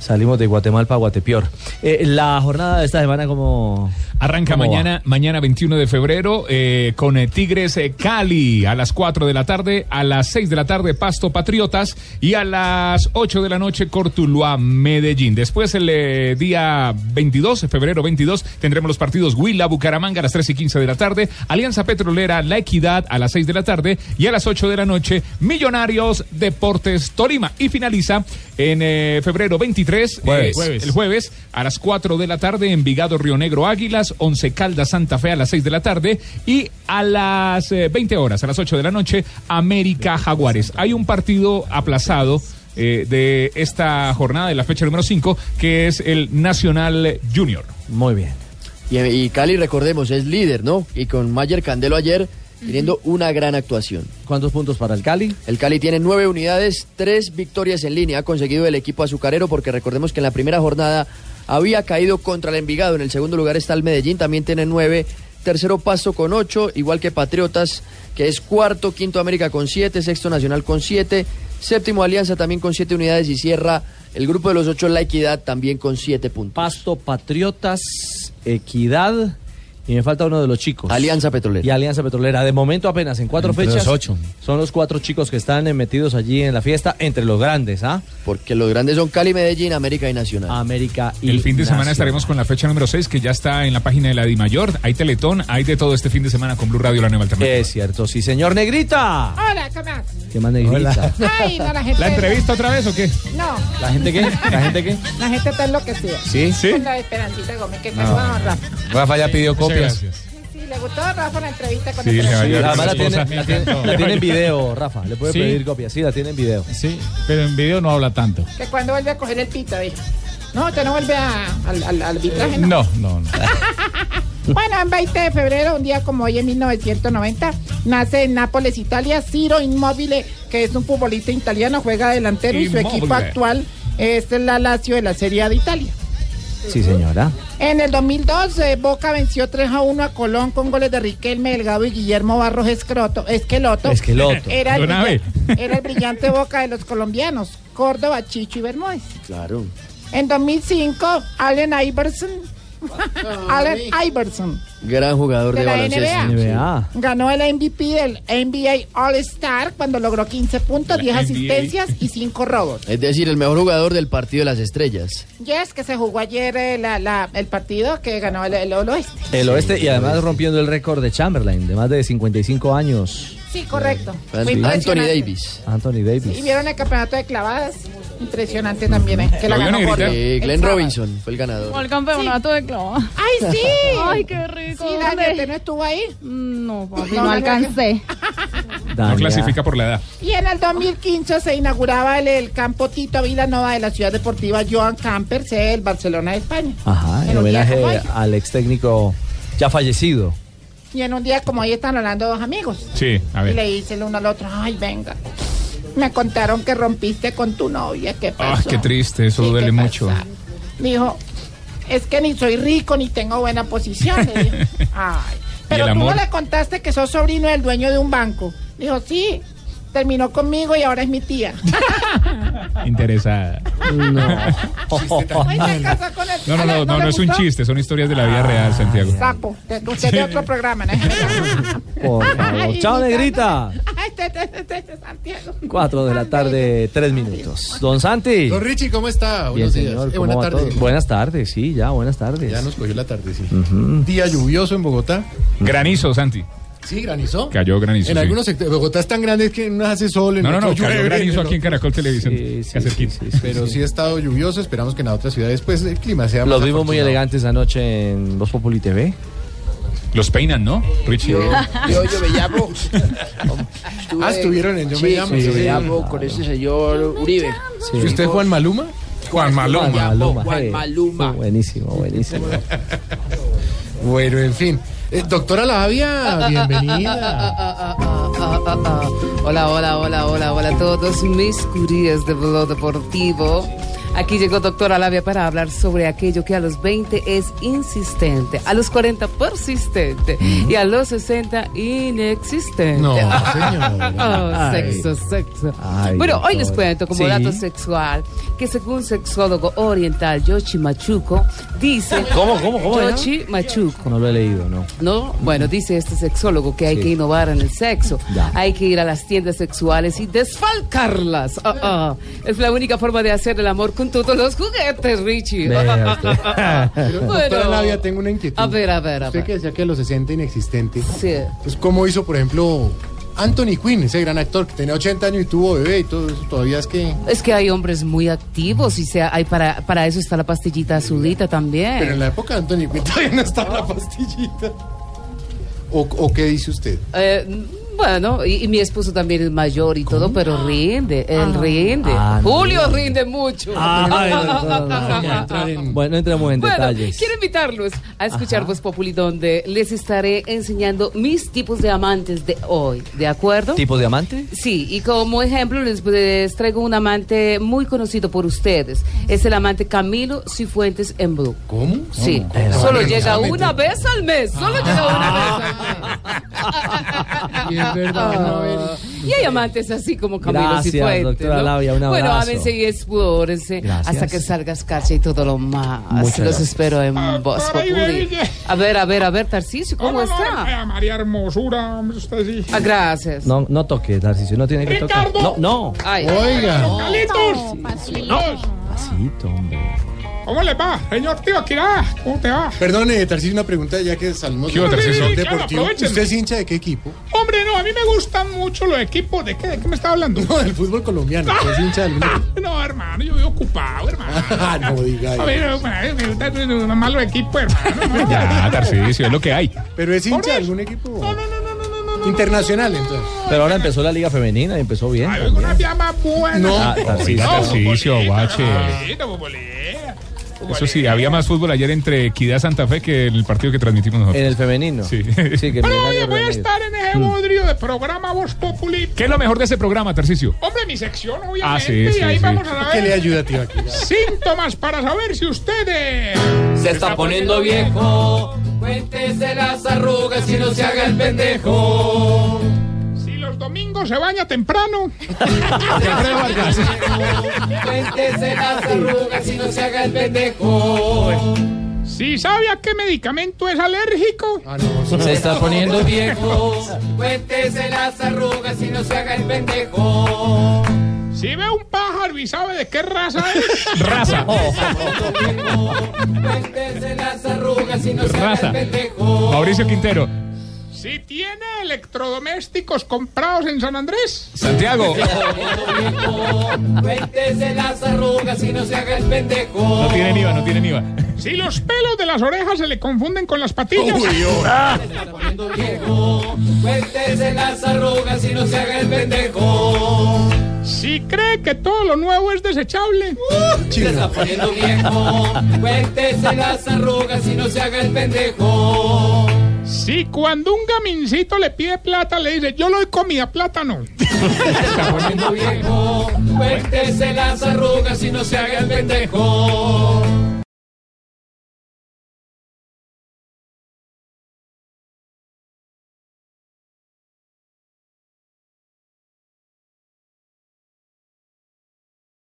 Speaker 6: Salimos de Guatemala para Guatepeor. Eh, la jornada de esta semana como...
Speaker 7: Arranca
Speaker 6: ¿Cómo va?
Speaker 7: mañana, mañana 21 de febrero eh, con eh, Tigres eh, Cali a las 4 de la tarde, a las 6 de la tarde Pasto Patriotas y a las 8 de la noche Cortuluá Medellín. Después el eh, día 22, febrero 22, tendremos los partidos Huila Bucaramanga a las 3 y 15 de la tarde, Alianza Petrolera La Equidad a las 6 de la tarde y a las 8 de la noche Millonarios Deportes Tolima. Y finaliza en eh, febrero 23, eh,
Speaker 29: Jueves.
Speaker 7: el jueves a las 4 de la tarde Envigado Río Negro Águilas, Once Caldas Santa Fe a las 6 de la tarde y a las eh, 20 horas, a las 8 de la noche, América Jaguares. Hay un partido aplazado. eh, de esta jornada de la fecha número 5 que es el Nacional Junior.
Speaker 6: Muy bien.
Speaker 15: Y, y Cali, recordemos, es líder, ¿no? Y con Mayer Candelo ayer teniendo una gran actuación.
Speaker 6: ¿Cuántos puntos para el Cali?
Speaker 15: El Cali tiene nueve unidades, tres victorias en línea ha conseguido el equipo azucarero porque recordemos que en la primera jornada había caído contra el Envigado. En el segundo lugar está el Medellín, también tiene nueve. Tercero Pasto con ocho, igual que Patriotas, que es cuarto. Quinto América con siete, sexto Nacional con siete. Séptimo Alianza también con siete unidades y cierra el grupo de los ocho La Equidad también con siete puntos.
Speaker 6: Pasto Patriotas, Equidad y me falta uno de los chicos.
Speaker 15: Alianza Petrolera.
Speaker 6: Y Alianza Petrolera. De momento apenas en cuatro
Speaker 15: Entre
Speaker 6: fechas.
Speaker 15: los ocho.
Speaker 6: Son los cuatro chicos que están eh, metidos allí en la fiesta entre los grandes, ¿ah?
Speaker 15: Porque los grandes son Cali, Medellín, América y Nacional.
Speaker 6: América y
Speaker 7: El fin de semana
Speaker 6: Nacional.
Speaker 7: estaremos con la fecha número 6 que ya está en la página de la Dimayor. Hay Teletón, hay de todo este fin de semana con Blue Radio La Nueva Alternativa.
Speaker 6: Es cierto, sí, señor Negrita.
Speaker 17: Hola, ¿qué más?
Speaker 6: ¿Qué más Negrita?
Speaker 17: Ay, no, la gente.
Speaker 7: ¿La entrevista otra vez o qué?
Speaker 17: No,
Speaker 6: ¿La gente qué? ¿La gente qué?
Speaker 17: la gente está enloquecida.
Speaker 6: Sí. ¿Sí?
Speaker 17: Con la de Esperancita Gómez, que
Speaker 6: No.
Speaker 17: casó con Rafa.
Speaker 18: Rafa ya pidió
Speaker 7: Muchas
Speaker 18: copias.
Speaker 17: Sí, le gustó a Rafa la entrevista con
Speaker 18: Sí, le
Speaker 17: Esperancita.
Speaker 18: valió.
Speaker 6: Además la
Speaker 18: Esposa,
Speaker 6: tiene,
Speaker 18: me
Speaker 6: la tiene-
Speaker 18: encantó.
Speaker 6: la tiene en video, Rafa. Le puede
Speaker 29: Sí.
Speaker 6: pedir copia. Sí, la tiene en video.
Speaker 29: Sí, pero en video no habla tanto.
Speaker 17: Que cuando vuelve a coger el pito, dijo. No, usted no vuelve a- al, al- al arbitraje, ¿no?
Speaker 29: No, no, no.
Speaker 17: Bueno, en 20 de febrero, un día como hoy en 1990, nace en Nápoles, Italia, Ciro Immobile, que es un futbolista italiano, juega delantero y su
Speaker 6: Immobile.
Speaker 17: equipo actual es la Lazio de la Serie A de Italia.
Speaker 6: Sí, señora.
Speaker 17: En el 2002, eh, Boca venció 3 a 1 a Colón con goles de Riquelme Delgado y Guillermo Barros Escroto, Esqueloto.
Speaker 6: Esqueloto.
Speaker 17: Era el,
Speaker 6: De una
Speaker 17: brilla- era el brillante Boca de los colombianos, Córdoba, Chicho y Bermúdez.
Speaker 15: Claro.
Speaker 17: En 2005, Allen Iverson. Allen Iverson
Speaker 15: Gran jugador de,
Speaker 17: de la
Speaker 15: baloncesto.
Speaker 17: NBA. Ganó el MVP del NBA All Star cuando logró 15 puntos, 10
Speaker 15: NBA.
Speaker 17: asistencias y 5 robos.
Speaker 15: Es decir, el mejor jugador del partido de las estrellas.
Speaker 17: Yes, que se jugó ayer eh, la- la- el partido que ganó el, el oeste.
Speaker 6: El oeste y además rompiendo el récord de Chamberlain de más de 55 años.
Speaker 17: Sí, correcto. Fue
Speaker 6: Eh, Anthony
Speaker 17: impresionante.
Speaker 6: Davis. Anthony Davis.
Speaker 17: Y vieron el campeonato de clavadas. Impresionante también, eh, que la ganó Jordan.
Speaker 15: Eh,
Speaker 17: El
Speaker 15: Glenn
Speaker 17: sábado.
Speaker 15: Robinson fue el ganador.
Speaker 17: el
Speaker 30: campeonato de clavada.
Speaker 17: ¡Ay, sí!
Speaker 30: Ay, qué rico. Mm,
Speaker 17: Sí, Dani, ¿usted no estuvo ahí?
Speaker 30: No, papi,
Speaker 17: No,
Speaker 30: no,
Speaker 17: no,
Speaker 30: alcancé.
Speaker 7: No clasifica por la edad.
Speaker 17: Y en el 2015 se inauguraba el, el campo Tito Vilanova de la ciudad deportiva Joan Camper, sede del Barcelona de España.
Speaker 6: Ajá,
Speaker 17: un
Speaker 6: en
Speaker 17: día
Speaker 6: homenaje
Speaker 17: como hoy.
Speaker 6: al ex técnico ya fallecido.
Speaker 17: Y en un día como hoy están hablando dos amigos.
Speaker 7: Sí, a
Speaker 17: Y le dice el uno al otro, ay, venga. Me contaron que rompiste con tu novia, ¿qué
Speaker 7: Ah,
Speaker 17: pasó?
Speaker 7: qué triste, eso duele mucho.
Speaker 17: Dijo, es que ni soy rico ni tengo buena posición. Le dijo, ay. Pero
Speaker 7: el
Speaker 17: tú no
Speaker 7: amor?
Speaker 17: le contaste que sos sobrino del dueño de un banco. Dijo, sí, terminó conmigo y ahora es mi tía.
Speaker 7: Interesada.
Speaker 32: este?
Speaker 7: No, no, no, no, no es un chiste, son historias de la vida real, Santiago.
Speaker 32: Ah.
Speaker 17: Sapo, te escuché de otro programa, ¿no?
Speaker 6: Por favor.
Speaker 17: Ay,
Speaker 6: Chao,
Speaker 17: mi
Speaker 6: Negrita.
Speaker 17: Ay, te- te- te- te- Santiago.
Speaker 6: 4 de la tarde, 3 minutos. Don Santi.
Speaker 20: Don Richie, ¿cómo está?
Speaker 6: Bien,
Speaker 20: Buenos días.
Speaker 6: señor.
Speaker 20: Eh,
Speaker 6: ¿cómo
Speaker 20: buena
Speaker 6: va
Speaker 20: tarde.
Speaker 6: todo? Buenas tardes, sí, ya, buenas tardes.
Speaker 20: Ya nos cogió la tarde, sí.
Speaker 6: Ujú.
Speaker 20: Día lluvioso en Bogotá.
Speaker 7: Granizo, Santi.
Speaker 20: Sí, granizó.
Speaker 7: Cayó granizo,
Speaker 20: En
Speaker 7: sí.
Speaker 20: algunos sectores. Bogotá es tan grande que en unas hace sol, en
Speaker 7: No, no, no,
Speaker 20: otras
Speaker 7: cayó
Speaker 20: llueve,
Speaker 7: granizo
Speaker 20: en
Speaker 7: aquí en Caracol Televisión. Acá cerquita.
Speaker 20: Pero sí ha estado lluvioso, esperamos que en las otras ciudades pues el clima sea
Speaker 6: Los
Speaker 20: más
Speaker 6: vimos muy
Speaker 20: afortunado.
Speaker 6: elegantes anoche en Voz Populi TV.
Speaker 7: Los peinan, ¿no? Richie.
Speaker 20: Yo- yo me llamo-
Speaker 19: Estuve-
Speaker 20: Ah, estuvieron en Yo me
Speaker 19: sí,
Speaker 20: llamo,
Speaker 19: con Yo
Speaker 20: sí.
Speaker 19: me llamo con ese señor Uribe.
Speaker 20: ¿Y usted es Juan Maluma?
Speaker 7: Juan
Speaker 20: Maluma.
Speaker 19: Juan Maluma.
Speaker 6: Buenísimo, buenísimo.
Speaker 20: bueno, en fin. Eh, doctora
Speaker 16: Ah,
Speaker 20: Lavia, bienvenida.
Speaker 16: Hola, hola, hola, hola, hola a todos mis curías de blog deportivo. Aquí llegó doctora Lavia para hablar sobre aquello que a los 20 es insistente, a los 40 persistente y a los 60 inexistente.
Speaker 20: No, señora.
Speaker 16: Oh, sexo, sexo. bueno, hoy les cuento como dato sexual que según sexólogo oriental Yoshi Machuco dice...
Speaker 6: ¿Cómo, cómo, cómo era?
Speaker 16: Yoshi Machuco.
Speaker 6: No lo he leído, no.
Speaker 16: No, bueno, dice este sexólogo que hay
Speaker 6: Sí.
Speaker 16: que innovar en el sexo.
Speaker 6: Ya.
Speaker 16: Hay que ir a las tiendas sexuales y desfalcarlas. Ah, ah. Es la única forma de hacer el amor con todos los juguetes, Richie.
Speaker 20: Vea usted. Pero, doctora
Speaker 16: Bueno.
Speaker 20: Lavia, tengo una inquietud.
Speaker 16: A ver, a ver, a
Speaker 20: Usted
Speaker 16: ver.
Speaker 20: que decía que los 60 inexistente.
Speaker 16: Sí.
Speaker 20: Pues, ¿cómo hizo, por ejemplo, Anthony Quinn, ese gran actor que tenía 80 años y tuvo bebé y todo eso? Todavía es que.
Speaker 16: Es que hay hombres muy activos y sea, hay para, para eso está la pastillita azulita también.
Speaker 20: Pero en la época de Anthony Quinn todavía no estaba la pastillita. ¿O, o qué dice usted?
Speaker 16: Eh, mm, bueno, y, y mi esposo también es mayor y todo, pero rinde, él rinde.
Speaker 6: Ah, no.
Speaker 16: Julio rinde mucho.
Speaker 6: Bueno, entramos en detalles.
Speaker 16: quiero invitarlos a escuchar Voz Populi, donde les estaré enseñando mis tipos de amantes de hoy, ¿de acuerdo?
Speaker 6: ¿Tipo de amante?
Speaker 16: Sí, y como ejemplo les, les traigo un amante muy conocido por ustedes. Es el amante Camilo Cifuentes en Blue.
Speaker 20: ¿Cómo?
Speaker 16: Sí,
Speaker 20: ¿Cómo?
Speaker 16: solo
Speaker 20: Pero,
Speaker 16: llega
Speaker 20: ¿sabe?
Speaker 16: una vez al mes, solo llega
Speaker 6: Ah,
Speaker 16: una vez al
Speaker 20: Y
Speaker 16: mes.
Speaker 20: es verdad,
Speaker 16: Ah, Y hay amantes así como Camilo
Speaker 6: Gracias,
Speaker 16: Cifuentes.
Speaker 6: doctora
Speaker 16: ¿no?
Speaker 6: Labia, un
Speaker 16: Bueno,
Speaker 6: abrazo.
Speaker 16: ámense y explórense
Speaker 6: Gracias.
Speaker 16: hasta que salgas cacha y todo lo más.
Speaker 6: Muchas
Speaker 16: Los
Speaker 6: gracias.
Speaker 16: espero en Voz
Speaker 32: para ahí,
Speaker 16: Populi.
Speaker 32: bebé.
Speaker 16: A ver, a ver, a ver, Tarcisio, ¿cómo
Speaker 32: Hola,
Speaker 16: está?
Speaker 32: María, María Hermosura, hombre, usted sí.
Speaker 16: Ah, gracias.
Speaker 6: No, no toque, Narciso, no tiene que tocar.
Speaker 32: Ricardo.
Speaker 6: No, no.
Speaker 16: Ay.
Speaker 32: Carlitos. Pasitos.
Speaker 6: Pasito, hombre.
Speaker 32: ¿Cómo le va, señor tío Quirá? ¿Cómo te va?
Speaker 20: Perdón, eh, Tarcisio, una pregunta ya que salimos
Speaker 32: ¿Qué
Speaker 20: del
Speaker 32: hubo, Tarcisio?
Speaker 20: sector
Speaker 32: Claro,
Speaker 20: deportivo.
Speaker 32: aprovechen.
Speaker 20: ¿Usted es hincha de qué equipo?
Speaker 32: Hombre, no, a mí me gustan mucho los equipos. ¿De qué, de qué me está hablando?
Speaker 20: No, del fútbol colombiano. ¿Usted es hincha del Unión?
Speaker 32: No, hermano, yo vivo ocupado, hermano.
Speaker 20: Ah, no diga
Speaker 32: A
Speaker 20: eso.
Speaker 32: ver, hermano, me gustan malos equipos, hermano.
Speaker 7: Ya, Tarcisio, es lo que hay.
Speaker 20: Pero es hincha de algún equipo. Internacional, entonces.
Speaker 6: Pero ahora empezó la liga femenina y empezó bien.
Speaker 32: Tengo una llama buena.
Speaker 6: Ah, Tarcisio.
Speaker 7: Tarcisio, guache.
Speaker 32: Bolita, bolita.
Speaker 7: Eso sí, había más fútbol ayer entre Equidad Santa Fe que el partido que transmitimos nosotros. En
Speaker 6: el femenino.
Speaker 7: Sí. Mm.
Speaker 6: sí que
Speaker 32: Pero oye, voy a estar en ese
Speaker 6: Mm.
Speaker 32: bodrio de programa Voz Populi.
Speaker 7: ¿Qué es lo mejor de ese programa, Tarcisio?
Speaker 32: Hombre, mi sección, obviamente.
Speaker 7: Ah, sí, sí,
Speaker 32: y ahí
Speaker 7: sí.
Speaker 32: vamos a
Speaker 7: ¿Qué
Speaker 32: ver.
Speaker 7: le ayuda, tío, aquí?
Speaker 32: Síntomas para saber si eh, ustedes.
Speaker 23: Se está poniendo viejo.
Speaker 32: Cuéntese
Speaker 23: las arrugas y no se haga el
Speaker 32: pendejo. Si los domingos se baña temprano.
Speaker 23: Cuéntese las arrugas y no se haga el pendejo.
Speaker 32: Si sabe a qué medicamento es alérgico.
Speaker 23: Se está poniendo viejo. Cuéntese las arrugas y no se haga el pendejo.
Speaker 32: Si ve un pájaro y sabe de qué raza es.
Speaker 23: Raza. Cuéntese las arrugas y no se haga
Speaker 7: Raza.
Speaker 23: el pendejo.
Speaker 7: Mauricio Quintero.
Speaker 32: Si tiene electrodomésticos comprados en San Andrés.
Speaker 7: Santiago.
Speaker 23: Cuéntese las arrugas y no se haga el pendejo.
Speaker 7: No tienen IVA, no tienen IVA.
Speaker 32: Si los pelos de las orejas se le confunden con las patillas.
Speaker 23: Cuéntese las arrugas y no se haga el pendejo.
Speaker 32: Si cree que todo lo nuevo es desechable.
Speaker 23: Se está poniendo viejo. Cuéntese las arrugas y no se haga el pendejo.
Speaker 32: Si cuando un gamincito le pide plata, le dice, yo le doy comida plátano.
Speaker 23: Cuéntese las arrugas y no se haga el pendejo.